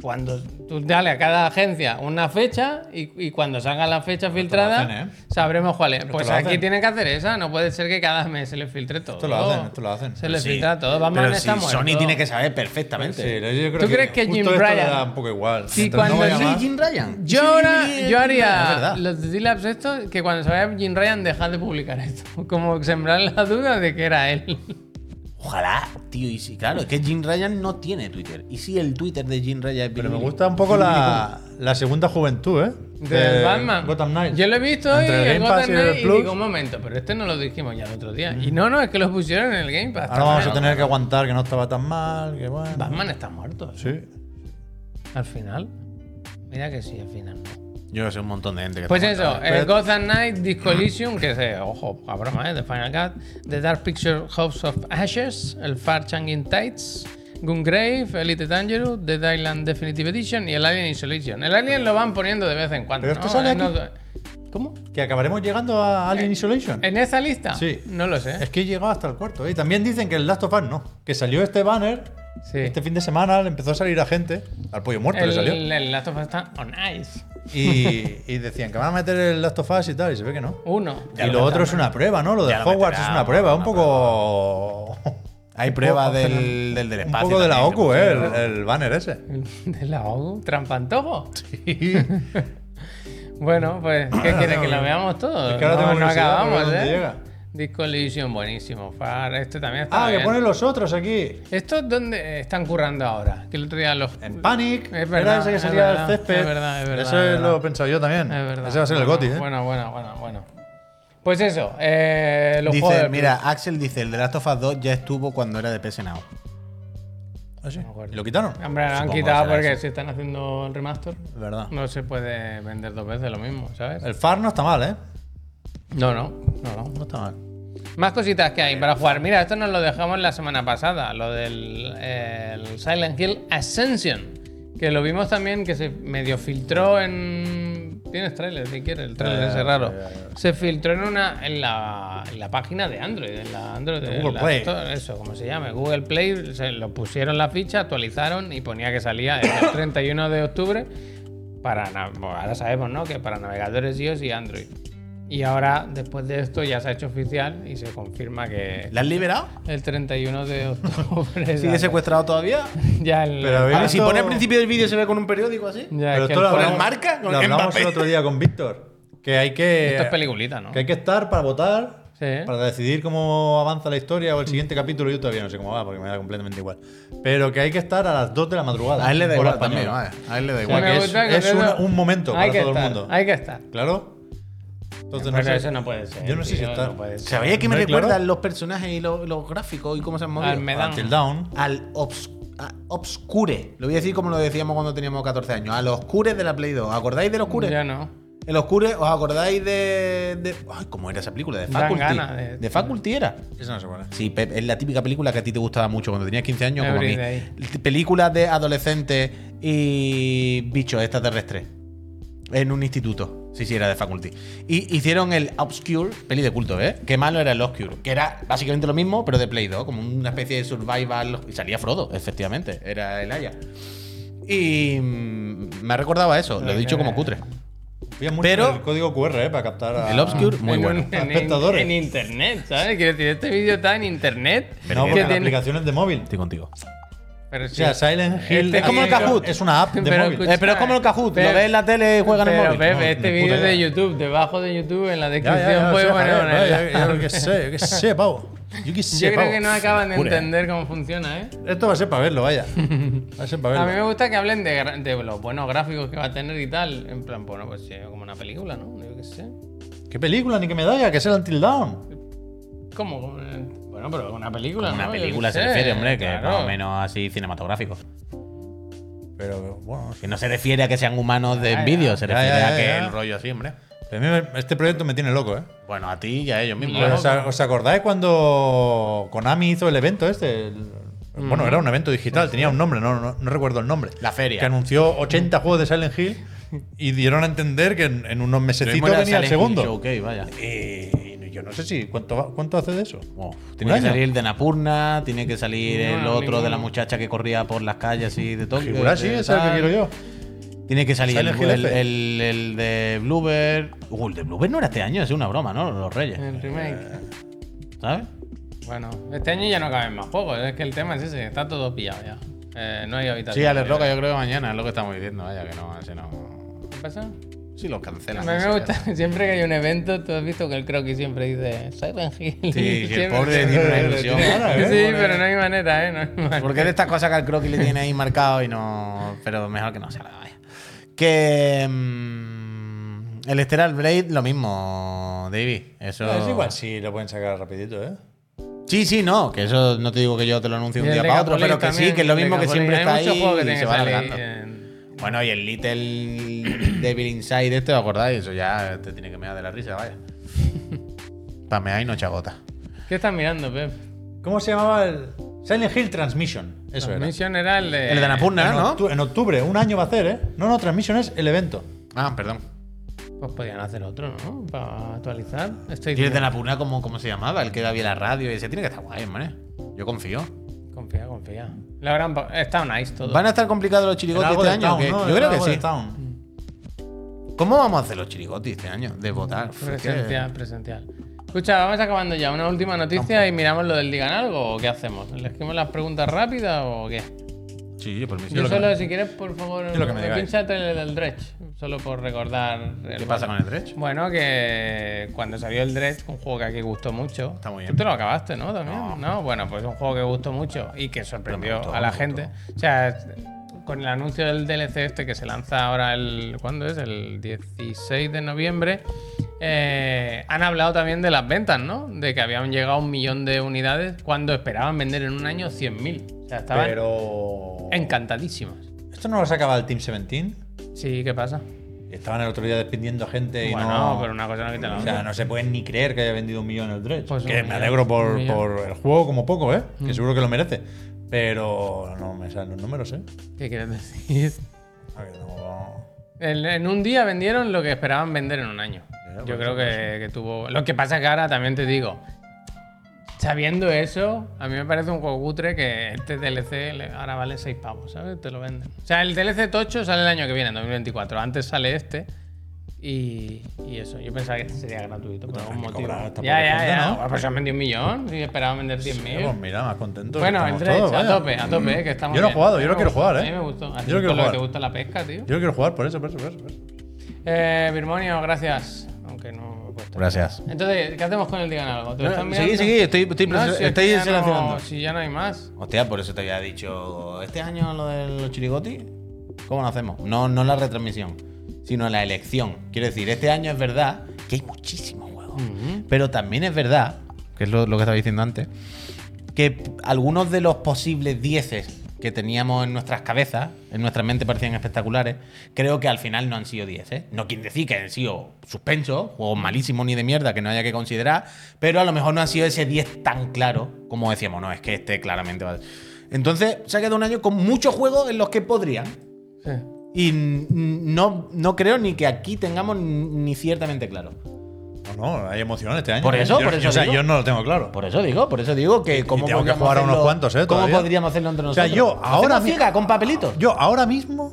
cuando tú dale a cada agencia una fecha y, y cuando salga la fecha filtrada,
hacen, ¿eh?
sabremos cuál es. Pues
lo
aquí
hacen.
tienen que hacer esa, no puede ser que cada mes se les filtre todo.
Esto lo hacen, esto lo hacen.
Se les
Sí.
filtra todo, vamos
Pero
a
si Sony tiene que saber
Sí,
perfectamente.
yo creo
¿Tú crees que
justo
Jim
esto le
Bryan-
da un poco igual.
Sí,
Mientras
cuando
vaya
sí,
más-
Jim Ryan.
Yo ahora, yo
Es
haría
verdad.
los D-Labs estos, que cuando se vaya Jim Ryan, dejad de publicar esto. [LAUGHS] Como sembrar la duda de que era él. [LAUGHS]
Ojalá, tío. Y si, claro, es que Jim Ryan no tiene Twitter. Y si el Twitter de Jim Ryan es
Pero me
Billy
gusta un poco la, la segunda juventud, ¿eh?
Del
De
Batman.
Gotham Knights.
Yo lo he visto hoy
Entre el
en
Game Pass
Gotham
y el
Knight y
Plus. Mm.
digo, un momento, pero este no lo dijimos ya el otro día. Y no, no, es que lo pusieron en el Game Pass.
Ahora vamos a
Pero
tener que aguantar que no estaba tan mal, que bueno.
Batman está muerto.
Sí.
Al final. Mira que sí, al final no.
Billy. Yo sé un montón de gente que
Pues
está
eso,
contando.
el Gotham Knight Disco Elysium, que es, eh, ojo, poca broma, ¿eh? De Final Cut, The Dark Picture House of Ashes, el Far Changing Tides, Gungrave, Elite Dangerous, The Dylan Definitive Edition y el Alien Isolation. El Alien lo van poniendo de vez en cuando.
Pero esto
¿no?
sale
Eh, no-
¿Cómo? ¿Que acabaremos llegando a Alien Isolation?
Eh, ¿En esa lista?
Sí.
No lo sé.
Es que he llegado hasta el cuarto. ¿eh? Y también dicen que el Last of Us no. Que salió este banner.
Sí.
Este fin de semana le empezó a salir a gente. Al pollo muerto le
el,
salió.
el Last of Us está on ice. [LAUGHS]
Y, y decían que van a meter el Last of Us y tal. Y se ve que no.
Uno.
y lo, otro es una prueba, ¿no? Lo de
Ya lo
Hogwarts
meterá,
es una prueba. Un poco. [LAUGHS]
Hay pruebas
Un poco-
del, del, del
Un
espacio.
poco de la
también,
OCU,
que
¿eh? El,
pusieron.
el banner ese.
[LAUGHS] ¿De la OGU? ¿Trampantojo? [LAUGHS] Bueno, pues, ¿qué quieres? Que lo veamos todo.
Ah, Es que ahora
no,
tengo
no
curiosidad por
acabamos,
dónde
¿eh?
llega.
Disco Elysium, buenísimo. Far, este también está
Ah, que
bien.
ponen los otros aquí.
¿Estos dónde están currando ahora? Que el otro día los...
En Panic.
Es verdad,
Era ese que
es
salía
verdad,
del césped.
es verdad, es verdad,
Eso
es
es
verdad.
lo he pensado yo también.
Es verdad.
Ese va a ser el
Bueno,
Goti, ¿eh?
Bueno, bueno, bueno, bueno. Pues eso, eh, los
Dice,
juegos...
mira, Axel dice, el de Last of Us 2 ya estuvo cuando era de PS Now.
Ah, sí.
No me acuerdo.
¿Y lo quitaron?
Hombre, lo han
Supongo que
quitado
será
porque
eso.
si están haciendo el remaster,
Es verdad.
no se puede vender dos veces lo mismo, ¿sabes?
El Far no está mal, ¿eh?
No, no, no, no.
No está mal.
Más cositas que hay para jugar. Mira, esto nos lo dejamos la semana pasada, lo del el Silent Hill Ascension, que lo vimos también que se medio filtró en Tienes trailer si quieres, el
Ah,
trailer ese raro. Se filtró en una en la, en la página de Android, en la Android en
Google
la-
Play.
todo eso, como se llame, Google Play, se lo pusieron la ficha, actualizaron y ponía que salía el 31 de octubre para na- bueno, ahora sabemos, ¿no? Que para navegadores iOS y Android. Y ahora después de esto ya se ha hecho oficial y se confirma que
¿La has liberado?
el 31 de octubre
¿Sigue
sale.
secuestrado todavía?
ya el
Pero a ver,
Ahora, si
Esto-
pone al principio del vídeo se ve con un periódico así.
ya que
esto
el-
lo
por el
hablamos-
mar-
marca con
lo hablamos
Mbappé.
el otro día con Víctor. Que hay que.
esto es peliculita, ¿no?
Que hay que estar para votar,
Sí. ¿eh?
para decidir cómo avanza la historia o el siguiente capítulo. Yo todavía no sé cómo va, porque me da completamente igual. Pero que hay que estar a las 2 de la madrugada.
A él le da
hora
igual también,
española.
vaya. A él le da
Sí,
igual.
me
que es-
gusta que
es
eso-
una- un momento
hay
para
que
todo el
estar,
mundo.
Hay que estar.
¿Claro? Entonces,
Pero
no sé.
eso no puede ser.
Yo no sé si
tío,
está.
no puede ser.
¿Sabéis que me
Hombre,
recuerdan
claro.
los personajes y los, los gráficos y cómo se han movido?
Al Medan.
Until Down.
Al obs- a- obscure. Lo voy a decir como lo decíamos cuando teníamos 14 años. Al oscure de la Play 2. ¿Acordáis del oscure?
Ya no.
El oscure, ¿os acordáis de. de- ay, ¿cómo era esa película? De
Dan
Faculty.
ganas de-
de... Faculty era.
Eso no se pone.
Sí, Pep, es la típica película que a ti te gustaba mucho cuando tenías 15 años, como a mí.
Everyday.
Películas de adolescentes y bichos extraterrestres. En un instituto. Sí, sí, era de faculty. Y hicieron el Obscure, peli de culto, ¿eh? Qué malo era el Obscure. Que era básicamente lo mismo, pero de Play 2, como una especie de survival. Y salía Frodo, efectivamente. Era el Aya. Y mm, me ha recordado a eso, lo he dicho como cutre.
Confía mucho
Pero-
en el código QR eh, para captar a.
El Obscure, Ah, muy
en,
bueno.
un- en,
Espectadores.
en internet, ¿sabes? Quiero decir, este vídeo está en internet.
No,
que
porque las
tiene-
aplicaciones de móvil.
Estoy contigo.
pero
O
sí.
sea, Silent Hill.
Este
es como el
vídeo-
Kahoot. Es una app
[LAUGHS]
de
Pero
móvil.
escucha,
Eh, pero es como el Kahoot,
Pep,
lo ves en la tele y juegan en el
Pero,
móvil.
Pep,
No,
este
ni
vídeo
puta
de
idea.
YouTube, debajo de YouTube, en la
Ya, ya,
descripción,
ya,
puedes
o sea,
poner
joder,
una-
no, yo- yo qué sé, yo qué sé, pavo. Yo qué sé,
Yo creo
pavo.
que no acaban de
Oscure.
entender cómo funciona, ¿eh?
Esto va a ser para
[LAUGHS]
verlo, vaya. Va a ser para
A mí me
verlo.
gusta que hablen de, gra- de los buenos gráficos que va a tener y tal. En plan, bueno, pues sí, como una película, ¿no? Yo qué sé.
¿Qué película ni qué medalla? Que es el Until Down.
¿Cómo? Como una- Bueno, pero una película,
Una
¿no? Yo
película
qué
se
sé,
refiere, hombre, que
claro.
más o menos así cinematográfico.
Pero bueno, sí.
Que no se refiere a que sean humanos de
Ya,
vídeo,
ya.
se
Ya,
refiere
ya,
a
ya,
que
ya.
el rollo así, hombre.
A mí me- este proyecto me tiene loco, ¿eh?
Bueno, a ti y a ellos mismos.
Claro.
¿Os, os acordáis cuando Konami hizo el evento este? El- Bueno, era un evento digital, tenía un nombre, no, no, no recuerdo el nombre.
Mm. La feria.
Que anunció 80 juegos de Silent Hill y dieron a entender que en, en unos
Lo
mesecitos
mismo era
venía el
Silent Hill
segundo.
Showcase, vaya.
Y yo no sé si, ¿cuánto, va- cuánto hace de eso?
Wow.
¿Un
Tiene que
año?
salir el de Napurna, tiene que salir el
No,
otro
ninguno.
de la muchacha que corría por las calles y de Tokio.
Higurashi
de
es el que
tal.
quiero yo.
Tiene que salir el,
Silent Hill
el-
F.
el- el de Bluebird. Uh, el de Bluebird no era este año, es una broma, ¿no? Los Reyes,
El remake.
¿sabes?
Bueno, este año ya no caben más juegos. Es que el tema es ese, está todo pillado ya. Eh, no hay habitación.
Sí, Alex Roca, yo creo que mañana es lo que estamos diciendo, vaya, que no, ese no.
¿Qué pasa?
Sí, los cancelan.
A mí
ese,
me gusta, [LAUGHS] siempre que hay un evento, tú has visto que el croquis siempre dice Silent Hill.
[LAUGHS] Sí, que
Siempre-
el pobre tiene una ilusión. mala, ¿eh?
Sí, pero no hay manera, ¿eh? No hay manera.
Porque es de estas cosas que al croquis le tiene ahí marcado y no. Pero mejor que no se la vaya. Que. mm, el Esteral Blade, lo mismo, David. Eso.
Es igual si lo pueden sacar rapidito, ¿eh?
Sí, sí, no. Que eso no te digo que yo te lo anuncie
Y
un
el
día
de
para otro,
Capolis
pero que sí,
también,
que es lo
el de
mismo que
Capolis.
siempre
Hay
está
muchos
ahí
juegos que
y
tienen
se
que
va
salir
alargando.
en-
Bueno, y el Little Devil Inside, este, ¿os acordáis? Eso ya te tiene que mear de la risa,
[LAUGHS]
vaya. Para mear y no chagota.
¿Qué estás mirando, Pep?
¿Cómo se llamaba el Silent Hill Eh, Transmission? Eso era.
Mission era el de.
El de Anapurna,
en,
¿no?
octu- en octubre, un año va a hacer, ¿eh? No, no, Transmission es el evento.
Ah, perdón.
Pues podían hacer otro, ¿no? Para actualizar. Estoy
Y el de Napurna, ¿cómo, ¿cómo se llamaba? El que había la radio. Ese tiene que estar guay, man. Yo confío.
Confía, confía. La gran. Está nice todo.
¿Van a estar complicados los
Era
chirigotis
algo
este
del
año?
town,
¿o qué?
¿no?
Yo
Era
creo que
algo del
sí.
town.
¿Cómo vamos a hacer los chirigotis este año? De votar.
Presencial, presencial. Escucha, vamos acabando ya. Una última noticia y miramos lo del Digan Algo o qué hacemos. ¿Les hacemos las preguntas rápidas o qué?
Sí, por mí sí.
Yo solo, si quieres, por favor,
lo que me digáis.
pincha el trailer del Dredge. Solo por recordar. el-
¿Qué pasa con el Dredge?
Bueno, que cuando salió el Dredge, un juego que aquí gustó mucho.
Está muy
Tú
bien.
te lo acabaste, ¿no? También. No.
No.
Bueno, pues un juego que gustó mucho y que sorprendió
Pero me gustó,
a la
me
gente. O sea, es- con el anuncio del DLC este que se lanza ahora el. ¿Cuándo es? El 16 de noviembre. eh, han hablado también de las ventas, ¿no? De que habían llegado a un millón de unidades cuando esperaban vender en un año 100.000. O sea, estaban
Pero.
encantadísimas.
¿Esto no lo sacaba el Team 17?
Sí, ¿qué pasa?
Estaban el otro día despidiendo gente y
bueno,
no.
pero una cosa no quita la
O
otra.
sea, no se pueden ni creer que haya vendido un millón el Dredge.
Pues un
que me
millón,
alegro
un
por,
millón. Mm.
por el juego como poco, ¿eh? Que seguro que lo merece. Pero no me salen los números, ¿eh?
¿Qué quieres decir?
Ah, que no-
El- en un día vendieron lo que esperaban vender en un año.
Ah,
Yo creo que, que tuvo. Lo que pasa es que ahora también te digo. Sabiendo eso, a mí me parece un juego cutre que este DLC le- ahora vale 6 pavos, ¿sabes? Te lo venden. O sea, el DLC Tocho sale el año que viene, en 2024. Antes sale este. Y, y eso, yo pensaba que este sería gratuito por algún motivo.
cobrar, tampoco
ya, ya,
cuenta,
ya.
¿no?
Bueno, Pues se han vendido un millón y esperaban vender 100.000.
Eh, pues mira, más contento.
Bueno, el Dredge, a tope, a tope, eh, que estamos
Yo no he
bien.
jugado, yo
A mí
no
me
quiero
gustó,
jugar, eh.
A mí me gustó. A ti
Yo no quiero
por lo que
jugar.
te gusta la pesca, tío.
Yo no quiero jugar por eso, por eso, por eso. por eso.
Eh, Birmonio, gracias. Aunque no me cuesta.
Gracias.
Entonces, ¿qué hacemos con el Digan Algo? ¿Te lo
No,
están
seguí,
mirando?
seguí, estoy- estoy
No,
presi-
si es
estoy
que ya no-
seleccionando.
Si ya no hay más.
Hostia, por eso te había dicho. Este año lo de los chirigoti, ¿cómo lo hacemos? No, no la retransmisión, sino la elección. Quiero decir, este año es verdad que hay muchísimos juegos. Pero también es verdad, que es lo, lo que estaba diciendo antes, que p- algunos de los posibles dieces que teníamos en nuestras cabezas, en nuestra mente parecían espectaculares, creo que al final no han sido 10. ¿eh? No quiere decir que han sido suspensos, juegos malísimos ni de mierda que no haya que considerar, pero a lo mejor no han sido ese 10 tan claro como decíamos, no, es que este claramente va a... Entonces se ha quedado un año con muchos juegos en los que podrían,
Sí.
y n- no, no creo ni que aquí tengamos ni ciertamente claro.
No, no, hay emoción este año.
Por
¿eh?
eso,
Yo-
por eso
O sea,
digo.
yo no lo tengo claro.
Por eso digo, por eso digo que cómo
tengo que
podríamos
jugar a unos
hacerlo-
cuantos, ¿eh?
¿Cómo
todavía.
podríamos hacerlo entre
O
nosotros?
sea, yo ahora
Hacemos
mi-
ciega con papelitos.
Yo ahora mismo,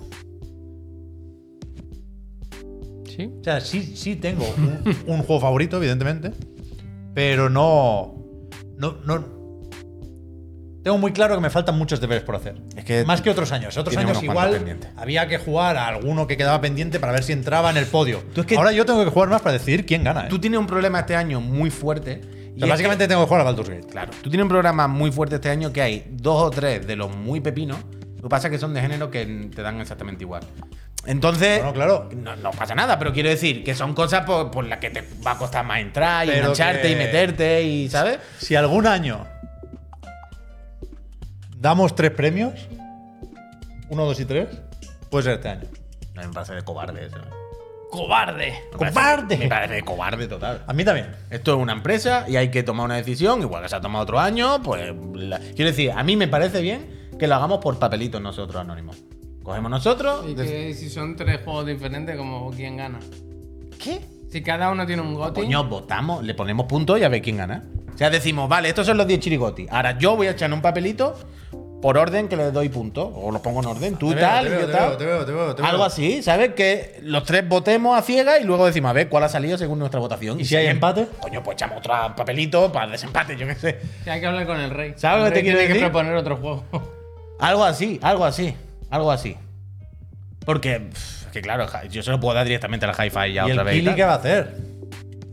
Sí.
o sea, sí, sí tengo
[LAUGHS]
un, un juego favorito, evidentemente, pero no, no, no. Tengo muy claro que me faltan muchos deberes por hacer.
Es que
Más que otros años. Otros
tiene
años
unos
igual
cuantos pendientes.
había que jugar a alguno que quedaba pendiente para ver si entraba en el podio. Ahora yo tengo que jugar más para decidir quién gana. ¿eh?
Tú tienes un problema este año muy fuerte.
O
y
sea,
es
básicamente tengo que jugar a Baldur's Gate.
que- claro, tú tienes un programa muy fuerte este año que hay dos o tres de los muy pepinos. Lo que pasa es que son de género que te dan exactamente igual. Entonces,
Bueno, claro.
no, no pasa nada, pero quiero decir que son cosas por, por las que te va a costar más entrar y
Pero
engancharte
que-
y meterte y, ¿sabes?
Si algún año damos tres premios, uno, dos y tres, puede ser este año.
No me parece de cobarde eso.
¡Cobarde!
Me parece-
¡Cobarde!
Me parece de cobarde total.
A mí también.
Esto es una empresa y hay que tomar una decisión, igual que se ha tomado otro año, pues... la- Quiero decir, a mí me parece bien que lo hagamos por papelitos nosotros, Anónimos. Cogemos nosotros...
Y
dec-
que si son tres juegos diferentes, como quién gana.
¿Qué?
Si cada uno tiene un goti.
Coño, votamos, le ponemos puntos y a ver quién gana. O sea, decimos, vale, estos son los 10 chirigoti. Ahora yo voy a echar un papelito por orden que le doy puntos. O los pongo en orden, tú
Te veo,
tal,
te veo,
yo
te
tal.
veo, te veo, te veo, te veo.
Algo así, ¿sabes? Que los tres votemos a ciegas y luego decimos a ver cuál ha salido según nuestra votación.
¿Y si hay empate?
Coño, pues echamos otro papelito para el desempate, yo qué sé.
Que hay que hablar con el rey.
¿Sabes
El
lo que te
rey
quiero
tiene
decir?
que proponer otro juego.
Algo así, algo así, algo así. Porque, pff, que claro, ja- yo se lo puedo dar directamente a la hi-fi ya
¿Y
otra
el
vez. y
Kili
tal.
qué va a hacer?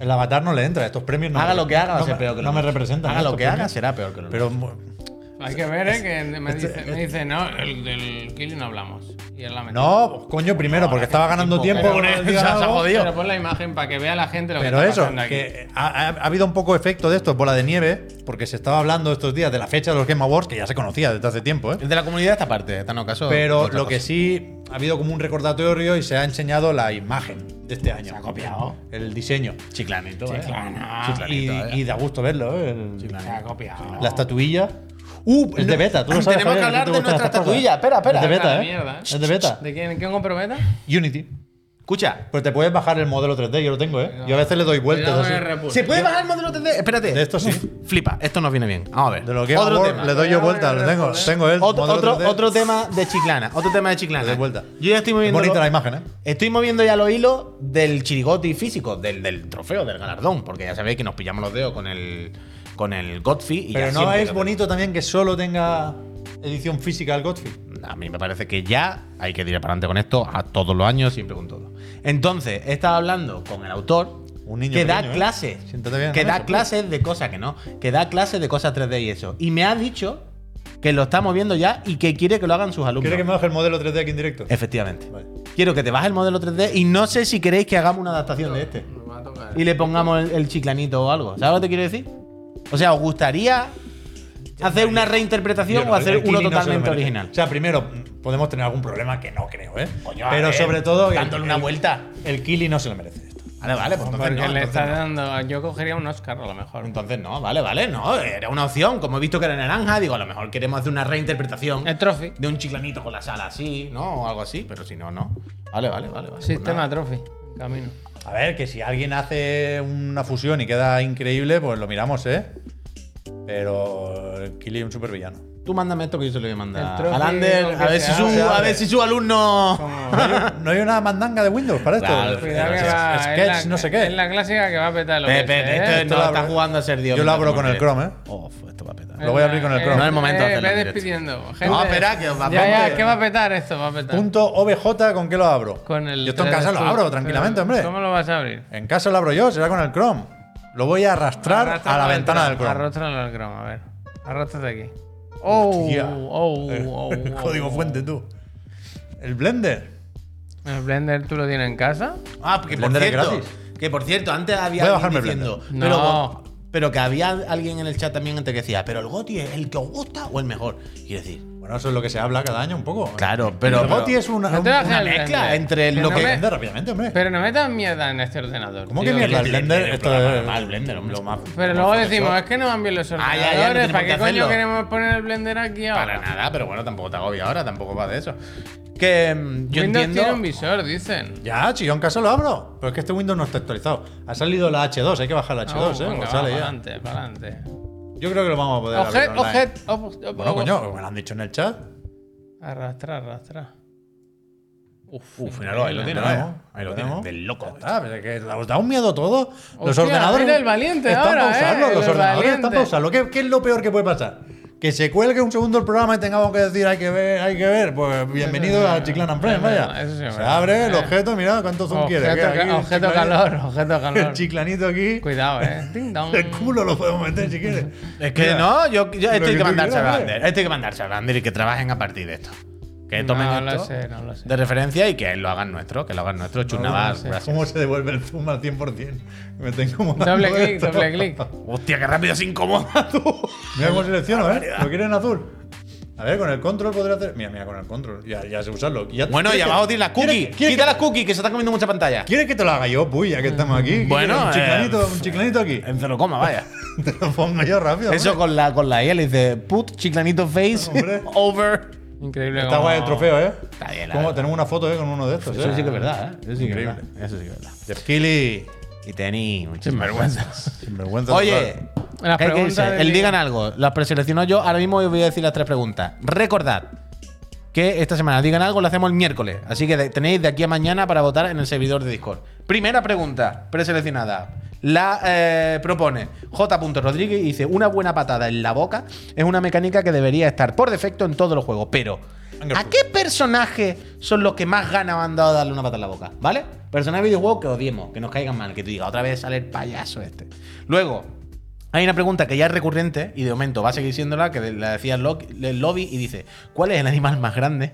El avatar no le entra, estos premios no.
haga
me-
lo que haga, va a
no
ser
me-
peor que lo
No me
nuestro.
representan.
Haga lo
estos
que haga,
premios.
será peor que lo
Pero
nuestro.
[LAUGHS] Hay que ver, ¿eh? Que me dice, me dice no, el del Killing no hablamos. Y es la mentira.
no, coño, primero, porque estaba ganando tiempo.
Pero,
no
pero,
diga algo.
pero pon la imagen para que vea la gente lo
Pero
que está
eso,
pasando aquí.
que ha, ha- ha habido un poco efecto de esto, bola de nieve, porque se estaba hablando estos días de la fecha de los Game Awards, que ya se conocía desde hace tiempo, ¿eh?
Es de la comunidad esta parte, esta no caso.
Pero
otra
lo que
cosa.
sí ha habido como un recordatorio y se ha enseñado la imagen de este año.
Se ha copiado.
El diseño.
Chiclanito, eh.
Chiclana.
Chiclanito,
y,
eh.
y da gusto verlo, ¿eh? El-
Se ha copiado.
la estatuilla. Uh, es de beta, tú lo sabes.
ah, Tenemos que
Javier,
hablar
te
de
gustan
nuestra
estas cosas.
estatuilla. Espera, Ah, espera.
Es de
Esta
beta,
mierda,
¿eh? Es de beta.
¿De quién, quién compró beta?
Unity.
Escucha.
Pues te puedes bajar el modelo 3D, yo lo tengo, ¿eh? Yo a veces le doy
Cuidado
vueltas
con el
así.
repulso.
¿Se puede bajar el modelo 3D? Espérate.
De esto sí.
Uf, flipa, esto nos viene bien. Vamos a ver.
De lo que
otro
Award,
tema.
le doy yo vueltas, lo tengo. Tengo el
Otro,
modelo
otro,
3D.
otro tema de Chiclana. Otro tema de Chiclana.
Le doy vuelta.
Yo ya estoy
Es
moviendo.
bonita
lo-
la imagen, ¿eh?
Estoy moviendo ya los hilos del chirigoti físico, del, del trofeo, del galardón. Porque ya sabéis que nos pillamos los dedos con el. Con el Godfrey. y ya
Pero no
siempre
es
lo-
bonito también que solo tenga edición física el Godfrey.
A mí me parece que ya hay que tirar para adelante con esto a todos los años, siempre con todo. Entonces, he estado hablando con el autor
Un niño
que da
pequeño, ¿eh?
clases.
Siéntate bien,
que
¿no?
da
Eso,
clases de cosas que no. Que da clases de cosas 3D y eso. Y me ha dicho que lo está moviendo ya y que quiere que lo hagan sus alumnos.
¿Quieres que me baje el modelo 3D aquí en directo?
Efectivamente.
Vale.
Quiero que te bajes el modelo 3D y no sé si queréis que hagamos una adaptación de este.
Nos va a tocar.
Y le pongamos el, el chiclanito o algo. ¿Sabes lo que te quiero decir? O sea, ¿os gustaría hacer una reinterpretación
Yo
o
no,
hacer
el
uno
Kili no se lo
totalmente
merece.
original?
O sea, primero, mm, podemos tener algún problema que no creo, ¿eh?
Coño, a
Pero
ver,
sobre todo. el-
dándole una
el-
vuelta.
El Kili no se lo merece esto.
Vale, vale, pues entonces
Porque
no,
le
entonces
está
no.
dando. Yo cogería un Oscar a lo mejor.
Entonces no, vale, vale, no, era una opción. Como he visto que era naranja, digo, a lo mejor queremos hacer una reinterpretación
El Trophy.
de un chiclanito con la sala así, ¿no? O algo así, pero si no, no. Vale, vale, vale. vale
Sistema
pues nada.
Trophy. Camino.
A ver, que si alguien hace una fusión y queda increíble, pues lo miramos, ¿eh? Pero el Kili es un supervillano.
Tú mándame esto que yo se lo voy a
El
mandar.
trophy,
Al Ander,
aunque
a ver, si
sea,
su,
se
a
abre.
ver si su alumno.
No hay una mandanga de Windows para esto.
Claro,
Cuidado que
Pues Es-
va-
sketch,
es la-
no sé qué.
Es la clásica que va a petar lo
Pepe,
que
esto
Esto
no
lo
lo
abro,
está
eh.
jugando a ser Dios.
Yo lo
mientras
abro con el
muere.
Chrome, ¿eh?
Uf, Oh, esto va a petar.
Lo voy a abrir con el Chrome.
No es el momento de
Eh,
hacerlo
ve
en directo.
despidiendo. Gente,
No, espera, que va-
Ya, ya,
vamos.
¿qué va a petar esto? Va a petar.
Punto OBJ, ¿con qué lo abro?
Con el
yo esto en casa lo
3D
abro
Sur. Pero,
tranquilamente, hombre.
¿Cómo lo vas a abrir?
En casa lo abro yo, será con el Chrome. Lo voy a arrastrar
Arrastra
a la ventana del
ventana,
Chrome.
Arrastralo al Chrome, a ver. Arrástrate aquí. Oh,
Hostia.
oh, oh,
[LAUGHS] El
oh,
código
oh.
fuente, tú. El Blender.
¿El Blender tú lo tienes en casa?
Ah, que por
Blender es
cierto.
gratis.
Que por cierto, antes
Voy a
había
bajarme
alguien
el
diciendo.
Blender.
Pero,
No.
pero que había alguien en el chat también antes que decía, pero el Goti es el que os gusta o el mejor. Quiero decir.
Bueno, eso es lo que se habla cada año un poco.
Claro, pero.
el Goti es una,
No te
un-
bajes
una
el
mezcla
Blender.
entre
Que
lo
no
que-
me-
Blender rápidamente, hombre.
Pero no metas mierda en este ordenador.
¿Cómo
tío.
que mierda? El Blender,
el
esto
programa
es-
normal, el Blender, hombre, lo más-
Pero
lo
luego
más
decimos, eh.
Photoshop.
es que no van bien los
Ah, ya, ya,
ordenadores.
no tenemos
¿Para
que
qué coño
hacerlo.
queremos poner el Blender aquí ahora?
Para nada, pero bueno, tampoco te agobia ahora, tampoco va de eso. Que mm,
Windows
yo
tiene un
entiendo.
visor, dicen.
Ya, si yo en casa lo abro. Pero es que este Windows no está actualizado. Ha salido la H2, hay que bajar la H2,
Oh,
¿eh?
venga,
Pues
va,
sale
para
ya.
adelante, para adelante.
Yo creo que lo vamos a poder abrir
Ojet,
online.
ojet, op- op-
Bueno,
op-
coño, me lo han dicho en el chat.
Arrastra, arrastra. Uf,
Uf, Pues míralo, ahí lo tiene,
Tenemos,
¿eh? Ahí lo tiene,
tenemos.
del
Ya
loco.
está, pero es que os da un miedo todo. los
Hostia,
ordenadores.
mira el valiente
están
ahora,
pa' usarlo,
¿eh?
Los
El
ordenadores están
valiente.
para usarlo. ¿Qué, qué es lo peor que puede pasar? Que se cuelgue un segundo el programa y tengamos que decir hay que ver, hay que ver. Pues bienvenido
sí,
a
no,
Chiclan and
no,
Friends,
no,
vaya.
no, eso sí,
se
bueno.
abre el
Eh.
objeto, mira cuánto zoom quiere.
Objeto,
que aquí
ca-
el
objeto
chiclan-
calor, objeto
[LAUGHS] El
calor.
chiclanito aquí.
Cuidado,
[LAUGHS]
eh. Ding dong.
El culo lo podemos meter si quieres.
Es
[LAUGHS]
que
Mira,
no, yo, yo-
Lo
esto hay
que
que
tú
mandarse
quieras,
a
hombre.
Ander. Esto hay que mandarse a Ander y que trabajen a partir de esto. Que tomen
No lo
esto
sé, no lo sé.
de referencia y que lo hagan nuestro, que lo hagan nuestro. Chus
no,
Navas,
no sé.
gracias.
¿Cómo se devuelve el zoom al 100%? Me tengo
Doble
matando
clic,
esto.
doble clic.
Hostia, qué rápido se incomoda tú.
Mira cómo selecciono, ¿eh? Lo quieren azul. A ver, con el control podré hacer. Mira, mira, con el control. Ya, ya sé usarlo. Ya-
[LAUGHS] Bueno, y
¿quieres
abajo
que-
tienes las
¿quieres-
cookies.
¿Quieres,
Quita las cookies, que se están comiendo mucha pantalla.
que, ¿Quieres que te lo haga yo, puy, ya que estamos aquí? ¿Qué
Bueno,
quieres? un chiclanito,
eh,
un chiclanito aquí.
En cero coma, vaya.
[LAUGHS] Te lo pongo yo rápido.
Eso
hombre.
con la, con la I, le dice put chiclanito face
Hombre.
over.
Increíble.
Está guay el trofeo, ¿eh?
Está bien, la
Como-
verdad.
tenemos una foto ¿eh? con uno de estos, ¿eh?
Eso sí que es verdad, ¿eh? Eso sí que es
Increíble.
verdad. Eso sí que es verdad.
Jeff Keighley.
Y tenéis muchísimas
Sin vergüenzas.
Sinvergüenza.
Oye,
total.
Las
¿qué hay que
preguntas
irse?
del
el
día.
digan algo. Las preselecciono yo. Ahora mismo os voy a decir las tres preguntas. Recordad que esta semana digan algo lo hacemos el miércoles. Así que de- tenéis de aquí a mañana para votar en el servidor de Discord. Primera pregunta preseleccionada. La eh, propone J. Rodríguez y dice: Una buena patada en la boca es una mecánica que debería estar por defecto en todos los juegos. Pero,
Venga,
¿a
pues.
qué personajes son los que más ganas han dado a darle una patada en la boca? ¿Vale? Personajes de videojuegos que odiemos, que nos caigan mal, que tú digas otra vez sale el payaso este. Luego, hay una pregunta que ya es recurrente y de momento va a seguir siéndola, que la decía el lo- el lobby y dice, ¿cuál es el animal más grande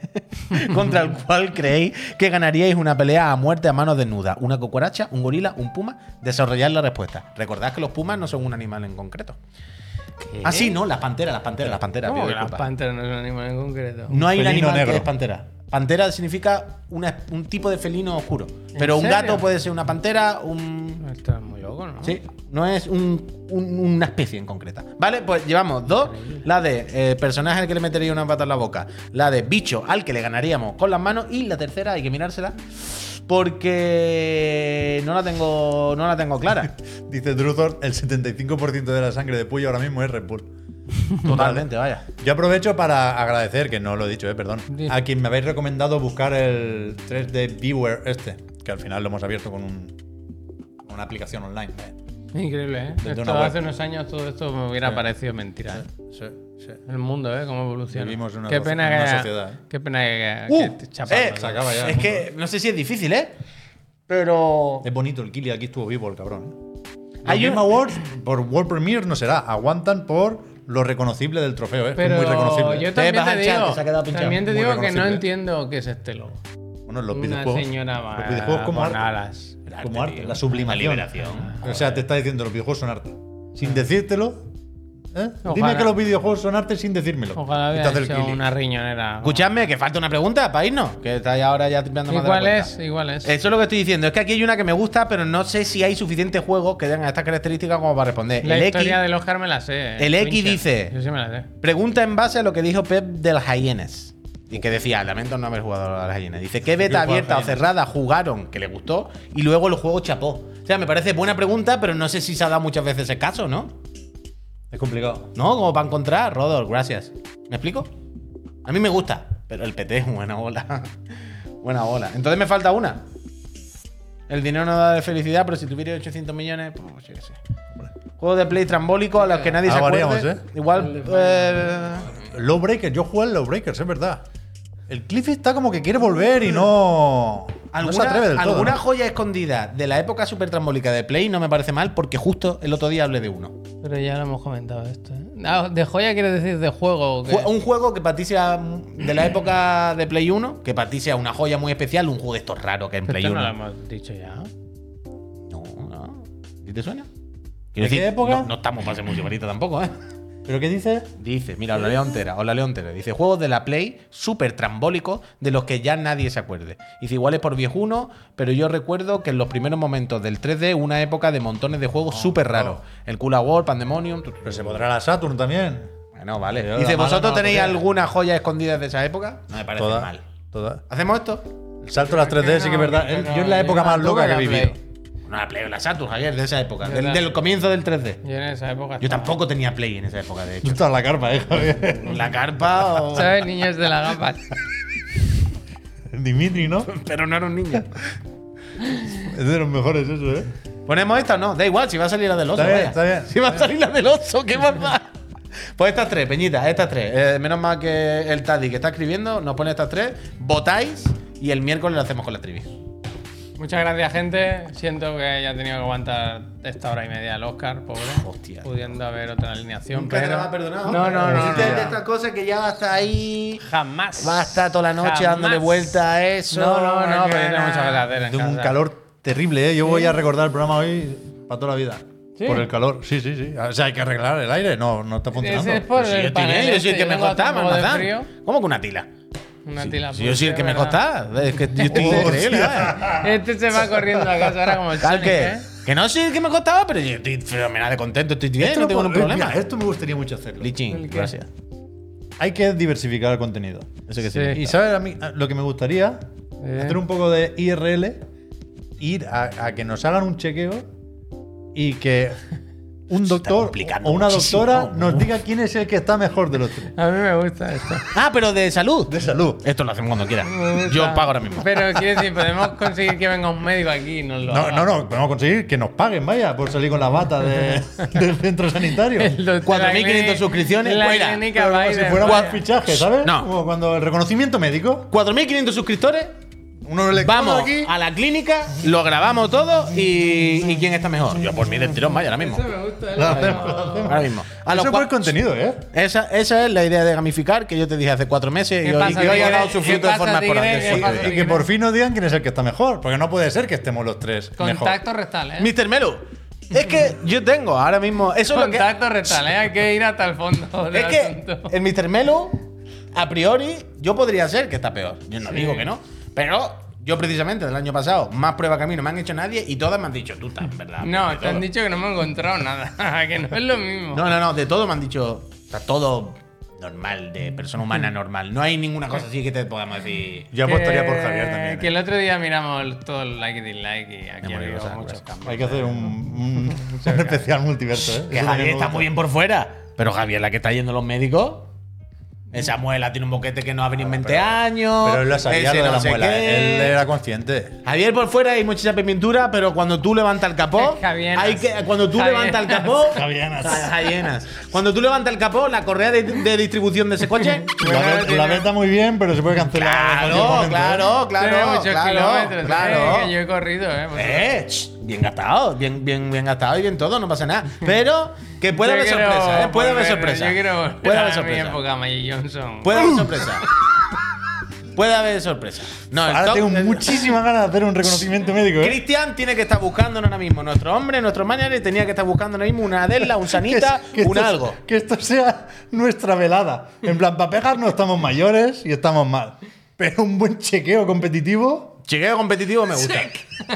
[LAUGHS] contra el cual creéis que ganaríais una pelea a muerte a manos desnudas? ¿Una cucaracha, un gorila, un puma? Desarrollad la respuesta. Recordad que los pumas no son un animal en concreto. Ah, sí, no, las panteras, las panteras, las panteras.
¿Cómo
pido
que las
disculpas. Mm.
panteras no es un animal en concreto?
No hay un
Felino
animal
negro.
que es pantera. Pantera significa una- un tipo de felino oscuro. Pero un
serio?
gato puede ser una pantera, un.
Esto es muy loco, ¿no?
Sí, no es un- un- una especie en concreta. Vale, pues llevamos dos: la de eh, personaje al que le metería una pata en la boca, la de bicho al que le ganaríamos con las manos, y la tercera hay que mirársela porque Eh, no la tengo, no la tengo clara.
[LAUGHS] Dice Druzor, el 75% de la sangre de Puyo ahora mismo es Red Bull.
[LAUGHS] Totalmente, vaya.
Yo aprovecho para agradecer, que no lo he dicho, eh, perdón,
Di.
a quien me habéis recomendado buscar el 3D Viewer este, que al final lo hemos abierto con un, con una aplicación online. vaya.
Increíble, ¿eh?
Desde
Esto,
una web.
hace unos años todo esto me hubiera parecido mentira. ¿eh? El mundo, ¿eh? Cómo evoluciona.
Vivimos en una
qué
soci-
pena
en una
que,
sociedad, ¿eh?
Qué pena que, que
Uh,
te chaparon,
eh,
¿no?
Se acaba ya.
Es que no sé si es difícil, ¿eh? Pero.
Es bonito, el Kili aquí estuvo vivo, el cabrón. ¿eh? Los
Hay un-
Game Awards por World Premiere no será, aguantan por lo reconocible del trofeo, ¿eh?
Pero
es muy reconocible.
yo
Te
también
vas
te
al Eh, chat,
digo,
se ha quedado pinchado.
también te
Muy
digo que no
reconocible.
entiendo qué es este logo.
Bueno, los
Una
videojuegos.
señora va
los videojuegos como
con
arte.
alas.
Como arte,
tío.
la sublimación.
La liberación.
O sea, te está diciendo los videojuegos son arte. Sin decírtelo, ¿Eh? Dime
Ojalá.
que los videojuegos son arte sin decírmelo.
Ojalá
Y te
hubiera
hace el
hecho
kili.
una riñonera.
Escuchadme, que falta una pregunta para irnos. Que estáis ahora ya tripeando más de la
Igual
cuenta.
es, igual es.
Eso es lo que estoy diciendo. Es que aquí hay una que me gusta, pero no sé si hay suficientes juegos que tengan estas características como para responder.
La
el X
historia del Oscar me la sé. eh,
el X
Fincher.
dice-
Yo sí me la sé.
pregunta en base a lo que dijo Pep de las hyenas. Y que decía, lamento no haber jugado a las hyenas. Dice, ¿qué
quiero
beta
jugar
abierta o
Hyenas.
cerrada jugaron que le gustó? Y luego los juegos chapó. O sea, me parece buena pregunta, pero no sé si se ha dado muchas veces ese caso, ¿no?
Es complicado.
No, como para encontrar, Rodor, gracias. ¿Me explico? A mí me gusta, pero el PT es buena bola. [LAUGHS] buena bola. Entonces me falta una. El dinero no da de felicidad, pero si tuviera 800 millones, pues yo qué sé. Juegos de play trambólicos a los que nadie se
Algo
acuerde.
haríamos, ¿eh?
Igual. eh,
Low Breakers, yo juego al Low Breakers, es verdad. El Cliff está como que quiere volver y no. no se
alguna
atreve del todo.
alguna
¿no?
joya escondida de la época super trambólica de play no me parece mal, porque justo el otro día hablé de uno.
Pero ya lo hemos comentado esto. ¿eh? Ah, de joya quieres decir de juego. que-
Jue- Un juego que para ti sea mm, de la época de Play 1, que para ti sea una joya muy especial, un juego de estos raros que en
Pero
Play
esto
1.
no lo hemos dicho ya.
No, no. ¿Y te suena?
¿De qué época?
No, no estamos para ser muy señorita tampoco, ¿eh?
¿Pero qué dice?
Dice, mira, os la leo entera, os la leo entera. Dice, juegos de la Play súper trambólicos de los que ya nadie se acuerde. Dice, igual es por viejuno, pero yo recuerdo que en los primeros momentos del 3D una época de montones de juegos súper raros. El Kula War, Pandemonium... tu, tu, tu.
Pero se podrá la Saturn también.
Bueno, vale.
Pero
Dice,
la mala
¿vosotros
no la
tenéis
podía.
alguna joya escondida de esa época? No me parece
Toda-
mal.
toda.
¿Hacemos esto?
El salto a las 3D sí que es verdad.
Pero
yo es la época más
no
loca que he
toca la
vivido.
Play.
No, la Play, la Saturn, Javier, de esa época.
Yo
Del,
la-
del comienzo del 3D.
Yo en esa época.
Yo
estaba-
tampoco tenía Play en esa época, de hecho.
Tú estás en la carpa, eh, Javier.
La carpa o...
¿Sabes, niños de la gamba?
[LAUGHS]
[LAUGHS]
Dimitri, ¿no?
[LAUGHS] Pero no era un niño.
Es de los mejores eso, ¿eh?
¿Ponemos esta o no? Da igual, si va a salir la del oso.
Está bien,
vaya.
está bien.
[LAUGHS] Si va a salir la del oso, ¿qué más da? Pues estas tres, Peñita, estas tres. Eh, menos mal que el Taddy que está escribiendo nos pone estas tres. Votáis y el miércoles lo hacemos con la trivi.
Muchas gracias, gente. Siento que haya tenido que aguantar esta hora y media el Oscar, pobre.
Hostia.
Pudiendo haber otra alineación.
Nunca te
pero-
la va a perdonar,
No, no, no.
Hiciste
no.
de estas cosas que ya hasta ahí.
Jamás.
Va a estar toda la noche
Jamás.
dándole vuelta a eso.
No, no, no, pero tiene
nada.
muchas cosas que hacer en
Tengo un
casa.
calor terrible, ¿eh? Yo voy a recordar el programa hoy para toda la vida.
¿Sí?
Por el calor. Sí, sí, sí. O sea, hay que arreglar el aire. No, no está funcionando.
Ese es por
Si
el
yo tenía,
panel.
yo soy el
este,
que
yo
me
tengo
costaba,
un poco de
Mazán.
frío,
¿Cómo que una tila?
Una tila.
Si yo soy el que me
pulse, ¿verdad?
costaba. Es que yo [LAUGHS] estoy increíble, vaya.
Este se va corriendo a casa ahora como el
Tal
Sonic,
que,
¿eh?
que no sé qué me costaba, pero yo estoy fenomenal de contento, estoy bien,
Esto
no
lo
tengo
puedo- eh,
ningún problema.
Mira, esto me gustaría mucho hacerlo.
Lichín,
¿El qué?
gracias.
Hay que diversificar el contenido.
Eso que
Sí.
sí.
Y sabes, a mí a- lo que me gustaría,
Eh.
hacer un poco de IRL, ir a, a que nos hagan un chequeo y que un doctor
complicando
o una
muchísimo.
doctora nos diga quién es el que está mejor de los tres.
A mí me gusta esto.
Ah, pero de salud.
De salud.
Esto lo hacemos cuando quiera.
Me gusta.
Yo pago ahora mismo.
Pero quiero decir, podemos conseguir que venga un médico aquí y nos [LAUGHS] lo
No,
haga.
no, no, podemos conseguir que nos paguen, vaya, por salir con la bata
[LAUGHS]
de- del centro sanitario.
El doctor
4.500
Agni-
suscripciones,
la
fuera.
clínica
Pero como si
Biden,
fuera
vaya.
un fichaje, ¿sabes?
No.
Como cuando el reconocimiento médico.
4.500 suscriptores.
Uno le
Vamos
aquí.
a la clínica, lo grabamos todo y, y quién está mejor. Yo por mí del tirón, vaya, ahora mismo.
Eso me gusta. ¿eh?
Lo hacemos, lo hacemos.
Ahora mismo. A los
Eso fue el
cua-
contenido, ¿eh?
esa, esa es la idea de gamificar que yo te dije hace cuatro meses y
¿Qué
hoy,
pasa,
y hoy ha
tigre?
dado su
¿Qué
fruto de
pasa,
forma
tigre? ¿Qué
esporádica.
pasa?
Y que por fin nos digan quién es el que está mejor, porque no puede ser que estemos los tres mejor.
Contacto rectal, ¿eh?
Mr. Melo, es que yo tengo ahora mismo. Eso es lo que.
Contacto rectal, ¿eh? Hay que ir hasta el fondo del
Es que
asunto.
el Mr. Melo, a priori, yo podría ser que está peor. Yo no digo que no. Pero yo, precisamente, del año pasado, más pruebas que a mí no me han hecho nadie y todas me han dicho, tú estás, en ¿verdad?
No,
de
te han
todo".
dicho que no me he encontrado nada. [LAUGHS] que no es lo mismo.
No, no, no, de todo me han dicho, está todo normal, de persona humana normal. No hay ninguna cosa así que te podamos decir.
Yo
Que-
apostaría por Javier también. ¿eh?
Que el otro día miramos el- todo el like y dislike y aquí ha
Memoria
habido
rosa,
muchos
gracias.
cambios.
Hay que hacer un,
[LAUGHS]
un- un especial multiverso, ¿eh? [LAUGHS]
Que
Eso también
Javier
me
está
gusta.
muy bien por fuera. Pero Javier, la que está yendo a los médicos. Esa muela tiene un boquete que no ha venido en 20 años.
Ah, Pero él lo sabía
ese
lo de
no
la
sé
muela,
qué.
¿eh? él era consciente.
Javier por fuera hay muchísima pintura, pero cuando tú levantas
[LAUGHS]
el capó,
Javienas.
hay que cuando tú
Javienas.
levantas el capó,
Javienas.
Javienas. Cuando tú levantas el capó, la correa de, de distribución de
[LAUGHS]
ese coche,
La, ve- la ve está muy bien, pero se puede cancelar. en cualquier
claro,
momento, ¿eh?
claro,
Tiene
claro,
muchos
claro,
kilómetros, ¿eh? Que yo
claro.
he corrido, ¿eh? Por
Eh, ch, bien gastado, bien, bien, bien gastado y bien todo, no
[LAUGHS]
pasa nada. Pero que puede
Yo
haber
quiero
sorpresa, ¿eh? puede haber
volver,
sorpresa,
Yo quiero volver
puede
a
haber
mi [LAUGHS]
sorpresa,
época, Magic Johnson.
puede haber sorpresa, Puede haber sorpresa. No, el
Ahora
top-
tengo
el-
muchísimas ganas de hacer un reconocimiento médico. ¿eh?
Cristian tiene que estar buscando ahora mismo nuestro hombre, nuestro manager, tenía que estar buscando ahora mismo una
[LAUGHS]
Adela, un Sanita,
Que
un
esto-
algo.
Que esto sea nuestra velada. En plan, para pegar no estamos mayores y estamos mal. Pero un buen chequeo competitivo.
Chequeo competitivo me gusta.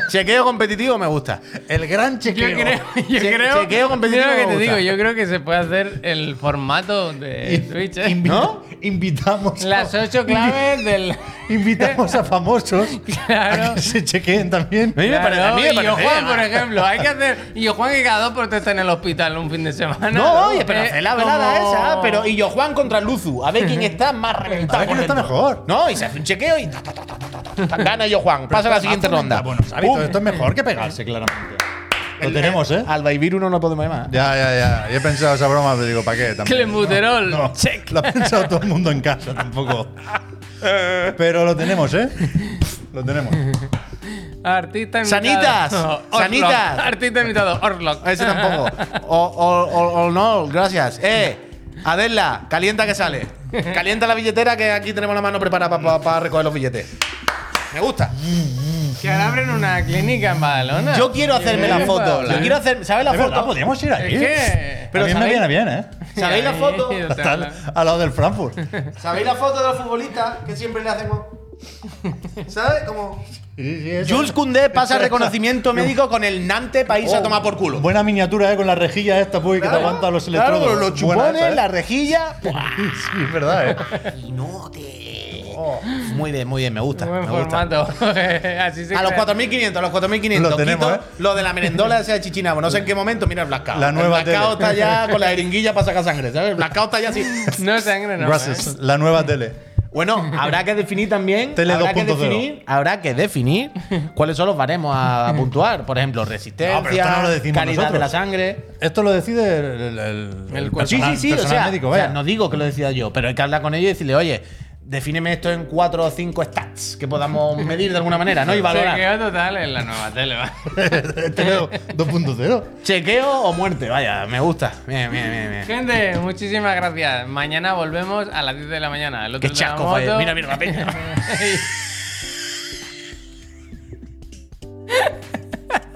Chequeo competitivo me gusta.
El gran
Yo
chequeo. [LAUGHS]
creo, yo
Che-
creo,
chequeo competitivo
mira lo que
me
te
gusta.
digo, yo creo que se puede hacer el formato de
In-
Twitch, ¿eh?
invita-
¿No?
Invitamos. a-
Las ocho claves
[LAUGHS]
del.
[LAUGHS] Invitamos
[LAUGHS]
a famosos
Claro.
a que se chequeen también.
A mí me
Claro,
parece- a mí me
y yo
parece
Juan,
mal.
por ejemplo, hay que hacer. Y yo Juan que cada dos protesta en el hospital un fin de semana.
No, oye, pero
Eh,
hacer la velada
como-
esa, pero y yo Juan contra Luzu, a ver [LAUGHS] quién está más
A
reventado.
ver quién
por
está
dentro.
mejor.
No, y se hace un chequeo y ta, ta, ta, ta, ta, ta, ta, ta, gana yo Juan. Pasa a la siguiente ronda.
Bueno, pues,
Pum.
esto es mejor que pegarse, claramente. Lo tenemos, ¿eh?
Al Baibir uno no podemos ir más. ¿eh?
Ya, ya, ya. Yo he pensado esa broma, pero digo, ¿para qué? Tampoco.
Clenbuterol,
No, no.
check.
Lo ha pensado todo el mundo en casa, tampoco. Pero lo tenemos, ¿eh? Lo tenemos.
Artista invitado. [LAUGHS]
Sanitas,
Orlok.
sanitas.
Artista invitado, Orlok.
Ah, Ese tampoco. O, o- o- o no, gracias. Eh, Adela, calienta que sale. Calienta la billetera que aquí tenemos la mano preparada para recoger los billetes. Me gusta.
[LAUGHS] Que ahora abren una clínica en Badalona.
Yo quiero hacerme la foto. Yo quiero hacer, ¿sabes la
Es verdad,
foto?
podríamos ir ahí.
Es que-
Pero
Pero
a mí me
¿sabéis?
viene bien, ¿eh?
¿Sabéis la
[LAUGHS]
foto?
Está al, al lado del Frankfurt. Sí,
¿Sabéis la foto de los futbolistas que siempre le [LAUGHS] hacemos? ¿Sabes? Como
sí, eso.
Jules Koundé pasa reconocimiento médico con el Nantes país
Oh.
a tomar por culo.
Buena miniatura, ¿eh? Con la rejilla esta, pues, que te aguanta los
Claro,
electrodos.
los
Buena
chupones,
esa, ¿eh?
la
[LAUGHS]
rejilla.
Sí, es verdad, [LAUGHS] ¿eh?
Y no te.
Oh.
Muy bien, muy bien, me gusta.
Buen
me gusta.
formato. [LAUGHS] Así se
A los
crea.
4.500, a los 4.500.
Lo tenemos,
Quito
¿eh?
Lo de la merendola esa de Chichinabo. No sé en qué momento, mira el Blascao.
La nueva
El Blascao
tele.
está ya con la jeringuilla para sacar sangre, ¿sabes? El Blascao está ya así.
No sangre, no. ¿eh?
Gracias. La nueva tele.
Bueno, habrá que definir también.
Tele
habrá, que
2.0.
definir habrá que definir cuáles son los baremos a puntuar. Por ejemplo, resistencia,
No, pero esto no lo decimos
calidad de
nosotros.
la sangre.
Esto lo decide el, el, el-
El
el
cuerpo.
Sí,
personal,
sí, sí. O
personal
sea,
médico,
o sea,
vaya.
no digo que lo decida yo, pero hay que hablar con ellos y decirle, oye, defíneme esto en cuatro o cinco stats
[LAUGHS]
que podamos medir de alguna manera, ¿no? Y
Se
valorar.
quedó total en la nueva tele, va.
[LAUGHS] Tele 2.0.
Chequeo o muerte, vaya, me gusta. Bien, bien, bien, bien.
Gente, muchísimas gracias. Mañana volvemos a las 10 de la mañana. El otro
Qué
de la
chasco, fue.
moto.
Mira, mira, la peña.
[LAUGHS]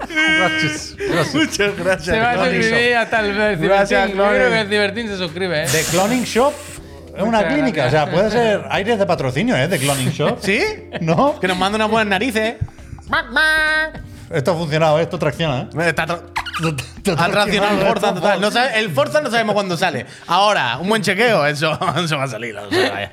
Gracias. Gracias.
Muchas gracias.
se va a
Cloning
suscribir hasta el Bertibertín.
Gracias,
Yo creo
Cloning.
que el Divertín se suscribe, ¿eh?
The Cloning Shop es una
Muchas
clínica.
gracias.
O sea, puede ser aires de patrocinio, ¿eh? The Cloning Shop.
¿Sí?
¿No?
Que nos manda unas buenas narices.
Esto ha funcionado, ¿eh? esto tracciona, ¿eh? [LAUGHS]
Está tra- ha traicionado el Forza total. No sabe- el Forza no sabemos cuándo sale. Ahora, un buen chequeo, eso, [LAUGHS] eso va a salir. no
[LAUGHS]
se vaya.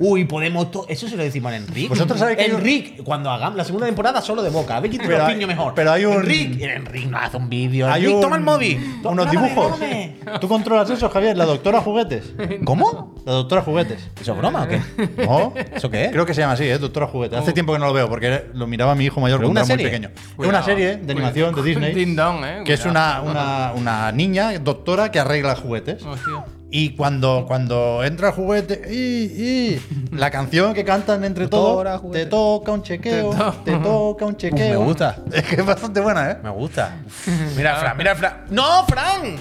Uy, podemos. to- Eso se lo decimos a Enric.
Vosotros sabéis que hay un-
Enric, cuando hagamos la segunda temporada, solo de boca. A ver quién tiene
Pero
los
hay-
piños mejor.
pero hay un-
Enric, Enric no hace un vídeo.
Hay
Enric,
un-
toma el móvil. To-
Unos
cómame,
dibujos.
cómame.
¿Tú controlas eso, Javier? La doctora juguetes.
¿Cómo?
La doctora juguetes.
¿Eso es broma o qué?
¿No?
¿Eso qué es?
Creo que se llama así, ¿eh? Doctora juguetes. Hace tiempo que no lo veo porque lo miraba mi hijo mayor
¿Pero
cuando
una
era muy
serie?
pequeño. Es
Cuidado.
una serie ¿eh? de
Cuidado.
animación de Disney
Ding dong, ¿eh?
que es
Cuidado.
una, una, una niña doctora que arregla juguetes.
Hostia.
Y cuando, cuando entra el juguete, y, y, la canción que cantan entre
Doctora,
todos,
juguete.
te toca un chequeo,
Te to-
te toca un chequeo.
me gusta.
Es que es bastante buena, ¿eh?
Me gusta. Mira, Fran, mira, Fran. ¡No, Fran!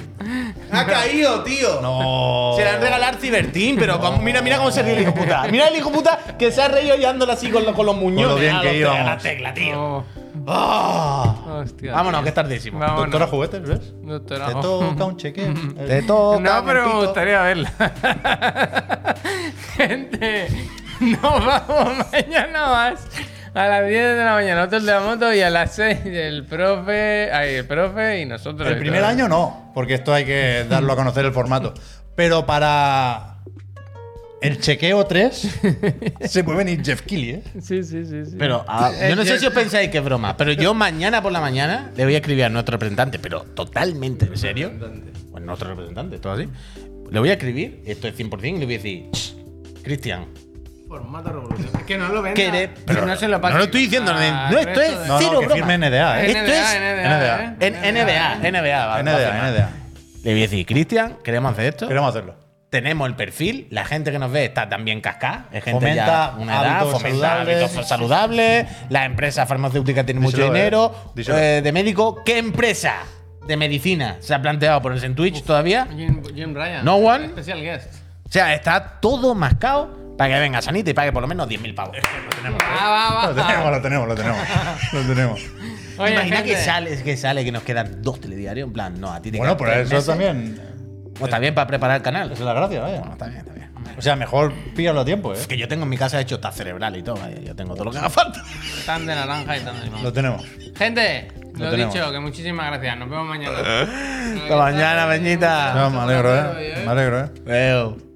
Ha caído, tío.
No.
Se la han regalado al Cibertín, pero como- mira, mira cómo se rió el hijo puta. Mira el hijo puta que se ha reído y ándola así con, lo- con los muñones.
Con lo bien
a
que
los-
íbamos.
a la tecla, tío.
Oh,
Ah.
hostia.
Vámonos, que es tardísimo.
Vamos.
Doctora Juguetes, ¿ves?
Doctora.
Te toca un chequeo.
[LAUGHS]
Eh,
Te
[LAUGHS]
toca.
No, pero me
Pito.
gustaría verla. [LAUGHS] Gente, nos vamos mañana más. A las 10 de la mañana, otro de la moto y a las 6 el profe, ay, el profe y nosotros.
El
y
primer
todo.
año no, porque esto hay que darlo a conocer el formato. Pero para el chequeo
[LAUGHS]
3 se puede venir Jeff Keighley, ¿eh?
Sí, sí, sí. sí.
Pero ah, yo no sé si os pensáis que es broma, pero yo mañana por la mañana le voy a escribir a nuestro representante, pero totalmente en serio. Bueno, nuestro representante, todo así. Le voy a escribir, esto es 100%, y le voy a decir, "Shh, Cristian,
Formato revolucionario. Que no lo venda.
Que de-
pero no se lo pase.
no lo estoy diciendo, no, esto es-
No,
Cero
no, que
broma.
firme NDA, ¿eh?
Eh, esto es
NDA,
NDA.
en NBA, NBA, va- va a
NDA,
firmar.
NDA.
Le voy a decir, Cristian, queremos hacer esto.
Queremos hacerlo.
Tenemos el perfil, la gente que nos ve está también cascada, es gente
Fomenta
ya una edad,
hábitos
fomenta
saludables.
hábitos saludables, las empresas farmacéuticas tienen mucho
Díselo, eh.
dinero,
Díselo.
eh, de médico, ¿qué empresa de medicina se ha planteado ponerse en Twitch todavía?
Jim, Jim Ryan.
No one.
Special guest.
O sea, está todo mascado Para que venga Sanita y pague por lo menos 10.000 pavos.
Ah, Va, va,
Lo tenemos,
va.
lo tenemos, lo tenemos. Lo tenemos.
Oye,
Imagina
gente,
que sale, que sale, que nos quedan dos telediarios. En plan, no, a ti te
Bueno,
quedan
pero
tres
eso
meses.
también.
O está bien para preparar el canal.
Esa es la gracia, vaya.
Bueno, está bien, está bien.
O sea, mejor píllalo a tiempo, ¿eh?
Es que yo tengo en mi casa hecho taz cerebral y todo. vaya, Yo tengo todo lo que haga falta.
Tan de naranja y tan de limón.
Lo tenemos.
Gente, lo, he
tenemos.
dicho, que muchísimas gracias. Nos vemos mañana.
mañana, Peñita.
No, me alegro, ¿eh? Me alegro, ¿eh?
Veo.